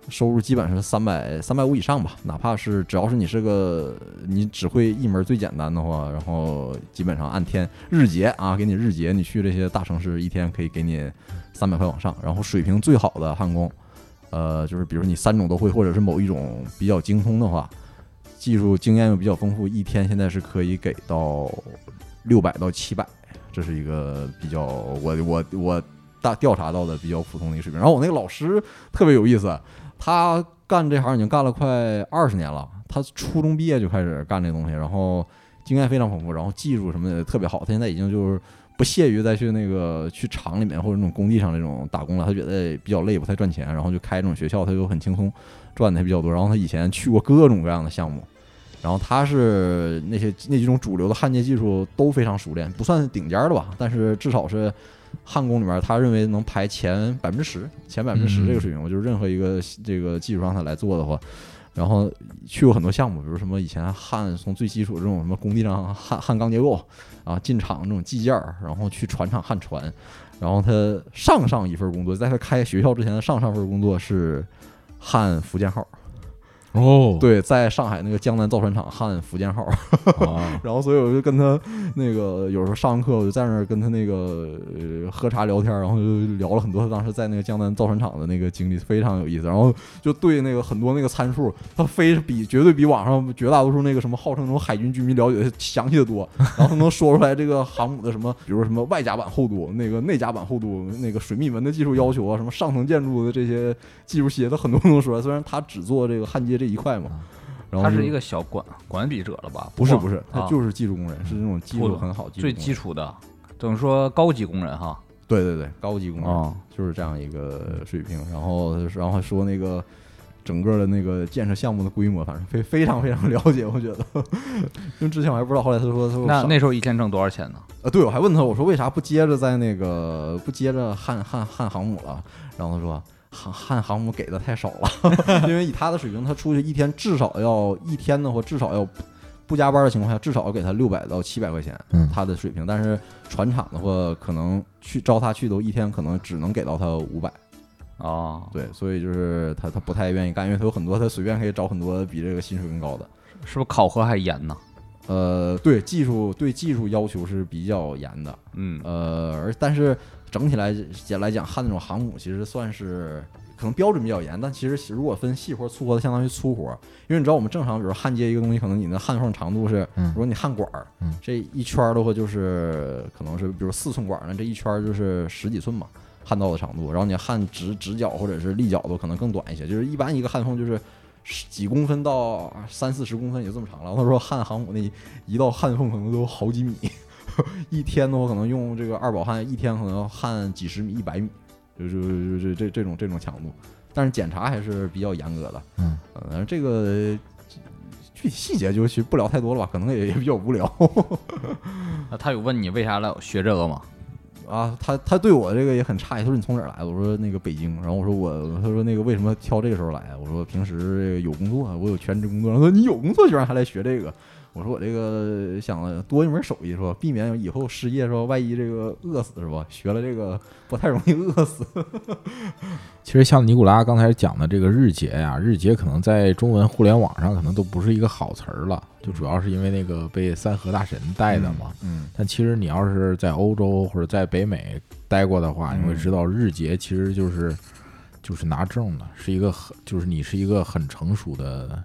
Speaker 4: 收入基本上是三百三百五以上吧，哪怕是只要是你是个你只会一门最简单的话，然后基本上按天日结啊，给你日结，你去这些大城市一天可以给你三百块往上，然后水平最好的焊工，呃，就是比如你三种都会，或者是某一种比较精通的话，技术经验又比较丰富，一天现在是可以给到六百到七百，这是一个比较我我我大调查到的比较普通的一个水平。然后我那个老师特别有意思，他干这行已经干了快二十年了，他初中毕业就开始干这东西，然后经验非常丰富，然后技术什么的也特别好，他现在已经就是。不屑于再去那个去厂里面或者那种工地上这种打工了，他觉得比较累，不太赚钱，然后就开这种学校，他就很轻松，赚的还比较多。然后他以前去过各种各样的项目，然后他是那些那几种主流的焊接技术都非常熟练，不算顶尖儿的吧，但是至少是焊工里面他认为能排前百分之十，前百分之十
Speaker 6: 嗯
Speaker 4: 这个水平。我就是任何一个这个技术让他来做的话，然后去过很多项目，比如什么以前焊从最基础这种什么工地上焊焊钢结构啊，进厂这种计件儿，然后去船厂焊船。然后他上上一份工作，在他开学校之前的上上份工作是焊福建号，
Speaker 6: 哦，
Speaker 4: 对，在上海那个江南造船厂焊福建号，
Speaker 6: 啊，
Speaker 4: 然后所以我就跟他那个有时候上完课我就在那儿跟他那个、呃、喝茶聊天，然后就聊了很多他当时在那个江南造船厂的那个经历，非常有意思。然后就对那个很多那个参数，他非比绝对比网上绝大多数那个什么号称什么海军居民了解的详细的 多。然后他能说出来这个航母的什么，比如说什么外甲板厚度、那个内甲板厚度、那个水密门的技术要求啊，什么上层建筑的这些技术细节，他很多都能说出来。虽然他只做这个焊接这一块嘛，然后
Speaker 5: 啊他是
Speaker 4: 就
Speaker 5: 一个小管管理者了吧？
Speaker 4: 不是
Speaker 5: 哇
Speaker 4: 不是，他
Speaker 5: 啊
Speaker 4: 就是技术工人，是那种技
Speaker 5: 我
Speaker 4: 术很好，
Speaker 5: 最基
Speaker 4: 基，
Speaker 5: 础的，等于说高级工人哈。
Speaker 4: 对对对，高级工人，
Speaker 5: 哦
Speaker 4: 就是这样一个水平。然后，然后还说那个整个的那个建设项目的规模，反正非非常非常了解，我觉得， 因为之前我还不知道，后来他说他说
Speaker 5: 那
Speaker 4: 上
Speaker 5: 那时候一天挣多少钱呢？
Speaker 4: 呃，对，我还问他，我说为啥不接着在那个不接着焊焊焊航母了？然后他说焊焊航母给的太少了， 因为以他的水平，他出去一天至少要一天的话，至少要不加班的情况下，至少要给他六百到七百块钱，
Speaker 6: 嗯
Speaker 4: 他的水平。但是船厂的话，可能去招他去都一天可能只能给到他五百，
Speaker 5: 哦，
Speaker 4: 对，所以就是他他不太愿意干，因为他有很多他随便可以找很多比这个薪水更高的。
Speaker 5: 是不是考核还严呢？
Speaker 4: 呃，对技术对技术要求是比较严的，
Speaker 5: 嗯，
Speaker 4: 呃，而但是整体来讲来讲，焊那种航母其实算是可能标准比较严，但其实如果分细活粗活，它相当于粗活，因为你知道我们正常，比如焊接一个东西，可能你的焊缝长度是，
Speaker 6: 嗯
Speaker 4: 如果你焊管儿，
Speaker 6: 嗯
Speaker 4: 这一圈儿的话就是可能是比如四寸管儿，那这一圈儿就是十几寸嘛。焊到的长度，然后你焊直直角或者是立角的可能更短一些，就是一般一个焊缝就是十几公分到三四十公分也就这么长了。他说焊航母那一一道焊缝可能都好几米，一天的话可能用这个二保焊，一天可能要焊几十米、一百米，就就就就这这种这种强度。但是检查还是比较严格的，
Speaker 6: 嗯
Speaker 4: 呃，但是这个具体细节就其实不聊太多了吧，可能也也比较无聊
Speaker 5: 嗯那他有问你为啥来学这个吗？
Speaker 4: 啊。他他对我这个也很诧异，他说你从哪儿来的？我说那个北京。然后我说我，他说那个为什么挑这个时候来啊？我说平时这个有工作，啊我有全职工作。然后他说你有工作居然还来学这个？我说我这个想多一门手艺是吧？避免以后失业是吧？万一这个饿死是吧？学了这个不太容易饿死。
Speaker 6: 其实像尼古拉刚才讲的这个日结呀、日结可能在中文互联网上可能都不是一个好词儿了，就主要是因为那个被三和大神带的嘛。
Speaker 4: 嗯，
Speaker 6: 但其实你要是在欧洲或者在北美待过的话，
Speaker 4: 嗯
Speaker 6: 你会知道日结其实就是就是拿证的，是一个很就是你是一个很成熟的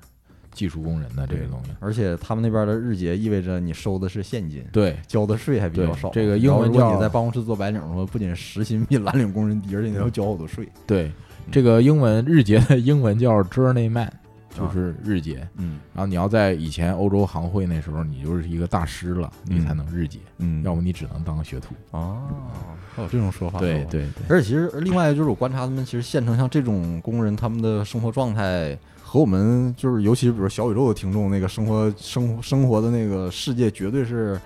Speaker 6: 技术工人的这个东西。
Speaker 4: 而且他们那边的日结意味着你收的是现金，
Speaker 6: 对，
Speaker 4: 交的税还比较少。
Speaker 6: 对这个英文
Speaker 4: 然后如果
Speaker 6: 叫
Speaker 4: 你在办公室做白领的话，不仅时薪比蓝领工人低，而且你还要交好多税。
Speaker 6: 对，这个英文日结的英文叫 journeyman，就是日结。
Speaker 4: 嗯
Speaker 6: 然后你要在以前欧洲行会那时候，你就是一个大师了，
Speaker 4: 嗯
Speaker 6: 你才能日结，
Speaker 4: 嗯
Speaker 6: 要不你只能当学徒。哦
Speaker 4: 哦，还有这种说法。
Speaker 6: 对
Speaker 4: 是吧。
Speaker 6: 对对，
Speaker 4: 而且其实另外就是我观察他们，其实县城像这种工人，他们的生活状态和我们就是尤其是比如小宇宙的听众那个生活生活生活的那个世界绝对是。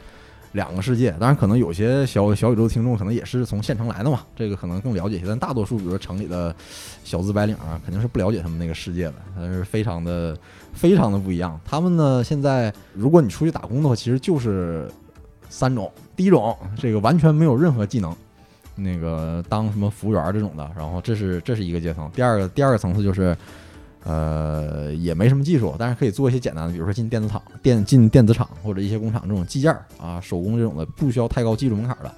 Speaker 4: 两个世界，当然可能有些小小宇宙听众可能也是从县城来的嘛，这个可能更了解一些。但大多数，比如说城里的小资白领啊，肯定是不了解他们那个世界的，但是非常的非常的不一样。他们呢，现在如果你出去打工的话，其实就是三种：第一种，这个完全没有任何技能，那个当什么服务员这种的，然后这是这是一个阶层。第二个第二个层次就是，呃，也没什么技术，但是可以做一些简单的，比如说进电子厂、电进电子厂或者一些工厂这种计件儿啊、手工这种的，不需要太高技术门槛的。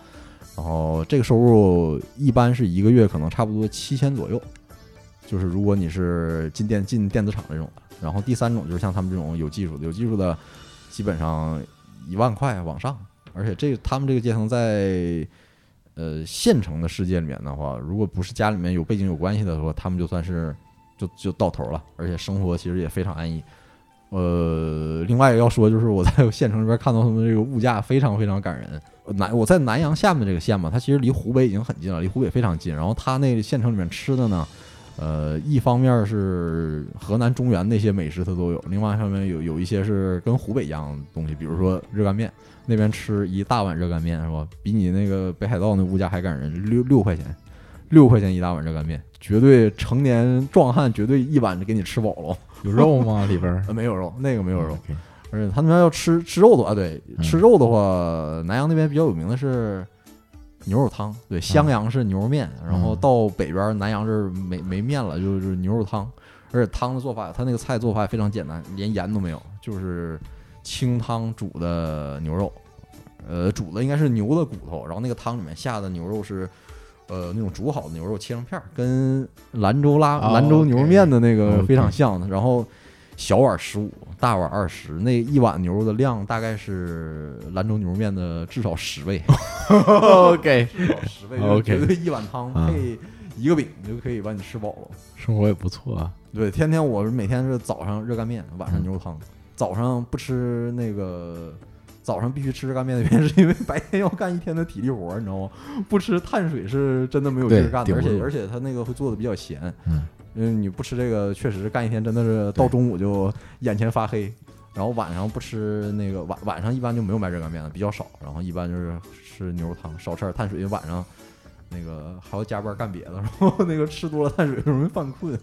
Speaker 4: 然后这个收入一般是一个月可能差不多七千左右，就是如果你是进电进电子厂这种的。然后第三种就是像他们这种呃有技术的，有技术的基本上一万块往上，而且这他们这个阶层在呃县城的世界里面的话，如果不是家里面有背景有关系的话，他们就算是就就到头了，而且生活其实也非常安逸。呃，另外要说就是我在县城这边看到他们这个物价非常非常感人。南我在南阳下面这个县嘛，它其实离湖北已经很近了，离湖北非常近。然后它那个县城里面吃的呢，呃，一方面是河南中原那些美食它都有，另外一方面有有一些是跟湖北一样的东西，比如说热干面，那边吃一大碗热干面是吧？比你那个北海道那物价还感人，六六块钱，六块钱一大碗热干面，绝对成年壮汉绝对一碗就给你吃饱了。
Speaker 6: 有肉吗？里 边儿
Speaker 4: 呃没有肉，那个没有 肉，
Speaker 6: OK
Speaker 4: 而且他那边要吃吃肉的话，啊对，
Speaker 6: 嗯
Speaker 4: 吃肉的话，南阳那边比较有名的是牛肉汤，对，襄阳是牛肉面，然后
Speaker 6: 嗯
Speaker 4: 到北边南阳这儿没没面了，就就是牛肉汤。而且汤的做法，它那个菜做法也非常简单，连盐都没有，就是清汤煮的牛肉，呃，煮的应该是牛的骨头，然后那个汤里面下的牛肉是。呃，那种煮好的牛肉切成片儿，跟兰州拉、
Speaker 6: 哦
Speaker 4: 兰州牛肉
Speaker 6: OK
Speaker 4: 面的那个
Speaker 6: OK
Speaker 4: 非常像的。然后小碗十五，大碗二十，那一碗牛肉的量大概是兰州牛肉面的至少十倍。
Speaker 6: 哦 OK，
Speaker 4: 至少十倍
Speaker 6: OK
Speaker 4: 绝对一碗汤配一个饼就可以把你吃饱了。
Speaker 6: 生活也不错啊。
Speaker 4: 对，天天我是每天是早上热干面，晚
Speaker 6: 嗯
Speaker 4: 上牛肉汤。早上不吃那个，早上必须吃热干面的原因是因为白天要干一天的体力活儿，你知道吗？不吃碳水是真的没有劲
Speaker 6: 对
Speaker 4: 儿干的，
Speaker 6: 顶
Speaker 4: 而
Speaker 6: 不
Speaker 4: 且
Speaker 6: 住
Speaker 4: 而且他那个会做的比较咸。
Speaker 6: 嗯，
Speaker 4: 嗯，你不吃这个，确实干一天真的是到
Speaker 6: 对
Speaker 4: 中午就眼前发黑。然后晚上不吃那个晚晚上一般就没有买热干面了，比较少。然后一般就是吃牛肉汤，少吃点碳水，因为晚上那个还要加班干别的，然后那个吃多了碳水容易犯困。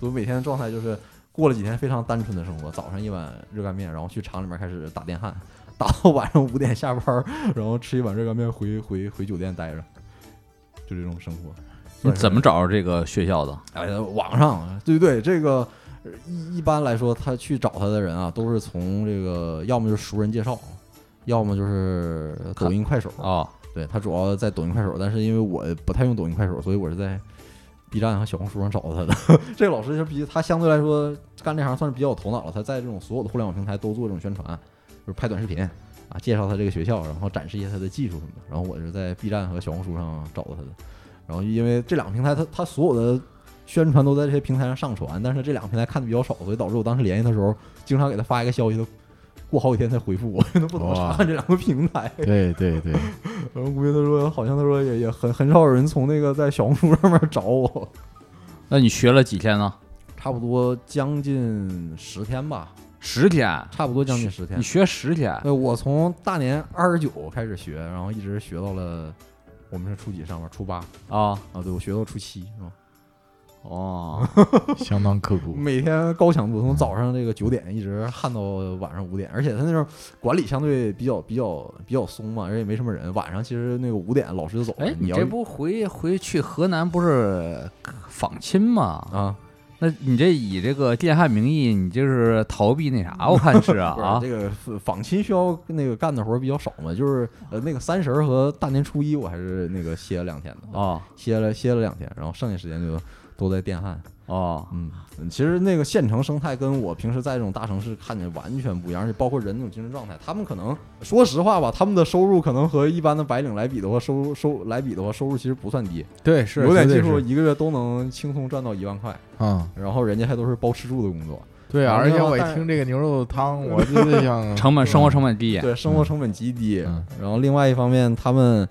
Speaker 4: 所以每天的状态就是过了几天非常单纯的生活，早上一碗热干面，然后去厂里面开始打电焊，打到晚上五点下班，然后吃一碗热干面回回回酒店待着，就这种生活。
Speaker 5: 你怎么找着这个学校的？
Speaker 4: 哎呀，网上对对对，这个呃一一般来说，他去找他的人啊，都是从这个要么就是熟人介绍，要么就是抖音、快手。
Speaker 5: 哦，
Speaker 4: 对他主要在抖音、快手，但是因为我不太用抖音、快手，所以我是在 B 站和小红书上找到他的。 这个老师就比他相对来说干这行算是比较有头脑了，他在这种所有的互联网平台都做这种宣传，就是拍短视频啊，介绍他这个学校，然后展示一下他的技术什么的。然后我是在 B 站和小红书上找到他的。然后因为这两个平台，他他所有的宣传都在这些平台上上传，但是这两个平台看的比较少，所以导致我当时联系他的时候，经常给他发一个消息，他过好几天才回复我，因为他不怎么查
Speaker 6: 哇
Speaker 4: 看这两个平台。
Speaker 6: 对对对，
Speaker 4: 然后估计他说，好像他说也也很很少有人从那个在小红书上面找我，
Speaker 5: 那你学了几天呢？
Speaker 4: 差不多将近十天吧，
Speaker 5: 十天，
Speaker 4: 差不多将近十天
Speaker 5: 你。学十天，
Speaker 4: 对，我从大年二十九开始学，然后一直学到了我们是初几上班，初八
Speaker 5: 啊？
Speaker 4: 啊，对我学到初七是吧？
Speaker 5: 哦，
Speaker 6: 相当刻苦。
Speaker 4: 每天高强度，从早上这个九点一直焊到晚上五点，而且他那时候管理相对比较比较比较松嘛，而且也没什么人。晚上其实那个五点老师就走了，
Speaker 5: 哎，
Speaker 4: 你
Speaker 5: 你
Speaker 4: 要
Speaker 5: 这不回回去河南不是访亲吗？
Speaker 4: 啊，
Speaker 5: 那你这以这个电焊名义，你就是逃避那啥？我看是啊
Speaker 4: 不是
Speaker 5: 啊
Speaker 4: 这个呃访亲需要那个干的活儿比较少嘛，就是呃那个三十儿和大年初一我还是那个歇了两天的，
Speaker 5: 哦
Speaker 4: 歇了歇了两天，然后剩下时间就都在电焊。
Speaker 5: 哦
Speaker 4: 嗯，其实那个县城生态跟我平时在这种大城市看见完全不一样，而且包括人那种精神状态，他们可能说实话吧，他们的收入可能和一般的白领来比的话，收入收来比的话，收入其实不算低，
Speaker 6: 对，是
Speaker 4: 有点技
Speaker 6: 绝对
Speaker 4: 术
Speaker 6: 是
Speaker 4: 一个月都能轻松赚到一万块，
Speaker 6: 啊。
Speaker 4: 然后人家还都是包吃住的工作。
Speaker 6: 对
Speaker 4: 然
Speaker 6: 啊，
Speaker 4: 后
Speaker 6: 而且
Speaker 4: 另外
Speaker 6: 我一
Speaker 4: 但
Speaker 6: 听这个牛肉汤，我就在 想
Speaker 5: 成本生活成本低，
Speaker 4: 对，生活成本极低。
Speaker 6: 嗯
Speaker 4: 然后另外一方面，他们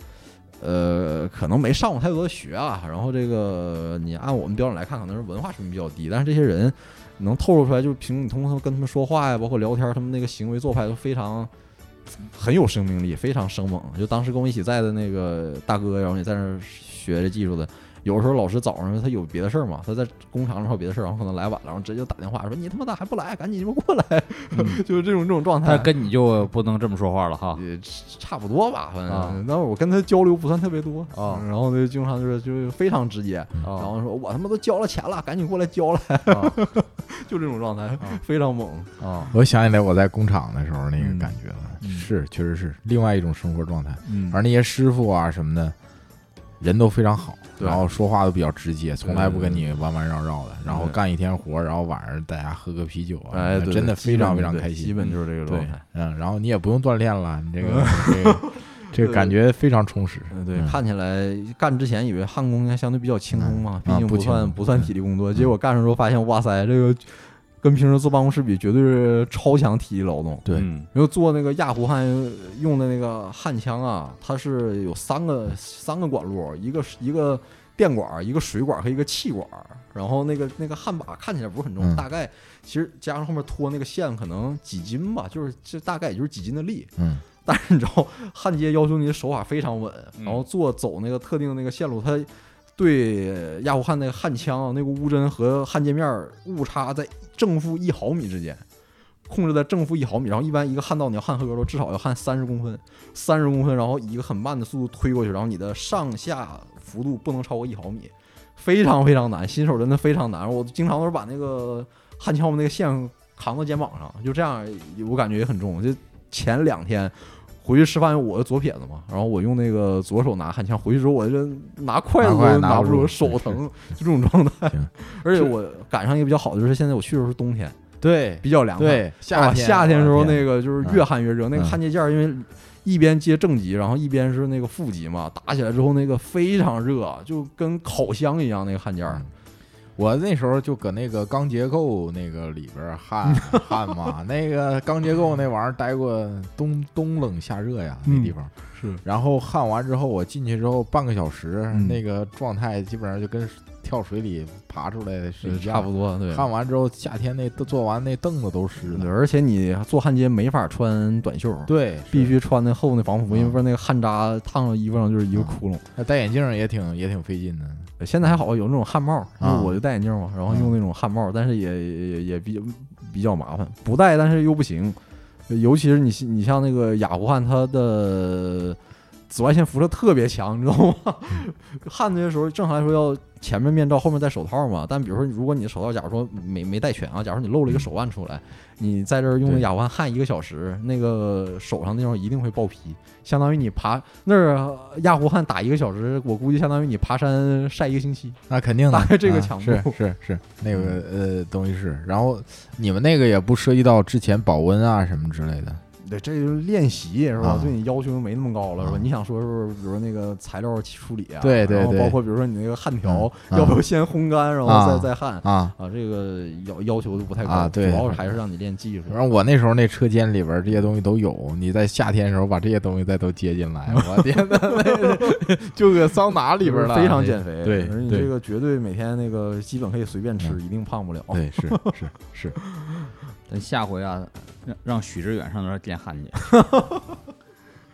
Speaker 4: 呃可能没上过太多的学啊，然后这个你按我们标准来看，可能是文化水平比较低，但是这些人能透露出来，就是凭你通过跟他们说话呀，包括聊天，他们那个行为做派都非常。很有生命力，非常生猛。就当时跟我一起在的那个大哥，然后也在那儿学这技术的。有时候老师早上他有别的事儿嘛，他在工厂里还有别的事儿，然后可能来晚了，然后直接就打电话说：“你他妈咋还不来？赶紧他妈过来！” 就是这种这种状态。
Speaker 5: 但跟你就不能这么说话了哈。
Speaker 4: 也差不多吧，反
Speaker 5: 啊
Speaker 4: 正。但是我跟他交流不算特别多嗯
Speaker 5: 啊
Speaker 4: 然后呢，经常就是就是非常直接，嗯然
Speaker 5: 哦
Speaker 4: 后说我他妈都交了钱了，赶紧过来交来，
Speaker 5: 哦
Speaker 4: 就这种状态
Speaker 5: 啊，
Speaker 4: 非常猛。
Speaker 5: 哦，
Speaker 6: 我想起来我在工厂的时候那
Speaker 4: 嗯
Speaker 6: 个感觉了，是，确实是另外一种生活状态。
Speaker 4: 嗯
Speaker 6: 而那些师傅啊什么的，人都非常好，
Speaker 4: 对
Speaker 6: 然后说话都比较直接，从来不跟
Speaker 4: 对
Speaker 6: 你弯弯绕绕的。然后
Speaker 4: 对
Speaker 6: 干一天活，然后晚上大家喝个啤酒啊，
Speaker 4: 哎，对
Speaker 6: 真的
Speaker 4: 对
Speaker 6: 非常
Speaker 4: 基
Speaker 6: 非
Speaker 4: 本
Speaker 6: 常
Speaker 4: 对
Speaker 6: 开心。
Speaker 4: 基本嗯就是这个状
Speaker 6: 对
Speaker 4: 态。，
Speaker 6: 嗯，然后你也不用锻炼了，你这个 这个这个感觉非常充实。
Speaker 4: 嗯，对，
Speaker 6: 嗯
Speaker 4: 看起来干之前以为焊工应该相对比较轻松嗯嘛，毕
Speaker 6: 啊
Speaker 4: 竟嗯
Speaker 6: 不
Speaker 4: 不
Speaker 6: 轻
Speaker 4: 算
Speaker 6: 松
Speaker 4: 不算体力工作，结果干上之后发现，哇塞，这个跟平时坐办公室比，绝对是超强体力劳动。
Speaker 6: 对
Speaker 5: 嗯
Speaker 4: 然后做那个氩弧焊用的那个焊枪啊，它是有三个三个管路，一个是一个电管，一个水管和一个气管。然后那个那个焊把看起来不是很重，
Speaker 6: 嗯
Speaker 4: 大概其实加上后面拖那个线，可能几斤吧，就是这大概也就是几斤的力。
Speaker 6: 嗯，
Speaker 4: 但是你知道焊接要求你的手法非常稳，
Speaker 5: 嗯
Speaker 4: 然后做走那个特定的那个线路，它对氩弧焊那个焊枪啊那个钨针和焊接面儿误差在正负一毫米之间，控制在正负一毫米。然后一般一个焊道你要焊合格斗，至少要焊三十公分，三十公分，然后以一个很慢的速度推过去，然后你的上下幅度不能超过一毫米。非常非常难，新手真的非常难。我经常都是把那个焊锹那个线扛到肩膀上，就这样，我感觉也很重。就前两天回去吃饭，我是左撇子嘛，然后我用那个左手拿焊锹，回去之后我这拿筷子
Speaker 6: 拿筷
Speaker 4: 都
Speaker 6: 子拿
Speaker 4: 拿
Speaker 6: 不
Speaker 4: 不
Speaker 6: 住
Speaker 4: 住，手疼，就这种状 态
Speaker 6: 行。
Speaker 4: 而且我赶上一个比较好的就是现在我去的时候是冬天，
Speaker 6: 对
Speaker 4: 比较凉快。
Speaker 6: 对，夏
Speaker 4: 啊、夏天的时候
Speaker 6: 我的
Speaker 4: 那个就是越焊越热，那个
Speaker 6: 嗯
Speaker 4: 焊接件儿因为一边接正极，然后一边是那个负极嘛，打起来之后那个非常热，就跟烤箱一样那个焊件儿。
Speaker 6: 嗯我那时候就搁那个钢结构那个里边 儿焊焊嘛，那个钢结构那玩意儿待过冬冬冷夏热呀，那
Speaker 4: 嗯
Speaker 6: 地方。
Speaker 4: 是
Speaker 6: 然后焊完之后，我进去之后半个小时，
Speaker 4: 嗯
Speaker 6: 那个状态基本上就跟跳水里爬出来是
Speaker 4: 是
Speaker 6: 一
Speaker 4: 差
Speaker 6: 样
Speaker 4: 不。多对。嗯
Speaker 6: 焊完之后，夏天那做完那凳子都湿
Speaker 4: 对
Speaker 6: 了。
Speaker 4: 而且你做焊接没法穿短袖，，
Speaker 6: 对，
Speaker 4: 必
Speaker 6: 是
Speaker 4: 须穿那厚那防
Speaker 6: 嗯
Speaker 4: 护，因为不然那个焊渣烫到衣服上就是一个窟窿。
Speaker 6: 那戴眼镜儿也挺也挺费劲的。
Speaker 4: 现在还好有那种焊帽，因为
Speaker 6: 啊
Speaker 4: 我就戴眼镜嘛，然后用那种焊帽，但是也也也也比比较麻烦，不戴但是又不行，尤其是你你像那个雅虎焊，它的紫外线辐射特别强，你知道吗？ 焊的时候正常来说要前面面罩，后面戴手套嘛，但比如说如果你手套假如说没没戴全啊，假如你露了一个手腕出来，你在这儿用
Speaker 6: 对
Speaker 4: 雅虎焊焊一个小时，那个手上那地方一定会爆皮，相当于你爬那儿呃亚湖汉打一个小时，我估计相当于你爬山晒一个星期。
Speaker 6: 那肯定的，
Speaker 4: 大概这个嗯
Speaker 6: 啊
Speaker 4: 强
Speaker 6: 是
Speaker 4: 度
Speaker 6: 是是那个呃东西是，然后你们那个也不涉及到之前保温啊什么之类的，
Speaker 4: 对，这就是练习是吧？
Speaker 6: 啊
Speaker 4: 对你要求没那么高了是吧？
Speaker 6: 啊
Speaker 4: 你想说是不是，比如说那个材料处理啊，
Speaker 6: 对对
Speaker 4: 然后
Speaker 6: 对
Speaker 4: 包括比如说你那个焊条，
Speaker 6: 嗯啊
Speaker 4: 要不要先烘干，然
Speaker 6: 啊
Speaker 4: 后再再焊
Speaker 6: 啊。
Speaker 4: 啊？这个要要求都不太高，
Speaker 6: 啊对
Speaker 4: 主要还是让你练技术
Speaker 6: 反。正我那时候那车间里边儿这些东西都有，你在夏天的时候把这些东西再都接进来，我天 呐，那就搁桑拿里边儿了，
Speaker 4: 非常减肥，
Speaker 6: 对
Speaker 4: 而你
Speaker 6: 对
Speaker 4: 这个绝对嗯每天那个基本可以随便吃，一定胖不了。
Speaker 6: 对，是 是是，
Speaker 5: 咱下回啊，让让许志远上那儿电焊 去。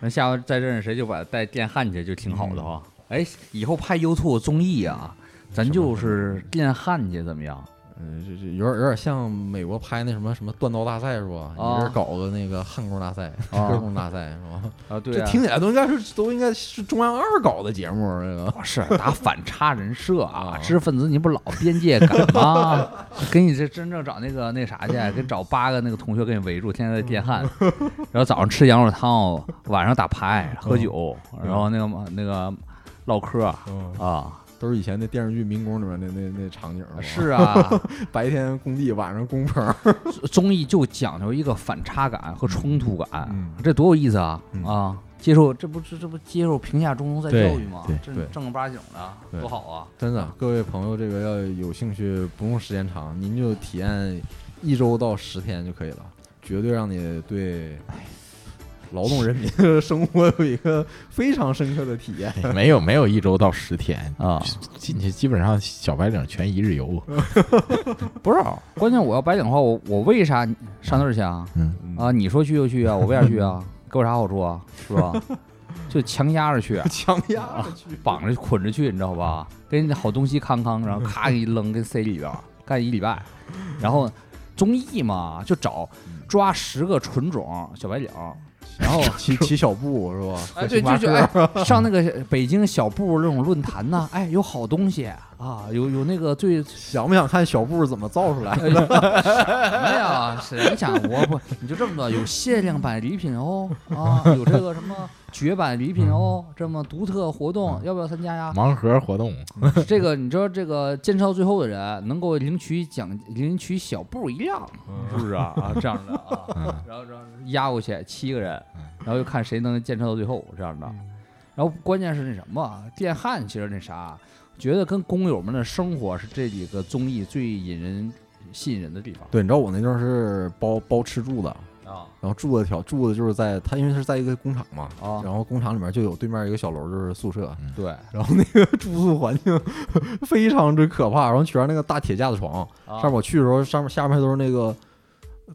Speaker 5: 咱下回再认识谁，就把带电焊去，就挺好的哈。
Speaker 4: 嗯
Speaker 5: 哎，以后拍 YouTube 综艺啊，咱就是电焊去，怎么样？
Speaker 4: 嗯，这这有点有点像美国拍那什么什么锻刀大赛是吧？
Speaker 5: 啊
Speaker 4: 一人搞个那个焊工大赛、
Speaker 5: 啊
Speaker 4: 车工大赛是吧？
Speaker 5: 啊，对
Speaker 4: 这听起来都应该是都应该是中央二搞的节目，这个
Speaker 5: 是打反差人设啊
Speaker 4: 啊，
Speaker 5: 知识分子你不老边界感吗？ 给你这真正找那个那啥去，给找八个那个同学给你围住，天天在电焊，
Speaker 4: 嗯
Speaker 5: 然后早上吃羊肉汤，晚上打牌喝
Speaker 4: 嗯
Speaker 5: 酒，然后那个那个唠嗑
Speaker 4: 嗯
Speaker 5: 啊，
Speaker 4: 哦都是以前那电视剧《民工》里面的那那那场景，吧
Speaker 5: 是啊，
Speaker 4: 白天工地，晚上工棚，
Speaker 5: 综艺就讲究一个反差感和冲突感，
Speaker 4: 嗯
Speaker 5: 这多有意思啊
Speaker 4: 嗯
Speaker 5: 啊！接受这不这这不接受评价中庸再教育吗
Speaker 6: 对？
Speaker 5: 这
Speaker 4: 对
Speaker 5: 正儿八经的
Speaker 4: 对
Speaker 5: 多好啊！
Speaker 4: 真的，各位朋友，这个要有兴趣，不用时间长，您就体验一周到十天就可以了，绝对让你对劳动人民 的生活有一个非常深刻的体验。
Speaker 6: 没有没有一周到十天
Speaker 5: 啊，
Speaker 6: 进 去基本上小白领全一日游，
Speaker 4: 呃
Speaker 5: 不是，关键我要白领的话，我我为啥上那儿去啊？
Speaker 6: 嗯
Speaker 5: 啊，你说去就去啊，我为啥去啊？给我啥好处啊？是吧？就强压着去，
Speaker 4: 强压
Speaker 6: 啊
Speaker 4: 着去，
Speaker 5: 绑着捆着去，你知道吧？给你好东西康康，然后咔一扔，给塞里边儿，干一礼拜。然后综艺嘛，就找抓十个纯种小白领儿，然 后
Speaker 4: 骑骑小步是吧？
Speaker 5: 哎，对，就就哎，上那个北京小布那种论坛呐，哎，有好东西啊，有有那个最
Speaker 4: 想不想看小步怎么造出来？
Speaker 5: 哎呀，谁想我不？你就这么多，有限量版礼品哦，啊，有这个什么绝版礼品哦，这么独特活动，要不要参加呀？
Speaker 6: 盲盒活动，
Speaker 5: 这个你知道，这个坚持到最后的人能够领取奖，领取小布一辆，是 不是啊？啊，这样的 啊，然后然后压过去七个人，然后就看谁能坚持到最后，这样的。然后关键是那什么，电焊其实那啥，觉得跟工友们的生活是这几个综艺最引人吸引人的地方
Speaker 4: 对，你知道我那地儿是包包吃住的，
Speaker 5: 啊。
Speaker 4: 然后住的条住的就是在它，因为是在一个工厂嘛，
Speaker 5: 啊
Speaker 4: 然后工厂里面就有对面一个小楼就是宿舍，
Speaker 5: 对，
Speaker 4: 然后那个住宿环境 非常之可怕，然后全是那个大铁架子床，
Speaker 5: 啊
Speaker 4: 上面我去的时候上面下面都是那个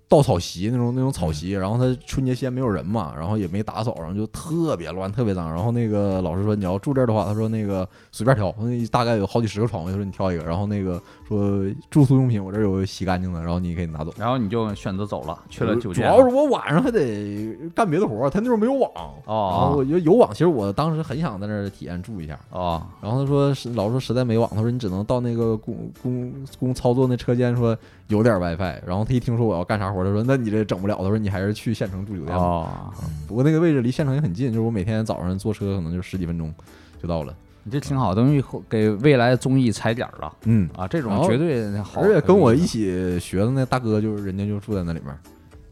Speaker 4: 稻草席那种那种草席，然后他春节期间没有人嘛，然后也没打扫，然后就特别乱，特别脏。然后那个老师说你要住这儿的话，他说那个随便挑，那大概有好几十个床位，他说你挑一个。然后那个说住宿用品我这儿有洗干净的，然后你可以拿走。
Speaker 5: 然后你就选择走了，去了酒
Speaker 4: 主
Speaker 5: 店。
Speaker 4: 要是我晚上还得干别的活儿，他那时候没有网。然后
Speaker 5: 哦
Speaker 4: 我觉得有网，其实我当时很想在那儿体验住一下。
Speaker 5: 哦
Speaker 4: 然后他说是老师说实在没网，他说你只能到那个公公公操作那车间说有点 WiFi。然后他一听说我要干啥活儿，他说那你这整不了，他说你还是去县城住酒店吧。
Speaker 5: 哦，
Speaker 4: 不过那个位置离县城也很近，就是我每天早上坐车可能就十几分钟就到了。
Speaker 5: 你这挺好，等于后给未来综艺踩点儿了
Speaker 4: 嗯，
Speaker 5: 啊！这
Speaker 4: 然
Speaker 5: 种
Speaker 4: 后
Speaker 5: 绝对好。
Speaker 4: 而且跟我
Speaker 5: 有
Speaker 4: 一
Speaker 5: 意思
Speaker 4: 起学的那大哥就是人家就住在那里面儿，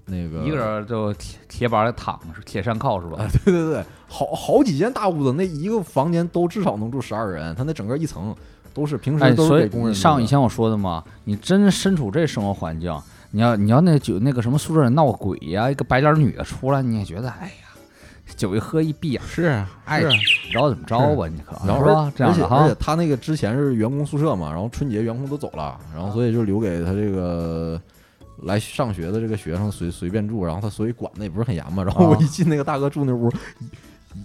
Speaker 4: 那个
Speaker 5: 一个人就铁铁板儿躺是铁山靠是吧
Speaker 4: 啊？， 对对对，好好几间大屋子，那一个房间都至少能住十二人，他那整个一层都是平
Speaker 5: 哎，
Speaker 4: 时都
Speaker 5: 所
Speaker 4: 是给
Speaker 5: 以
Speaker 4: 工
Speaker 5: 你
Speaker 4: 人住的。
Speaker 5: 上以前我说的嘛，你真身处这生活环境，你要你要那酒那个什么宿舍里闹鬼呀、一个白脸女的出来，你也觉得哎呀，酒一喝一闭眼，
Speaker 6: 是啊
Speaker 5: 哎，
Speaker 6: 是
Speaker 5: 你着怎么着吧，你可
Speaker 4: 嗯然后
Speaker 5: 啊是
Speaker 4: 而
Speaker 5: 吧？这样
Speaker 4: 而且
Speaker 5: 的
Speaker 4: 而
Speaker 5: 哈
Speaker 4: 且，他那个之前是员工宿舍嘛，然后春节员工都走了，然后所
Speaker 5: 啊
Speaker 4: 以就留给他这个来上学的这个学生随随便住，然后他所以管的也不是很严嘛。然后
Speaker 5: 啊
Speaker 4: 我一进那个大哥住那屋，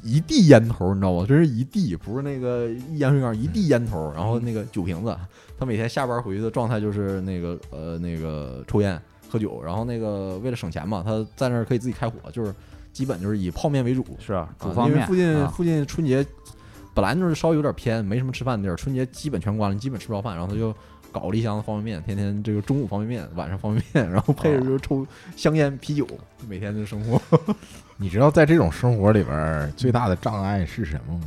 Speaker 4: 一一地烟头，你知道吗？真是一地，不是那个一烟灰缸，一地烟头，然后那个酒瓶子，他每天下班回去的状态就是那个呃那个抽烟喝酒，然后那个为了省钱嘛，他在那儿可以自己开火，就是基本就是以泡面为主，
Speaker 5: 是啊
Speaker 4: 啊
Speaker 5: 煮方
Speaker 4: 因
Speaker 5: 面
Speaker 4: 为附近、
Speaker 5: 啊
Speaker 4: 附近春节本来就是稍微有点偏，没什么吃饭的地儿，春节基本全关了，基本吃不着饭，然后他就搞了一箱子方便面，天天这个中午方便面，晚上方便面，然后配着就抽香烟、啤酒，每天就生活
Speaker 6: 你知道在这种生活里边儿最大的障碍是什么吗？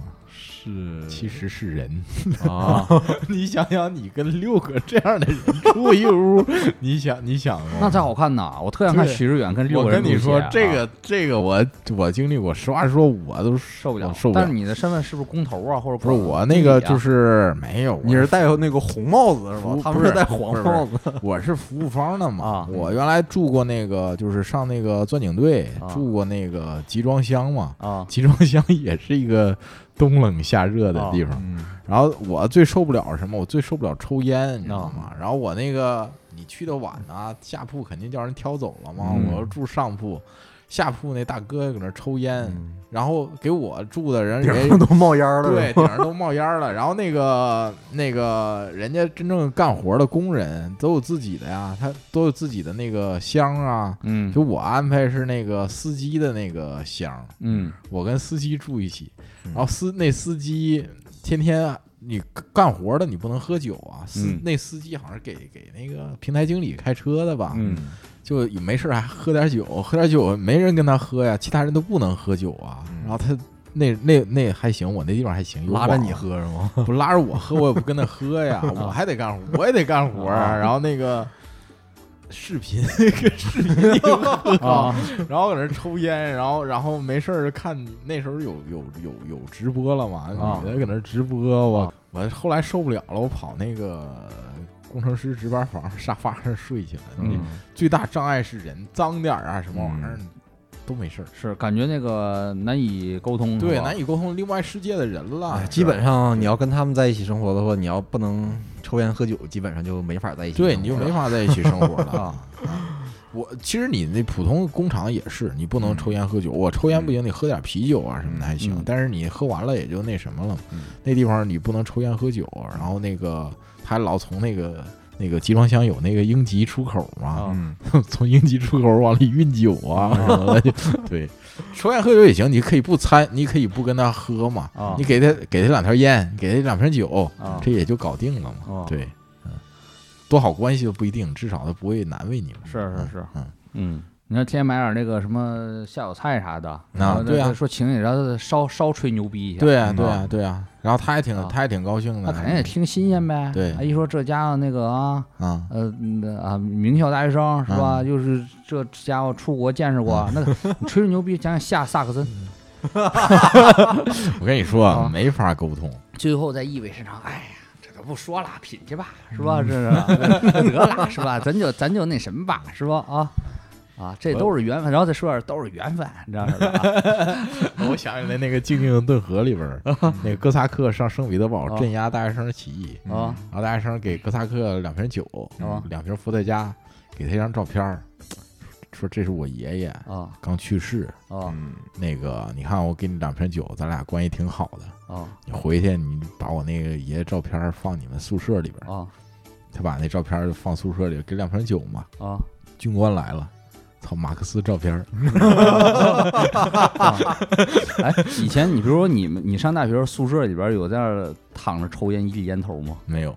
Speaker 4: 是
Speaker 6: 其实是人。
Speaker 4: 啊，
Speaker 6: 呃 你想想，你跟六个这样的人住一 屋，你想你想过吗
Speaker 5: 那才好看呐！我特想看
Speaker 6: 对
Speaker 5: 徐志远跟六
Speaker 6: 我
Speaker 5: 个人
Speaker 6: 跟你
Speaker 5: 录
Speaker 6: 说
Speaker 5: 戏啊，
Speaker 6: 这个这个我我经历过，实话实说我都
Speaker 5: 受不了，
Speaker 6: 我受不
Speaker 5: 但
Speaker 6: 了
Speaker 5: 是。你的身份是不是工头啊，或者
Speaker 6: 不是我那个就是是没有，
Speaker 4: 你是戴那个红帽子是吧
Speaker 6: 不？
Speaker 4: 他们
Speaker 6: 不是
Speaker 4: 戴黄
Speaker 6: 不是不是
Speaker 4: 帽子
Speaker 6: 我是服务方的嘛
Speaker 5: 啊。
Speaker 6: 我原来住过那个，就是上那个钻井队
Speaker 5: 啊
Speaker 6: 住过那个集装箱嘛。
Speaker 5: 啊
Speaker 6: 集装箱也是一个冬冷夏热的地方。
Speaker 4: 嗯
Speaker 6: 然后我最受不了是什么？我最受不了抽烟，你知
Speaker 4: 哦
Speaker 6: 道吗？然后我那个你去的晚啊，下铺肯定叫人挑走了嘛。
Speaker 4: 嗯
Speaker 6: 我要住上铺，下铺那大哥搁那抽烟， 然后给我住的人
Speaker 4: 嗯
Speaker 6: 人
Speaker 4: 顶上都冒烟了，
Speaker 6: 对，顶上都冒烟了。然后那个那个人家真正干活的工人都有自己的呀，他都有自己的那个箱啊。
Speaker 5: 嗯
Speaker 6: 就我安排是那个司机的那个箱，
Speaker 5: 嗯
Speaker 6: 我跟司机住一起，然后司那司机天天你干活的你不能喝酒啊，司、
Speaker 5: 嗯
Speaker 6: 那司机好像是给给那个平台经理开车的
Speaker 4: 啊
Speaker 6: 吧，
Speaker 5: 嗯
Speaker 6: 就没事儿还喝点酒，喝点酒没人跟他喝呀，其他人都不能喝酒啊，
Speaker 4: 嗯
Speaker 6: 然后他。那那那还行，我那地方还行，有
Speaker 4: 拉着
Speaker 6: 网
Speaker 4: 你喝是吗？
Speaker 6: 不拉着我喝，我也不跟他喝呀，我还得干活，我也得干活啊。然后那个视频，视频里喝
Speaker 5: 啊，
Speaker 6: 然后搁那抽烟，然后然后没事儿看那时候有有有有直播了嘛
Speaker 5: 啊，
Speaker 6: 女的搁那直播，我我后来受不了了，我跑那个工程师值班房沙发上睡去了。那
Speaker 5: 嗯
Speaker 6: 最大障碍是人脏点儿啊，什么玩意
Speaker 4: 嗯
Speaker 6: 儿都没事儿。
Speaker 5: 是感觉那个难以沟通，
Speaker 6: 对，
Speaker 5: 以。
Speaker 6: 难以沟通另外世界的人了
Speaker 4: 嗯哎，基本上你要跟他们在一起生活的话，你要不能抽烟喝酒，基本上就没法在一起生活
Speaker 6: 对，
Speaker 4: 了。
Speaker 6: 你就没法在一起生活 了。啊我其实你那普通工厂也是，你不能
Speaker 4: 嗯
Speaker 6: 抽烟喝酒。我抽烟不行，你喝点啤酒啊什么的还行，
Speaker 5: 嗯
Speaker 6: 但是你喝完了也就那什么了。
Speaker 4: 嗯
Speaker 6: 那地方你不能抽烟喝酒，然后那个他老从那个那个集装箱有那个应急出口嘛，
Speaker 4: 嗯，
Speaker 6: 从应急出口往里运酒啊什 么的。对，抽烟喝酒也行，你可以不参，你可以不跟他喝嘛，
Speaker 5: 啊
Speaker 6: 你给他给他两条烟，给他两瓶酒，
Speaker 5: 啊
Speaker 6: 这也就搞定了嘛。
Speaker 5: 哦
Speaker 6: 对，嗯，多好关系都不一定，至少他不会难为你们。
Speaker 5: 是是是，
Speaker 6: 嗯
Speaker 5: 嗯，你要天天买点那个什么下酒菜啥的，然后
Speaker 6: 对啊
Speaker 5: 那个说请你让他稍稍吹牛逼一下，
Speaker 6: 对啊，
Speaker 5: 嗯
Speaker 6: 对啊，，对啊。然后他也挺
Speaker 5: 啊，
Speaker 6: 他也挺高兴
Speaker 5: 那
Speaker 6: 的。
Speaker 5: 肯定得听新鲜呗，
Speaker 6: 对
Speaker 5: 啊一说这家伙那个啊，
Speaker 6: 啊，
Speaker 5: 呃嗯啊，名校大学生是吧？又是这家伙出国见识过，
Speaker 6: 啊
Speaker 5: 那个你吹吹牛逼，讲讲下萨克森，
Speaker 6: 我跟你说
Speaker 5: 啊
Speaker 6: 啊，没法沟通。
Speaker 5: 最后再意味深长，哎呀。这都不说了，品去吧，是吧？这是得了，是吧？ 咱就咱就那什么吧，是吧？啊啊，这都是缘分，然后再说点都是缘分，你知道是吧？
Speaker 6: 我想起 来那个《静静的顿河》里边 儿，那个哥萨克上圣彼得堡
Speaker 5: 啊
Speaker 6: 镇压大学生起义，
Speaker 5: 啊，
Speaker 6: 然后大学生给哥萨克两瓶酒
Speaker 5: 啊，
Speaker 6: 两瓶伏特加，给他一张照片儿。说这是我爷爷
Speaker 5: 啊
Speaker 6: 刚去世，
Speaker 5: 啊
Speaker 4: 嗯，
Speaker 6: 那个你看我给你两瓶酒，咱俩关系挺好的，
Speaker 5: 啊
Speaker 6: 你回去你把我那个爷爷照片放你们宿舍里边儿，
Speaker 5: 啊
Speaker 6: 他把那照片就放宿舍里，给两瓶酒嘛。
Speaker 5: 啊！
Speaker 6: 军官来了，操马克思照片儿，
Speaker 5: 哎，以前你比如说你们你上大学宿舍里边有在那儿躺着抽烟一地烟头吗？
Speaker 6: 没有，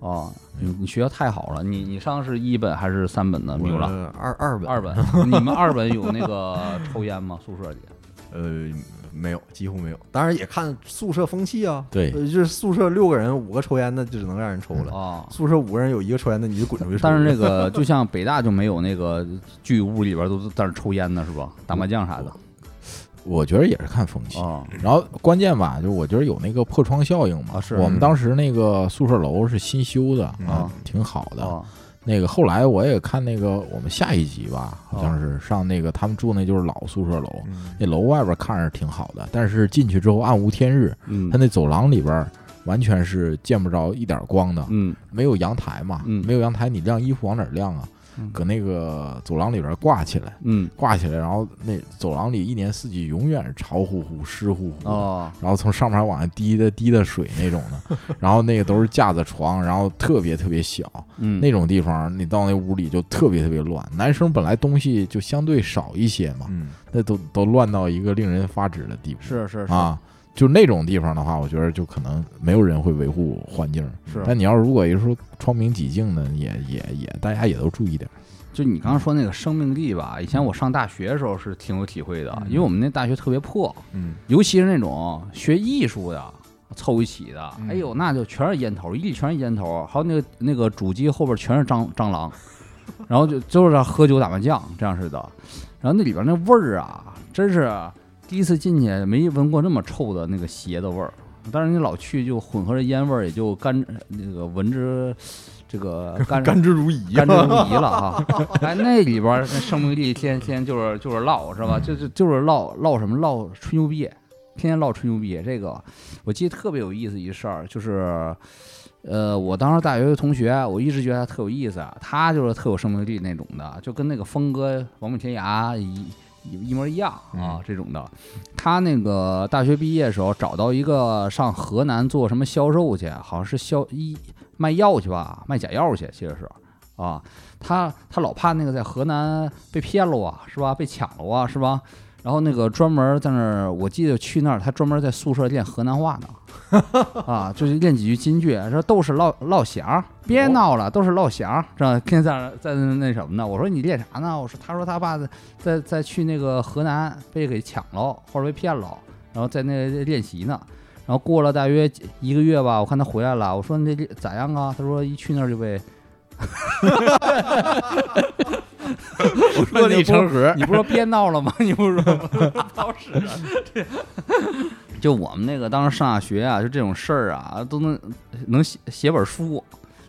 Speaker 5: 啊，你你学校太好了，你你上是一本还是三本呢？米拉
Speaker 4: 二二本
Speaker 5: 二本，你们二本有那个抽烟吗？宿舍里？
Speaker 4: 呃，没有，几乎没有。当然也看宿舍风气啊。
Speaker 6: 对
Speaker 4: 呃就是宿舍六个人，五个抽烟的，就只能让人抽了。
Speaker 5: 啊，
Speaker 4: 宿舍五个人有一个抽烟的，你就滚出去抽。
Speaker 5: 但是那个就像北大就没有那个剧屋里边都在那儿抽烟呢，是吧？打麻将啥的
Speaker 6: 我觉得也是看风气。
Speaker 5: 啊
Speaker 6: 然后关键吧，就是我觉得有那个破窗效应嘛。
Speaker 5: 啊是
Speaker 6: 我
Speaker 4: 嗯
Speaker 6: 们当时那个宿舍楼是新修的
Speaker 4: 嗯
Speaker 6: 啊，挺好的。
Speaker 5: 啊
Speaker 6: 那个后来我也看那个我们下一集吧，好
Speaker 5: 哦
Speaker 6: 像是上那个他们住那就是老宿舍楼，
Speaker 4: 嗯
Speaker 6: 那楼外边看着挺好的，但是进去之后暗无天日，
Speaker 5: 嗯
Speaker 6: 它那走廊里边儿完全是见不着一点光的，
Speaker 5: 嗯
Speaker 6: 没有阳台嘛，
Speaker 5: 嗯
Speaker 6: 没有阳台你晾衣服往哪儿晾啊
Speaker 5: 嗯？
Speaker 6: 搁那个走廊里边挂起来，
Speaker 5: 嗯
Speaker 6: 挂起来，然后那走廊里一年四季永远是潮乎乎、湿乎乎的。
Speaker 5: 哦
Speaker 6: 然后从上面往下滴的滴的水那种 的，然后那个都是架子床，然后特别特别小，
Speaker 5: 嗯
Speaker 6: 那种地方，你到那屋里就特别特别乱。男生本来东西就相对少一些嘛，
Speaker 4: 嗯，
Speaker 6: 那都都乱到一个令人发指的地步。
Speaker 5: 是是是
Speaker 6: 啊，就那种地方的话，我觉得就可能没有人会维护环境。
Speaker 5: 是
Speaker 6: 但你要如果一说窗明几净的，也也也，大家也都注意点儿。
Speaker 5: 就你刚刚说那个生命力吧，以前我上大学的时候是挺有体会
Speaker 6: 嗯
Speaker 5: 的，因为我们那大学特别破，
Speaker 4: 嗯，
Speaker 5: 尤其是那种学艺术的凑一起的，哎呦，那就全是烟头，一地全是烟头，还有那个那个主机后边全是蟑蟑螂， 然后就就是在喝酒打麻将这样似的，然后那里边那味儿啊，真是第一次进去没闻过那么臭的那个鞋的味儿，但是你老去就混合着烟味儿，也就干呃那个闻之这个 干
Speaker 4: 甘之如饴。
Speaker 5: 甘之如饴了哈。哎，那里边儿那生命力天天就是就是唠是吧？就是就是唠唠什么唠吹牛逼，天天唠吹牛逼。这个我记得特别有意思一事儿，就是。呃，我当时大学的同学，我一直觉得他特有意思，啊他就是特有生命力那种的，就跟那个峰哥、王母天涯一一一模一样啊，这种的。他那个大学毕业的时候，找到一个上河南做什么销售去，好像是销一卖药去吧，卖假药去，其实是啊，他他老怕那个在河南被骗了啊，是吧？被抢了啊，是吧？然后那个专门在那儿，我记得去那儿，他专门在宿舍练河南话呢，啊，就是练几句京剧，说都是老老乡儿，别闹了，都是老乡儿，这天天在那儿在那那什么呢？我说你练啥呢？我说他说他爸在在去那个河南被给抢了，或者被骗了，然后在那练习呢。然后过了大约几一个月吧，我看他回来了，我说你这咋样啊？他说一去那儿就被
Speaker 6: 我
Speaker 5: 说你成
Speaker 6: 盒
Speaker 5: 你不是说别闹 了吗？你不是说闹屎啊？这 就我们那个当时上大学啊，就这种事儿啊，都能能写写本书。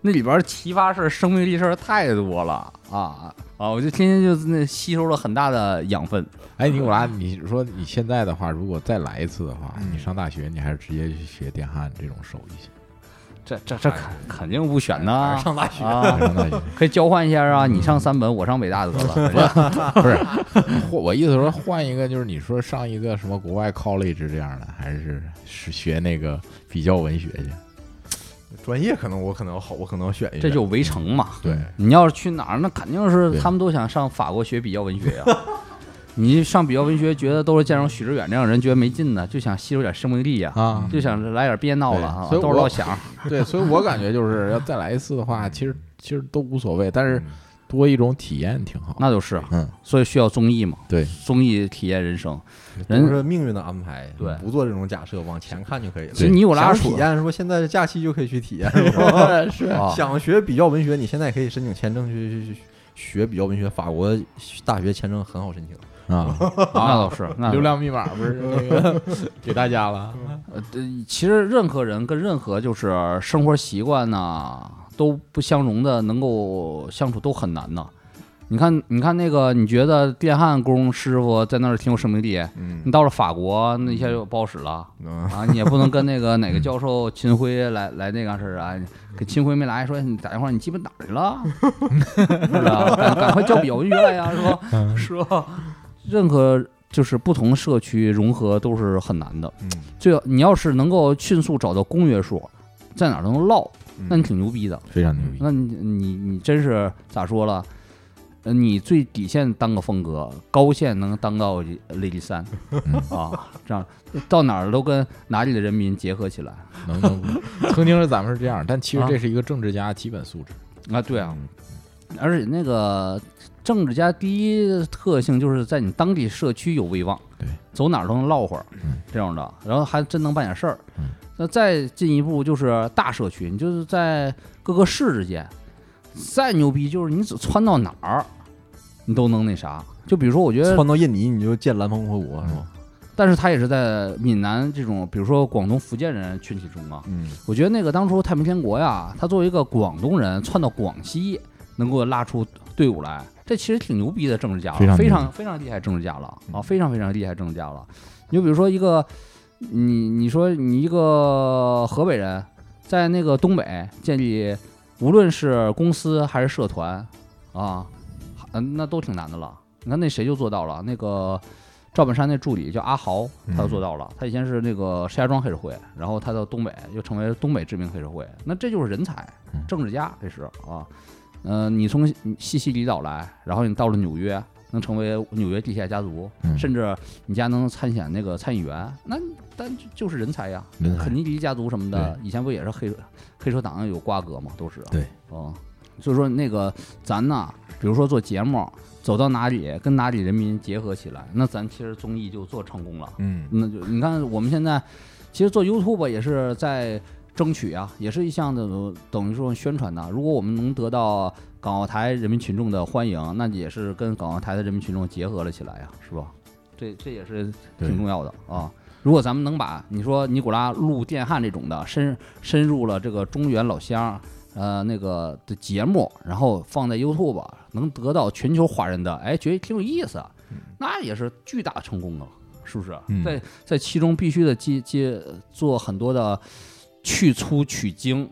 Speaker 5: 那里边儿奇葩事儿、生命力事儿太多了啊啊！我就天天就是那吸收了很大的养分。
Speaker 6: 哎，尼古拉，你说你现在的话，如果再来一次的话，
Speaker 5: 嗯
Speaker 6: 你上大学你还是直接去学电焊这种手艺去？
Speaker 5: 这这这肯肯定不选
Speaker 4: 哎还
Speaker 5: 呐
Speaker 4: 是上大学，
Speaker 5: 啊！
Speaker 6: 上大学
Speaker 5: 可以交换一下 啊，你上三本，我上北大得了。
Speaker 6: 不是，或我意思说换一个，就是你说上一个什么国外 college 这样的，还是是学那个比较文学去？
Speaker 4: 专业可能我可能好，我可能要选一选。
Speaker 5: 这就围城嘛。
Speaker 6: 对，
Speaker 5: 你要是去哪儿，那肯定是
Speaker 6: 对
Speaker 5: 他们都想上法国学比较文学呀、 你上比较文学，觉得都是见着许知远这样人，觉得没劲呢，就想吸收点生命力呀、
Speaker 6: 啊
Speaker 5: 就想着来点别闹了啊，
Speaker 6: 对所以
Speaker 5: 都是
Speaker 6: 我
Speaker 5: 老 想儿
Speaker 6: 对，所以我感觉就是要再来一次的话，其实其实都无所谓，但是多一种体验挺好。
Speaker 5: 那就是，
Speaker 6: 嗯，
Speaker 5: 所以需要综艺嘛，
Speaker 6: 对，
Speaker 5: 综艺体验人生。
Speaker 4: 都
Speaker 5: 人
Speaker 4: 是命运的安排，
Speaker 5: 对
Speaker 4: 不做这种假设，往前看就可以了。
Speaker 5: 其实尼古拉
Speaker 4: 想
Speaker 5: 说
Speaker 4: 体验，说现在假期就可以去体验，是
Speaker 5: 啊
Speaker 4: 想学比较文学，你现在也可以申请签证去去去去学比较文学。法国大学签证很好申请，
Speaker 6: 啊，
Speaker 5: 那倒是，那倒是嗯
Speaker 6: 流量密码不是那个 给大家了？
Speaker 5: 呃，对其实任何人跟任何就是生活习惯呐、都不相容的，能够相处都很难呐、你看，你看那个，你觉得电焊工师傅在那儿挺有生命力，
Speaker 4: 嗯
Speaker 5: 你到了法国，那一下就不好使了。
Speaker 4: 嗯
Speaker 5: 啊，你也不能跟 那个哪个教授秦晖来来那个事儿啊，跟秦晖没来说你打电话你鸡巴哪儿去 了，是吧？赶赶快交表文学来呀，是
Speaker 4: 嗯
Speaker 5: 吧？是吧？任何就是不同社区融合都是很难的，
Speaker 4: 嗯
Speaker 5: 最好你要是能够迅速找到公约数，在哪儿都能唠，
Speaker 4: 嗯
Speaker 5: 那你挺牛逼的。
Speaker 4: 非常牛
Speaker 6: 嗯
Speaker 4: 逼。
Speaker 5: 那你你你真是咋说了？呃，你最底线当个风格，高线能当到类级三啊，这样到哪儿都跟哪里的人民结合起来
Speaker 6: 能能，曾经是咱们是这样，但其实
Speaker 5: 啊
Speaker 6: 这是一个政治家的基本素质。
Speaker 5: 啊，对啊，而且那个政治家第一特性就是在你当地社区有威望，
Speaker 4: 对，
Speaker 5: 走哪儿都能唠会儿这样的，然后还真能办点事儿。那再进一步就是大社区，你就是在各个市之间，再牛逼就是你只窜到哪儿，你都能那啥。就比如说，我觉得
Speaker 4: 窜到印尼你就见蓝鹏回国是吧？
Speaker 5: 但是他也是在闽南这种，比如说广东、福建人群体中啊。
Speaker 4: 嗯，
Speaker 5: 我觉得那个当初太平天国呀，他作为一个广东人窜到广西，能够拉出队伍来，这其实挺牛逼的政治家了，
Speaker 4: 非常
Speaker 5: 非
Speaker 4: 牛嗯
Speaker 5: 常非常厉害政治家了啊，非常非常厉害政治家了。你就比如说一个，你你说你一个河北人，在那个东北建立，无论是公司还是社团，啊，嗯，那都挺难的了。你看那谁就做到了，那个赵本山那助理叫阿豪，他就做到了。他以前是那个石家庄黑社会，然后他到东北又成为东北知名黑社会，那这就是人才，政治家这是啊。呃，你从西西西里岛来，然后你到了纽约，能成为纽约地下家族，
Speaker 4: 嗯
Speaker 5: 甚至你家能参选那个参议员，那但就就是人才呀。
Speaker 4: 人才
Speaker 5: 肯尼迪家族什么的，以前不也是黑黑手党有瓜葛嘛，都是。
Speaker 4: 对，
Speaker 5: 哦、就是说那个咱呐，比如说做节目，走到哪里跟哪里人民结合起来，那咱其实综艺就做成功了。
Speaker 4: 嗯
Speaker 5: 那就你看我们现在其实做 YouTube 也是在争取啊，也是一项的等于说宣传呐、如果我们能得到港澳台人民群众的欢迎，那也是跟港澳台的人民群众结合了起来呀、是吧？这这也是挺重要的啊。如果咱们能把你说尼古拉录电焊这种的深深入了这个中原老乡，呃，那个的节目，然后放在 YouTube，能得到全球华人的，哎，觉得挺有意思，那也是巨大成功啊，是不是？
Speaker 4: 嗯
Speaker 5: 在在其中必须得接接做很多的去粗取精，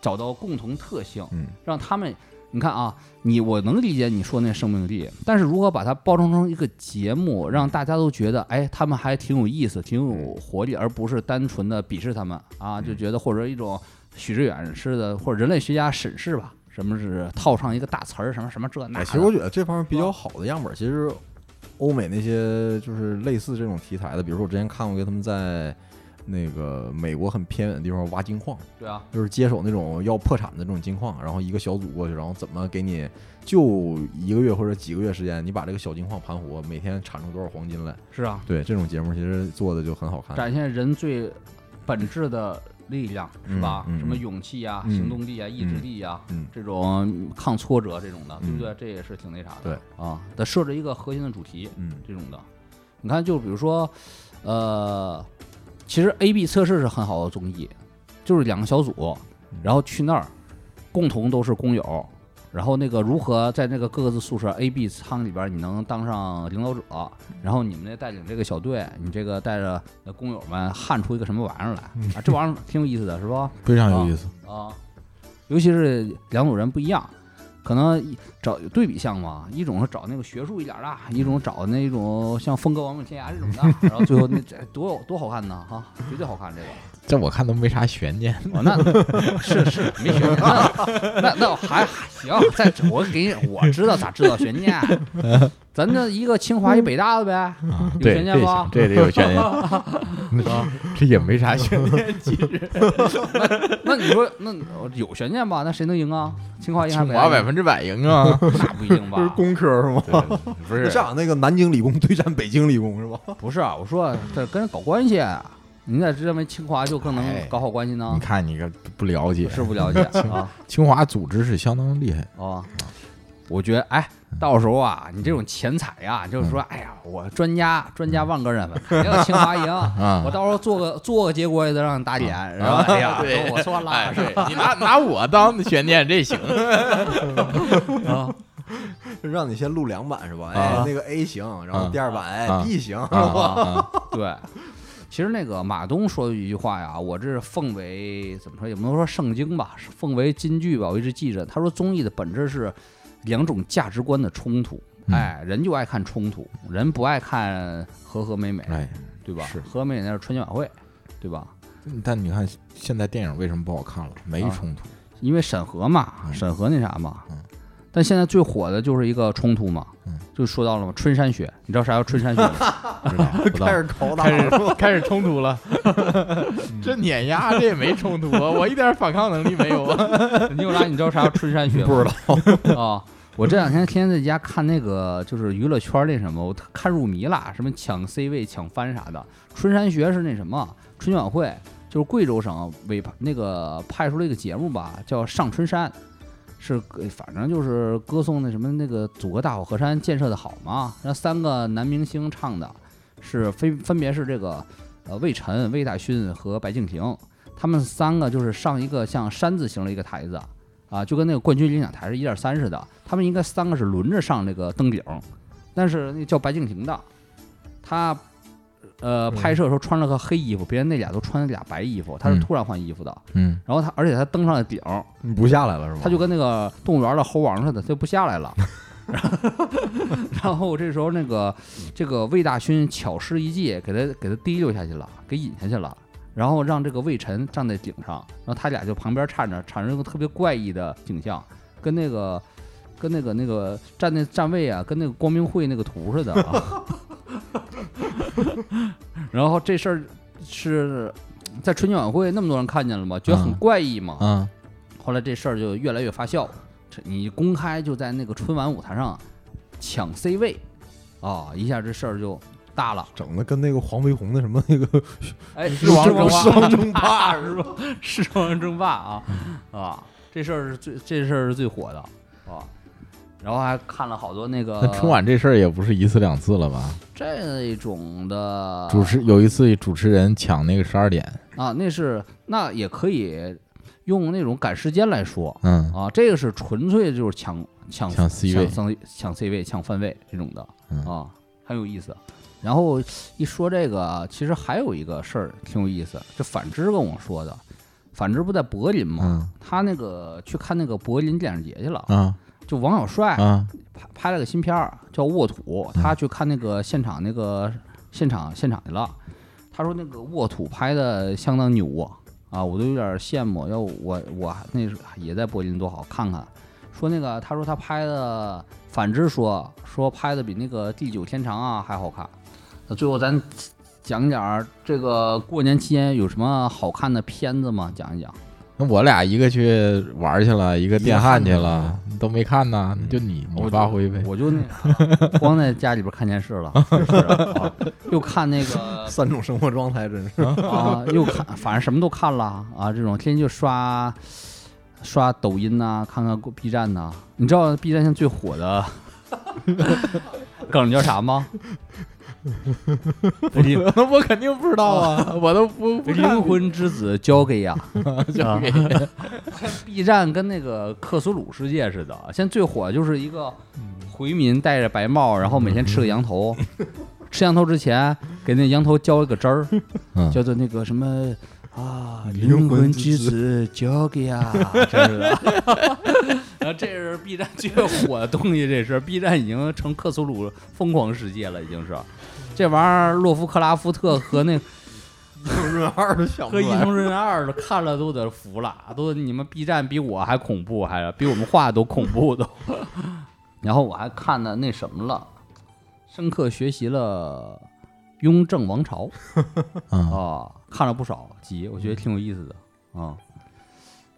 Speaker 5: 找到共同特性，
Speaker 4: 嗯
Speaker 5: 让他们。你看啊，你我能理解你说那生命力，但是如何把它包装成一个节目，让大家都觉得，哎，他们还挺有意思，挺有活力，而不是单纯的鄙视他们啊，
Speaker 4: 嗯
Speaker 5: 就觉得或者一种许志远似的，或者人类学家审视吧，什么是套上一个大词儿，什么什么这那
Speaker 4: 哎，
Speaker 5: 的。
Speaker 4: 其实我觉得这方面比较好的样本，其实欧美那些就是类似这种题材的，比如说我之前看过一个他们在那个美国很偏远的地方挖金矿，
Speaker 5: 对啊，
Speaker 4: 就是接手那种要破产的这种金矿，然后一个小组过去，然后怎么给你就一个月或者几个月时间，你把这个小金矿盘活，每天产出多少黄金来？
Speaker 5: 是啊，
Speaker 4: 对，这种节目其实做的就很好看。
Speaker 5: 展现人最本质的力量是吧？
Speaker 4: 嗯嗯
Speaker 5: 什么勇气呀、
Speaker 4: 嗯
Speaker 5: 行动力呀、啊意志力呀，
Speaker 4: 嗯
Speaker 5: 这种抗挫折这种的，对
Speaker 4: 嗯
Speaker 5: 不对？这也是挺那啥的。
Speaker 4: 对
Speaker 5: 啊，得设置一个核心的主题，
Speaker 4: 嗯
Speaker 5: 这种的。你看，就比如说，呃，其实 A B 测试是很好的综艺，就是两个小组，
Speaker 4: 嗯
Speaker 5: 然后去那儿，共同都是工友。然后那个如何在那个各自宿舍 A、B 舱里边，你能当上领导者，
Speaker 4: 嗯
Speaker 5: 然后你们那带领这个小队，你这个带着工友们焊出一个什么玩意儿来
Speaker 4: 嗯
Speaker 5: 啊？这玩意儿挺有意思的，是吧？
Speaker 6: 非常
Speaker 5: 有意
Speaker 6: 思，
Speaker 5: 啊，尤其是两组人不一样，可能一找对比项目啊，一种是找那个学术一点儿的，一种找那种像风格王者天涯这种的，然后最后那这多有多好看呢哈、绝对好看这个。
Speaker 6: 这我看都没啥悬念。
Speaker 5: 哦，那 是是没悬念，那那那我还行，再我给你我知道咋制造悬念，咱这一个清华一北大的呗，有悬念吧？
Speaker 6: 这得有悬念， 这也没啥悬念。
Speaker 5: 那你说那有悬念吧？那谁能赢啊？清华赢还是
Speaker 6: 清
Speaker 5: 北
Speaker 6: 华
Speaker 5: 大
Speaker 6: 百
Speaker 5: 赢
Speaker 6: 分之百赢啊！
Speaker 5: 那不一定吧？
Speaker 4: 工科是 吗？
Speaker 6: 不
Speaker 4: 这
Speaker 6: 是，
Speaker 4: 样那个南京理工对战北京理工是吧？
Speaker 5: 不是啊，我说这跟人搞关系，啊你咋认为清华就更
Speaker 6: 哎
Speaker 5: 能搞好关系呢
Speaker 6: 你？看你个不了解，
Speaker 5: 是不了解 啊
Speaker 6: 清华组织是相当厉害。
Speaker 5: 啊！我觉得哎，到时候啊，你这种钱财呀，就是说，哎呀，我专家专家万个人们，肯定要清 华赢。
Speaker 6: 啊
Speaker 5: 我到时候做个做个结果也得让你打脸，然后哎呀，
Speaker 6: 对
Speaker 5: 说我错了，
Speaker 6: 哎，对你拿拿我当悬念，这行。
Speaker 5: 啊，
Speaker 4: 让你先录两版是吧？哎
Speaker 5: 啊，
Speaker 4: 那个 A 行，然后
Speaker 5: 啊
Speaker 4: 第二版哎
Speaker 5: 啊
Speaker 4: B 行，
Speaker 5: 啊啊啊对，其实那个马东说的一句话呀，我这是奉为怎么说，也不能说圣经吧，是奉为金句吧，我一直记着。他说综艺的本质是两种价值观的冲突，
Speaker 7: 嗯
Speaker 5: 哎，人就爱看冲突，人不爱看和和美美，
Speaker 7: 哎，
Speaker 5: 对吧？
Speaker 7: 是
Speaker 5: 和和美美那是春节晚会，对吧？
Speaker 7: 但你看现在电影为什么不好看了？没
Speaker 5: 啊
Speaker 7: 冲突，
Speaker 5: 因为审核嘛，
Speaker 7: 嗯
Speaker 5: 审核那啥嘛。
Speaker 7: 嗯
Speaker 5: 但现在最火的就是一个冲突嘛，
Speaker 7: 嗯
Speaker 5: 就说到了嘛，春山雪，你知道啥叫春山雪 吗？
Speaker 7: 知 道不知道
Speaker 4: 开始拷打
Speaker 6: 开。始开始冲突了，这碾压这也没冲突啊，我一点反抗能力没有啊。
Speaker 5: 尼古拉，你知道啥叫春山雪吗？不知道啊。我这两天天天在家看那个，就是娱乐圈那什么，我看入迷了，什么抢 C 位、抢番啥的。春山学是那什么春晚会，就是贵州省委派那个派出了一个节目吧，叫《上春山》，是呃反正就是歌颂那什么那个祖国大好河山建设的好嘛。那三个男明星唱的是分分别是这个呃魏晨、魏大勋和白敬亭，他们三个就是上一个像山字形的一个台子。啊，就跟那个冠军领奖台是一点三似的，他们应该三个是轮着上这个登顶，但是那叫白敬亭的，他呃
Speaker 7: 嗯
Speaker 5: 拍摄的时候穿了个黑衣服，别人那俩都穿了俩白衣服，他是
Speaker 7: 嗯
Speaker 5: 突然换衣服的，
Speaker 7: 嗯，
Speaker 5: 然后他，而且他登上了顶儿，
Speaker 4: 你不下来了是吗？
Speaker 5: 他就跟那个动物园的猴王似的，他就不下 来了。然后这时候那个这个魏大勋巧施一计，给他给他提溜下去了，给引下去了，然后让这个魏晨站在顶上，然后他俩就旁边站着，产生一个特别怪异的景象，跟那个。跟那个那个站那站位啊，跟那个光明会那个图似的 啊。然后这事儿是在春节晚会那么多人看见了嘛，觉得很
Speaker 7: 嗯
Speaker 5: 怪异嘛。
Speaker 7: 啊，
Speaker 5: 后来这事儿就越来越发酵，这你公开就在那个春晚舞台上抢 C 位，啊、一下这事儿就大了。
Speaker 4: 整的跟那个黄飞鸿的什么那个
Speaker 5: 哎，
Speaker 4: 狮王
Speaker 5: 争
Speaker 4: 狮王争霸
Speaker 5: 是吧？狮王争霸啊啊！这事儿是最这事儿是最火的啊。然后还看了好多那个
Speaker 7: 那春晚这事儿也不是一次两次了吧？
Speaker 5: 这种的
Speaker 7: 主持有一次主持人抢那个十二点，
Speaker 5: 啊，那是那也可以用那种赶时间来说，
Speaker 7: 嗯
Speaker 5: 啊，这个是纯粹就是抢抢
Speaker 7: 抢 C 位
Speaker 5: 抢抢 C 位、抢饭位这种的、
Speaker 7: 嗯
Speaker 5: 啊，很有意思。然后一说这个啊，其实还有一个事儿挺有意思，这反之跟我说的，反之不在柏林吗？
Speaker 7: 嗯
Speaker 5: 他那个去看那个柏林电影节去了，
Speaker 7: 啊
Speaker 5: 就王小帅
Speaker 7: 啊
Speaker 5: 拍拍了个新片儿叫《沃土》，他去看那个现场那个现场现场去了。他说那个《沃土》拍的相当牛啊，啊，我都有点羡慕。要我我那时候也在柏林多好看看。说那个他说他拍的，反之说说拍的比那个《地久天长啊》还好看。那最后咱讲点儿这个过年期间有什么好看的片子吗？讲一讲。
Speaker 7: 那我俩一个去玩儿去了，一个电焊去了，都没看呢，
Speaker 4: 嗯
Speaker 7: 就你
Speaker 5: 啊我
Speaker 7: 你发挥呗。
Speaker 5: 我就那啥光在家里边看电视了，是啊，又看那 个
Speaker 4: 三种生活状态，真 是
Speaker 5: 啊，又看，反正什么都看了啊。这种天天就刷刷抖音呐、看看 B 站呐、你知道 B 站现在最火的 梗叫啥吗？灵
Speaker 6: 我肯定不知道啊，我都不不看
Speaker 5: 灵魂之子交给 呀、啊
Speaker 6: 交给
Speaker 5: B 站跟那个克苏鲁世界似的，现在最火就是一个回民戴着白帽，然后每天吃个羊 头，吃羊头之前给那羊头浇一个汁儿，
Speaker 7: 嗯
Speaker 5: 叫做那个什么啊，
Speaker 4: 灵魂
Speaker 5: 灵魂之
Speaker 4: 之
Speaker 5: 子交给 呀，真是的。然后这是 B 站最火的东西，这是 B 站已经成克苏鲁疯狂世界了，已经是。这玩意儿，洛夫克拉夫特和 那
Speaker 4: 润二都想不
Speaker 5: 和《异
Speaker 4: 来。
Speaker 5: 同人二》的看了都得服了，都你们 B 站比我还恐怖，还比我们画的都恐怖都。 然后我还看了那什么了，深刻学习了《雍正王朝》
Speaker 7: 嗯，
Speaker 5: 啊，看了不少集，我觉得挺有意思的啊。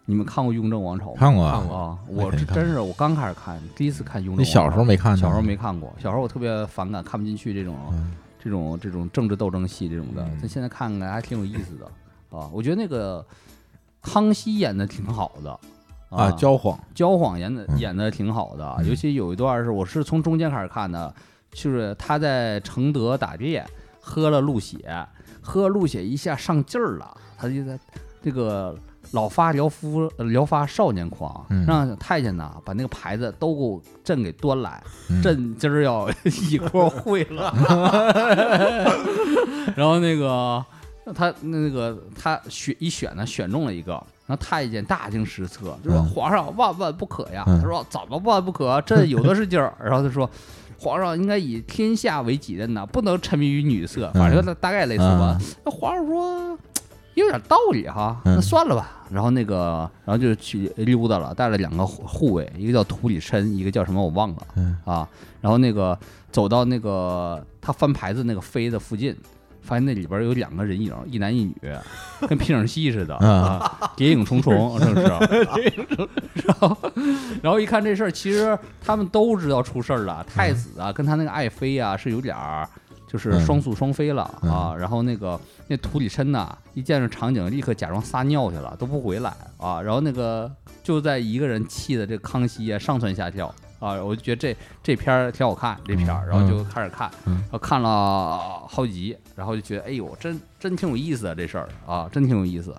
Speaker 5: 你们看过《雍正王朝》吗？
Speaker 7: 看过啊，
Speaker 6: 看过
Speaker 5: 啊，
Speaker 7: 我
Speaker 5: 我
Speaker 7: 肯
Speaker 5: 是
Speaker 7: 定看过
Speaker 5: 真是我刚开始看，第一次看《雍正
Speaker 7: 你
Speaker 5: 王朝》。
Speaker 7: 小时候没看呢？
Speaker 5: 小时候没看过，小时候我特别反感，看不进去这种、
Speaker 7: 嗯
Speaker 5: 这种这种政治斗争戏这种的。
Speaker 7: 嗯
Speaker 5: 但现在看看还挺有意思的啊，我觉得那个康熙演的挺好的
Speaker 7: 啊，
Speaker 5: 焦
Speaker 7: 焦晃
Speaker 5: 焦晃演的
Speaker 7: 嗯
Speaker 5: 演的挺好的，
Speaker 7: 嗯
Speaker 5: 尤其有一段是我是从中间开始看的，就是他在承德打猎，喝了鹿血，喝了鹿血一下上劲儿了，他就在这个。老发聊夫呃聊发少年狂，
Speaker 6: 嗯
Speaker 5: 让太监呐把那个牌子都给我朕给端来，
Speaker 6: 嗯
Speaker 5: 朕今儿要 一锅烩了。 然后那个他那个他选一选呢，选中了一个，然后太监大惊失色，就说
Speaker 6: 嗯
Speaker 5: 皇上万万不可呀。
Speaker 6: 嗯
Speaker 5: 他说怎么万不可啊？朕有的是劲儿。然后他说。皇上应该以天下为己任呐，不能沉迷于女色，
Speaker 6: 嗯
Speaker 5: 反正大大概类似吧。那、皇上说，也有点道理哈，
Speaker 6: 嗯
Speaker 5: 那算了吧。然后那个，然后就去溜达了，带了两个护护卫，一个叫图里琛，一个叫什么我忘了、
Speaker 6: 嗯
Speaker 5: 啊。然后那个走到那个他翻牌子那个妃的附近，发现那里边有两个人影，一男一女，跟皮影戏似的
Speaker 6: 嗯
Speaker 7: 嗯
Speaker 5: 啊，谍影重重，是不是？然后， 然后一看这事儿，其实他们都知道出事儿了。太子啊，跟他那个爱妃啊，是有点儿就是
Speaker 6: 嗯
Speaker 5: 双宿双飞了啊。然后那个那图里琛呐，一见着场景，立刻假装撒尿去了，都不回来啊。然后那个就在一个人气的这个康熙啊，上蹿下跳啊。我就觉得这这片儿挺好看，这片儿，
Speaker 6: 嗯
Speaker 5: 然后就开始看，
Speaker 6: 嗯
Speaker 5: 然后看了好几集，然后就觉得哎呦，真真挺有意思的这事儿啊，真挺有意思。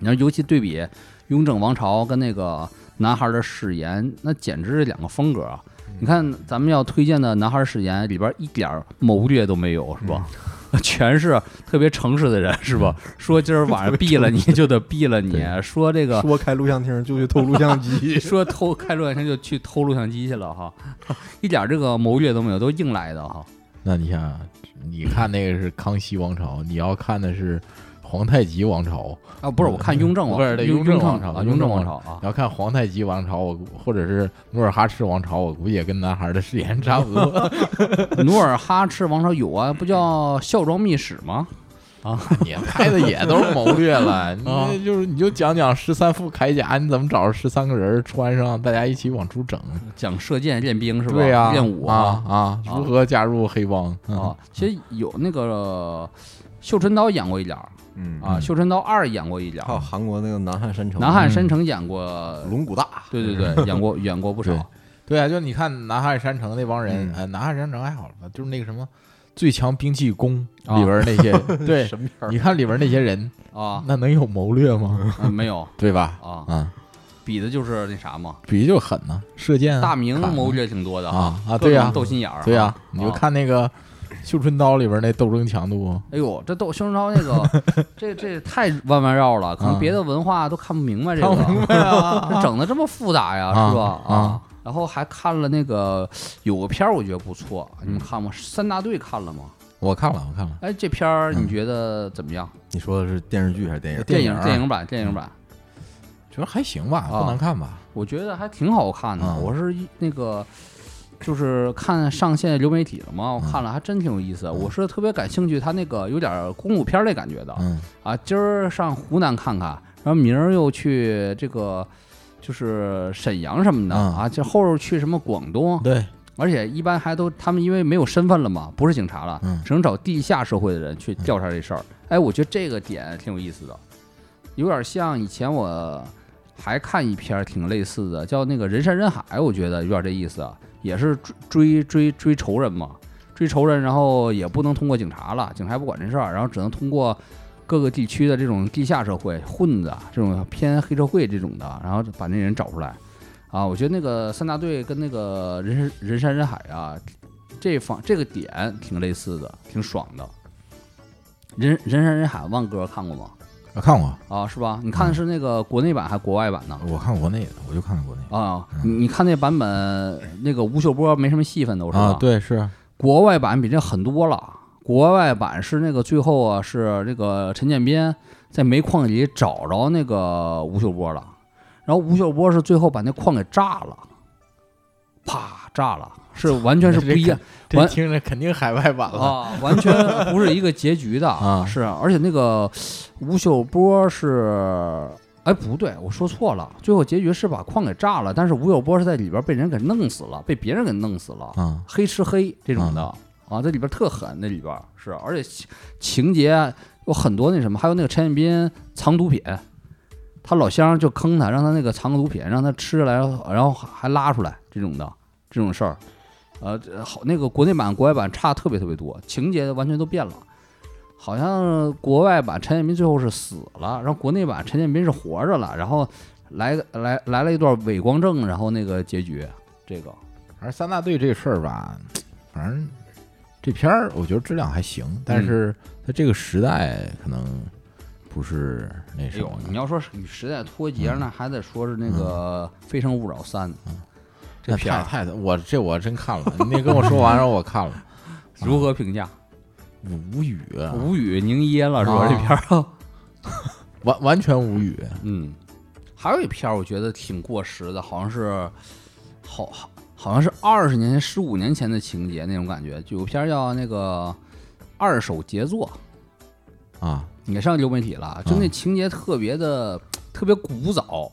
Speaker 5: 你要尤其对比《雍正王朝》跟那个《男孩的誓言》，那简直是两个风格啊！你看咱们要推荐的《男孩的誓言》里边一点儿谋略都没有，是吧？ 全是特别诚实的人，是吧？说今儿晚上毙了你就得毙了你，说这个，
Speaker 4: 说开录像厅就去偷录像机
Speaker 5: 说偷开录像厅就去偷录像机去了哈， 一点儿这个谋略都没有，都硬来的哈。
Speaker 6: 那你想啊，你看那个是康熙王朝，你要看的是皇太极王朝，
Speaker 5: 啊，不是，我看雍正王，
Speaker 6: 不是对
Speaker 5: 雍
Speaker 6: 雍正
Speaker 5: 王
Speaker 6: 王朝
Speaker 5: 啊，
Speaker 6: 雍
Speaker 5: 雍正
Speaker 6: 正
Speaker 5: 王
Speaker 6: 王
Speaker 5: 朝啊
Speaker 6: 你，要看皇太极王朝，我或者是努尔哈赤王朝，我估计也跟男孩儿的誓言差不多。
Speaker 5: 努尔哈赤王朝有啊，不叫《孝庄秘史》吗？
Speaker 6: 你拍的也都是谋略了，你那就是你就讲讲十三副铠甲，你怎么找着十三个人穿上，大家一起往出整，
Speaker 5: 讲射箭、练兵是吧？
Speaker 6: 对呀，
Speaker 5: 练武
Speaker 6: 啊啊，如何加入黑帮嗯
Speaker 5: 啊？其实有那个绣春刀演过一点儿
Speaker 4: 嗯
Speaker 5: 啊，
Speaker 6: 嗯
Speaker 5: 绣春刀二演过一点
Speaker 4: 还有
Speaker 5: 儿，
Speaker 4: 韩国那个南汉山城，
Speaker 5: 南汉山城演过，
Speaker 4: 龙骨大，
Speaker 5: 对对对，演过 演过不少
Speaker 6: 嗯对对啊，就你看南海山城那帮人，
Speaker 4: 嗯
Speaker 6: 呃，南海山城还好吧，就是那个什么最强兵器宫
Speaker 5: 啊
Speaker 6: 里边儿那些，对，
Speaker 4: 神片儿
Speaker 6: 你看里边儿那些人，
Speaker 5: 啊，
Speaker 6: 那能有谋略吗？
Speaker 5: 嗯没有
Speaker 6: 对吧？
Speaker 5: 啊，
Speaker 6: 啊，
Speaker 5: 比的就是那啥嘛，
Speaker 6: 比就狠呐，射箭啊、
Speaker 5: 大明
Speaker 6: 砍啊
Speaker 5: 谋略挺多的
Speaker 6: 啊啊，
Speaker 5: 各
Speaker 6: 对呀
Speaker 5: 种，斗啊心眼儿，
Speaker 6: 对呀，你就看那个《绣春刀》里边儿那斗争强度，
Speaker 5: 哎呦，这窦胸超那个， 这这太弯弯绕了，可能
Speaker 6: 嗯
Speaker 5: 别的文化都看不明白这
Speaker 6: 看不
Speaker 5: 个，
Speaker 7: 啊
Speaker 5: 这整的这么复杂呀，
Speaker 6: 啊
Speaker 5: 是吧？
Speaker 6: 啊
Speaker 5: 然后还看了那个有个片儿，我觉得不错，你们看吗？三大队看了吗？
Speaker 6: 我看了，我看了，
Speaker 5: 哎，这片儿
Speaker 6: 嗯
Speaker 5: 你觉得怎么样？
Speaker 4: 你说的是电视剧还是电影？
Speaker 5: 电
Speaker 6: 影啊嗯
Speaker 5: 影
Speaker 6: 儿
Speaker 5: 电影版电影版，
Speaker 6: 觉得还行吧，
Speaker 5: 啊
Speaker 6: 不难看吧？
Speaker 5: 我觉得还挺好看的。
Speaker 6: 嗯
Speaker 5: 我是一那个。就是看上线流媒体了嘛，我
Speaker 6: 嗯
Speaker 5: 看了还真挺有意思。我是特别感兴趣，它那个有点儿公路片儿那感觉的，
Speaker 6: 嗯
Speaker 5: 啊，今儿上湖南看看，然后明儿又去这个就是沈阳什么的、
Speaker 6: 嗯
Speaker 5: 啊，这后儿去什么广东，
Speaker 6: 对，
Speaker 5: 而且一般还都他们因为没有身份了嘛，不是警察了，
Speaker 6: 嗯
Speaker 5: 只能找地下社会的人去调查这事儿。哎，我觉得这个点挺有意思的，有点像以前我还看一篇儿挺类似的，叫那个《人山人海》，我觉得有点这意思，啊，也是追追追追仇人嘛，追仇人，然后也不能通过警察了，警察不管这事儿，然后只能通过。各个地区的这种地下社会混子，啊这种偏黑社会这种的，然后把那人找出来，啊，我觉得那个三大队跟那个人山人山人海啊，这方这个点挺类似的，挺爽的。人人山人海，万哥看过吗？
Speaker 6: 我看过，
Speaker 5: 啊，是吧？你看的是那个国内版还是国外版呢？
Speaker 6: 我看国内的，我就看国内的
Speaker 5: 啊，你你看那版本，那个吴秀波没什么戏份都是吧？
Speaker 6: 啊，，对，是，
Speaker 5: 国外版比这狠多了。国外版是那个最后啊，是那个陈建斌在煤矿里找着那个吴秀波了，然后吴秀波是最后把那矿给炸了，啪炸了，是完全是不一 样
Speaker 6: 这
Speaker 5: 完
Speaker 6: 听着肯定海外版了。
Speaker 5: 啊，完全不是一个结局的
Speaker 6: 啊
Speaker 5: 是，而且那个吴秀波是。哎，不对，我说错了。最后结局是把矿给炸了，但是吴秀波是在里边被人给弄死了，被别人给弄死了。
Speaker 6: 啊，
Speaker 5: 黑吃黑这种的、啊，这里边特狠，那里边是，而且情情节啊有很多那什么，还有那个陈建斌藏毒品，他老乡就坑他，让他那个藏个毒品，让他吃来，然后还拉出来这种的这种事儿，呃，这好，那个国内版国外版差特别特别多，情节完全都变了。好像国外版陈建斌最后是死了，然后国内版陈建斌是活着了，然后来个来来了一段伪光正，然后那个结局，这个
Speaker 7: 而三大队这事儿吧，反正这片儿我觉得质量还行，但
Speaker 5: 嗯
Speaker 7: 是在这个时代可能不是那
Speaker 5: 哎
Speaker 7: 什
Speaker 5: 呦
Speaker 7: 么，。
Speaker 5: 你要说是与时代脱节，那还得说是那个《非诚勿扰三》嗯这
Speaker 7: 那
Speaker 5: 片
Speaker 7: 太
Speaker 5: 儿啊
Speaker 7: 太，我这我真看了，你跟我说完，然后我看了，
Speaker 5: 如何评价？
Speaker 7: 无语啊，
Speaker 5: 无语凝噎了是吧？
Speaker 7: 啊
Speaker 5: 这片儿，
Speaker 7: 完完全无语。
Speaker 5: 嗯，还有一片儿我觉得挺过时的，好像是好好好像是二十年前、十五年前的情节那种感觉，就有片儿叫那个《二手杰作》。
Speaker 7: 啊，
Speaker 5: 也上流媒体了，就那情节特别的、特别古早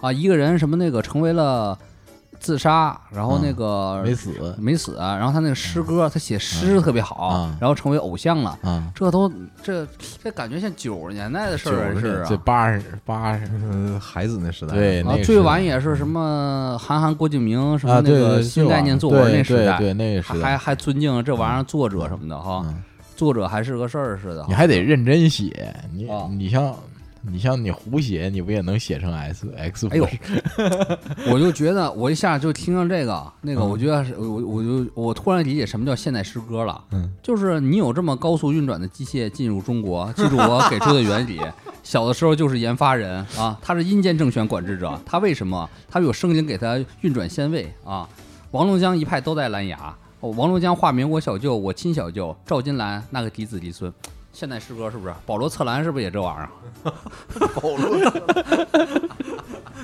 Speaker 5: 啊，一个人什么那个成为了自杀，然后那个、
Speaker 7: 没死
Speaker 5: 嗯没死，啊然后他那个诗歌，他写诗特别好，
Speaker 7: 啊
Speaker 5: 然后成为偶像了。
Speaker 7: 啊，
Speaker 5: 这都这这感觉像九十年代的事儿是
Speaker 7: 这
Speaker 5: 啊，
Speaker 7: 八十八十，
Speaker 4: 嗯， 孩子那时代，
Speaker 7: 对，
Speaker 5: 啊
Speaker 7: 那个
Speaker 5: 最
Speaker 7: 时
Speaker 5: 晚也是什么韩寒、郭敬明什么
Speaker 7: 啊，
Speaker 5: 那
Speaker 7: 对
Speaker 5: 个
Speaker 7: 对，
Speaker 5: 新
Speaker 7: 最
Speaker 5: 概
Speaker 7: 晚
Speaker 5: 念作文
Speaker 7: 对
Speaker 5: 那时代，
Speaker 7: 对对那个时
Speaker 5: 还
Speaker 7: 代，
Speaker 5: 还尊敬这玩意儿作者什么的哈，
Speaker 7: 嗯
Speaker 5: 作者还是个事儿似的哈
Speaker 7: 你。还得认真写，你
Speaker 5: 啊
Speaker 7: 你像你像你胡写，你不也能写成 S X？
Speaker 5: 哎呦， 我就觉得我一下就听到这个那个，我觉得是我我就我突然理解什么叫现代诗歌了。嗯，就是你有这么高速运转的机械进入中国，记住我给出的原理。小的时候就是研发人啊，他是阴间政权管制者，他为什么？他有生灵给他运转先位啊。王龙江一派都在蓝牙，哦王龙江化名我小舅，我亲小舅赵金兰那个嫡子嫡孙。现代诗歌是不是？保罗·策兰是不是也这玩意儿？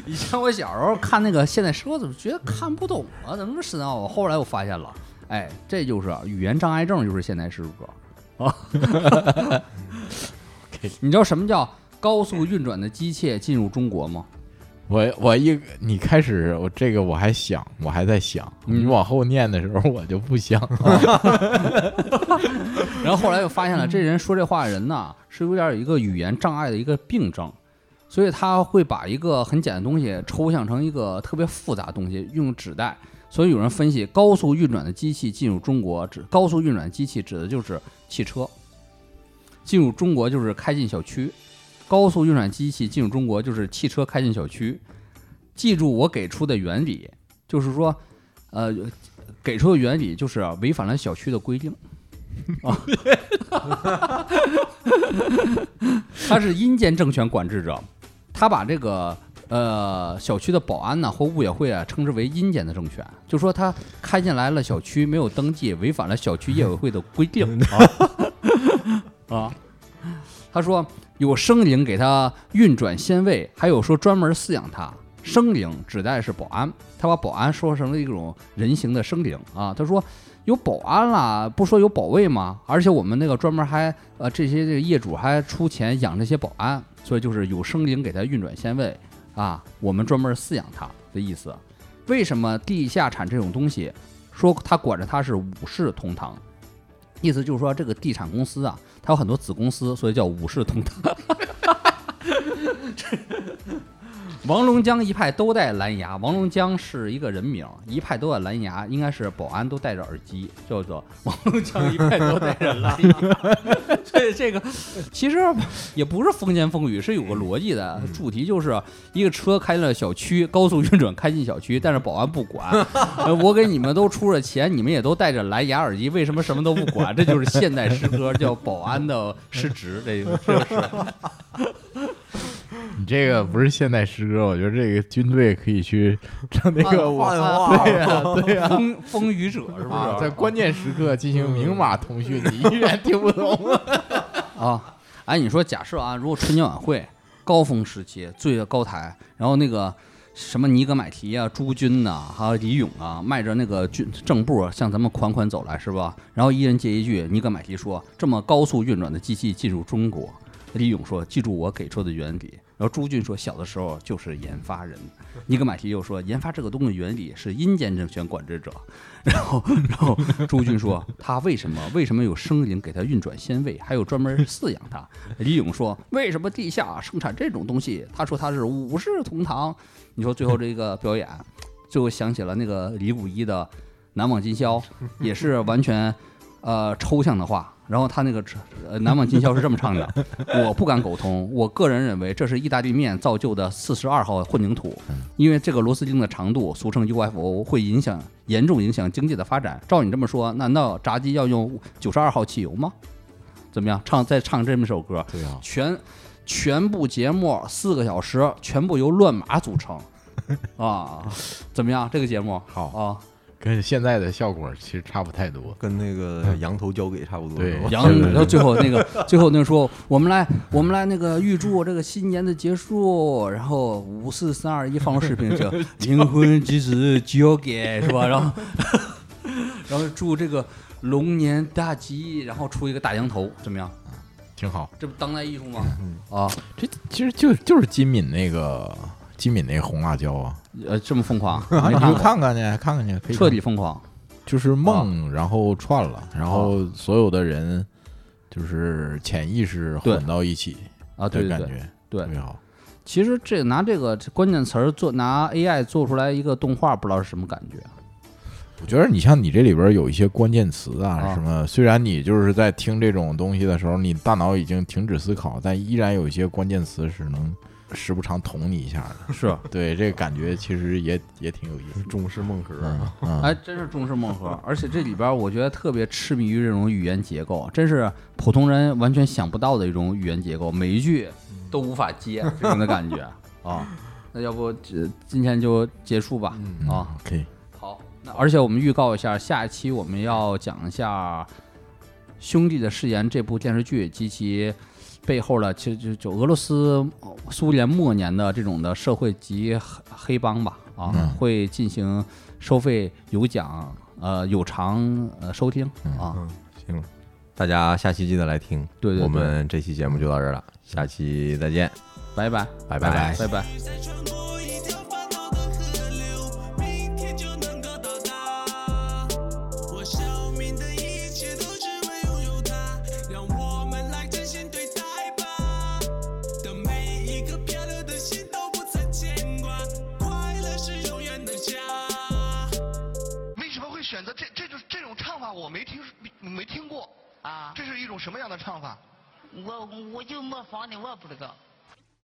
Speaker 5: 以前我小时候看那个现代诗歌，怎么觉得看不懂啊？怎么这深奥啊？我后来我发现了，哎，这就是语言障碍症，就是现代诗歌啊。 你知道什么叫高速运转的机械进入中国吗？
Speaker 7: 我我一你开始我这个我还想，我还在想，
Speaker 5: 嗯
Speaker 7: 你往后念的时候我就不想 了。
Speaker 5: 然后后来又发现了，这人说这话的人呐，是有点有一个语言障碍的一个病症，所以他会把一个很简单的东西抽象成一个特别复杂的东西，用指代。所以有人分析，高速运转的机器进入中国，指高速运转机器指的就是汽车；进入中国就是开进小区，高速运转机器进入中国就是汽车开进小区。记住我给出的原理，就是说，呃，给出的原理就是啊违反了小区的规定。他是阴间政权管制者，他把这个呃小区的保安呐或物业会啊称之为阴间的政权，就说他开进来了小区没有登记，违反了小区业委会的规定啊 啊。他说有生灵给他运转仙位，还有说专门饲养他。生灵指代是保安，他把保安说成了一种人形的生灵啊。他说有保安啦，不说有保卫吗？而且我们那个专门还呃这些这个业主还出钱养这些保安，所以就是有生灵给他运转仙位啊，我们专门饲养它的意思。为什么地下产这种东西，说他管着它是五世同堂？意思就是说，这个地产公司啊，它有很多子公司，所以叫五世同堂。王龙江一派都戴蓝牙，王龙江是一个人名，一派都戴蓝牙，应该是保安都戴着耳机，叫做王龙江一派都戴着蓝牙。所以这个其实也不是风言风语，是有个逻辑的。主题就是一个车开进了小区，高速运转开进小区，但是保安不管。呃我给你们都出了钱，你们也都戴着蓝牙耳机，为什么什么都不管？这就是现代诗歌叫保安的失职，这个就是。
Speaker 7: 你这个不是现代诗歌，我觉得这个军队可以去整那个我， 对呀、对呀、
Speaker 5: 风风雨者是不是？
Speaker 7: 啊，在关键时刻进行明码通讯，你依然听不 懂。
Speaker 5: 啊，哎，你说假设啊，如果春节晚会高峰时期最高台，然后那个什么尼格买提啊、朱军呐、还有李勇啊，迈着那个军正步向咱们款款走来，是吧？然后一人接一句，尼格买提说：“这么高速运转的机器进入中国。”李勇说：“记住我给出的原理。”然后朱军说：“小的时候就是研发人。”尼格买提又说：“研发这个东西原理是阴间政权管制者。” 然后，然后 朱军说：“他为什么为什么有生灵给他运转仙位，还有专门饲养他？”李勇说：“为什么地下生产这种东西？”他说：“他是五世同堂。”你说最后这个表演，最后想起了那个李谷一的《难忘今宵》，也是完全呃抽象的话。然后他那个呃《难忘今宵》是这么唱的：“ 我不敢苟同，我个人认为这是意大利面造就的四十二号混凝土，因为这个螺丝钉的长度，俗称 UFO，会影响严重影响经济的发展。照你这么说，难道炸鸡要用九十二号汽油吗？怎么样？唱再唱这么一首歌，
Speaker 6: 对啊，
Speaker 5: 全全部节目四个小时，全部由乱码组成啊？怎么样？这个节目
Speaker 8: 好
Speaker 5: 啊？
Speaker 8: 跟现在的效果其实差不太多。
Speaker 4: 跟那个
Speaker 7: 嗯
Speaker 4: 羊头交给差不多。
Speaker 8: 对
Speaker 4: 是吧
Speaker 5: 杨，然后最后那个，最后那个说，我们来，我们来那个预祝这个新年的结束，然后五四三二一放出视频，这灵魂之子交给是吧？然后， 然后祝这个龙年大吉，然后出一个大羊头，怎么样？
Speaker 8: 挺好。
Speaker 5: 这不当代艺术吗？啊，
Speaker 6: 这其实就就是金敏那个金敏那个红辣椒 啊，
Speaker 5: 呃，这么疯狂，
Speaker 6: 啊
Speaker 5: 没
Speaker 6: 你
Speaker 5: 看
Speaker 6: 就
Speaker 5: 过，
Speaker 6: 看看去，看看去，可以
Speaker 5: 彻
Speaker 6: 看
Speaker 5: 底疯啊狂，
Speaker 6: 就是梦，然后串了，然后
Speaker 5: 啊
Speaker 6: 所有的人就是潜意识混到一起
Speaker 5: 啊对对
Speaker 6: 的感
Speaker 5: 对
Speaker 6: 觉，
Speaker 5: 对
Speaker 6: 特别好。
Speaker 5: 其实这拿这个关键词儿做拿 AI 做出来一个动画，不知道是什么感觉。
Speaker 6: 我觉得你像你这里边有一些关键词啊，
Speaker 5: 啊
Speaker 6: 什么，虽然你就是在听这种东西的时候，你大脑已经停止思考，但依然有一些关键词是能时不常捅你一下的。
Speaker 5: 是，啊
Speaker 6: 对，这个感觉其实也也挺有意思的。
Speaker 4: 中式梦盒啊，
Speaker 6: 嗯嗯，
Speaker 5: 哎，真是中式梦核，而且这里边儿我觉得特别痴迷于这种语言结构，真是普通人完全想不到的一种语言结构，每一句都无法接这种的感觉啊。那要不呃今天就结束吧啊。
Speaker 6: 可以。
Speaker 5: 好，那而且我们预告一下，下一期我们要讲一下《兄弟的誓言》这部电视剧及其背后的，其实就就俄罗斯、呃苏联末年的这种的社会及黑黑帮吧，啊，
Speaker 6: 嗯
Speaker 5: 会进行收费有奖。呃，有偿呃收听啊，
Speaker 4: 行，大家下期记得来听。
Speaker 5: 对对对
Speaker 4: 我们这期节目就到这儿了，下期再见，
Speaker 5: 拜拜，
Speaker 4: 拜
Speaker 6: 拜
Speaker 5: 拜拜。
Speaker 3: 再穿过一条烦恼的河流，明天就能够到达。我生命的一切都只为拥有它，让我们来真心对待吧。当每一颗漂流的心都不再牵挂，快乐是永远的家。
Speaker 9: 为什么会选择这这种这种唱法？我没听没听过，
Speaker 1: 啊，
Speaker 9: 这是一种什么样的唱法？
Speaker 1: 我我就模仿的，我也不知道。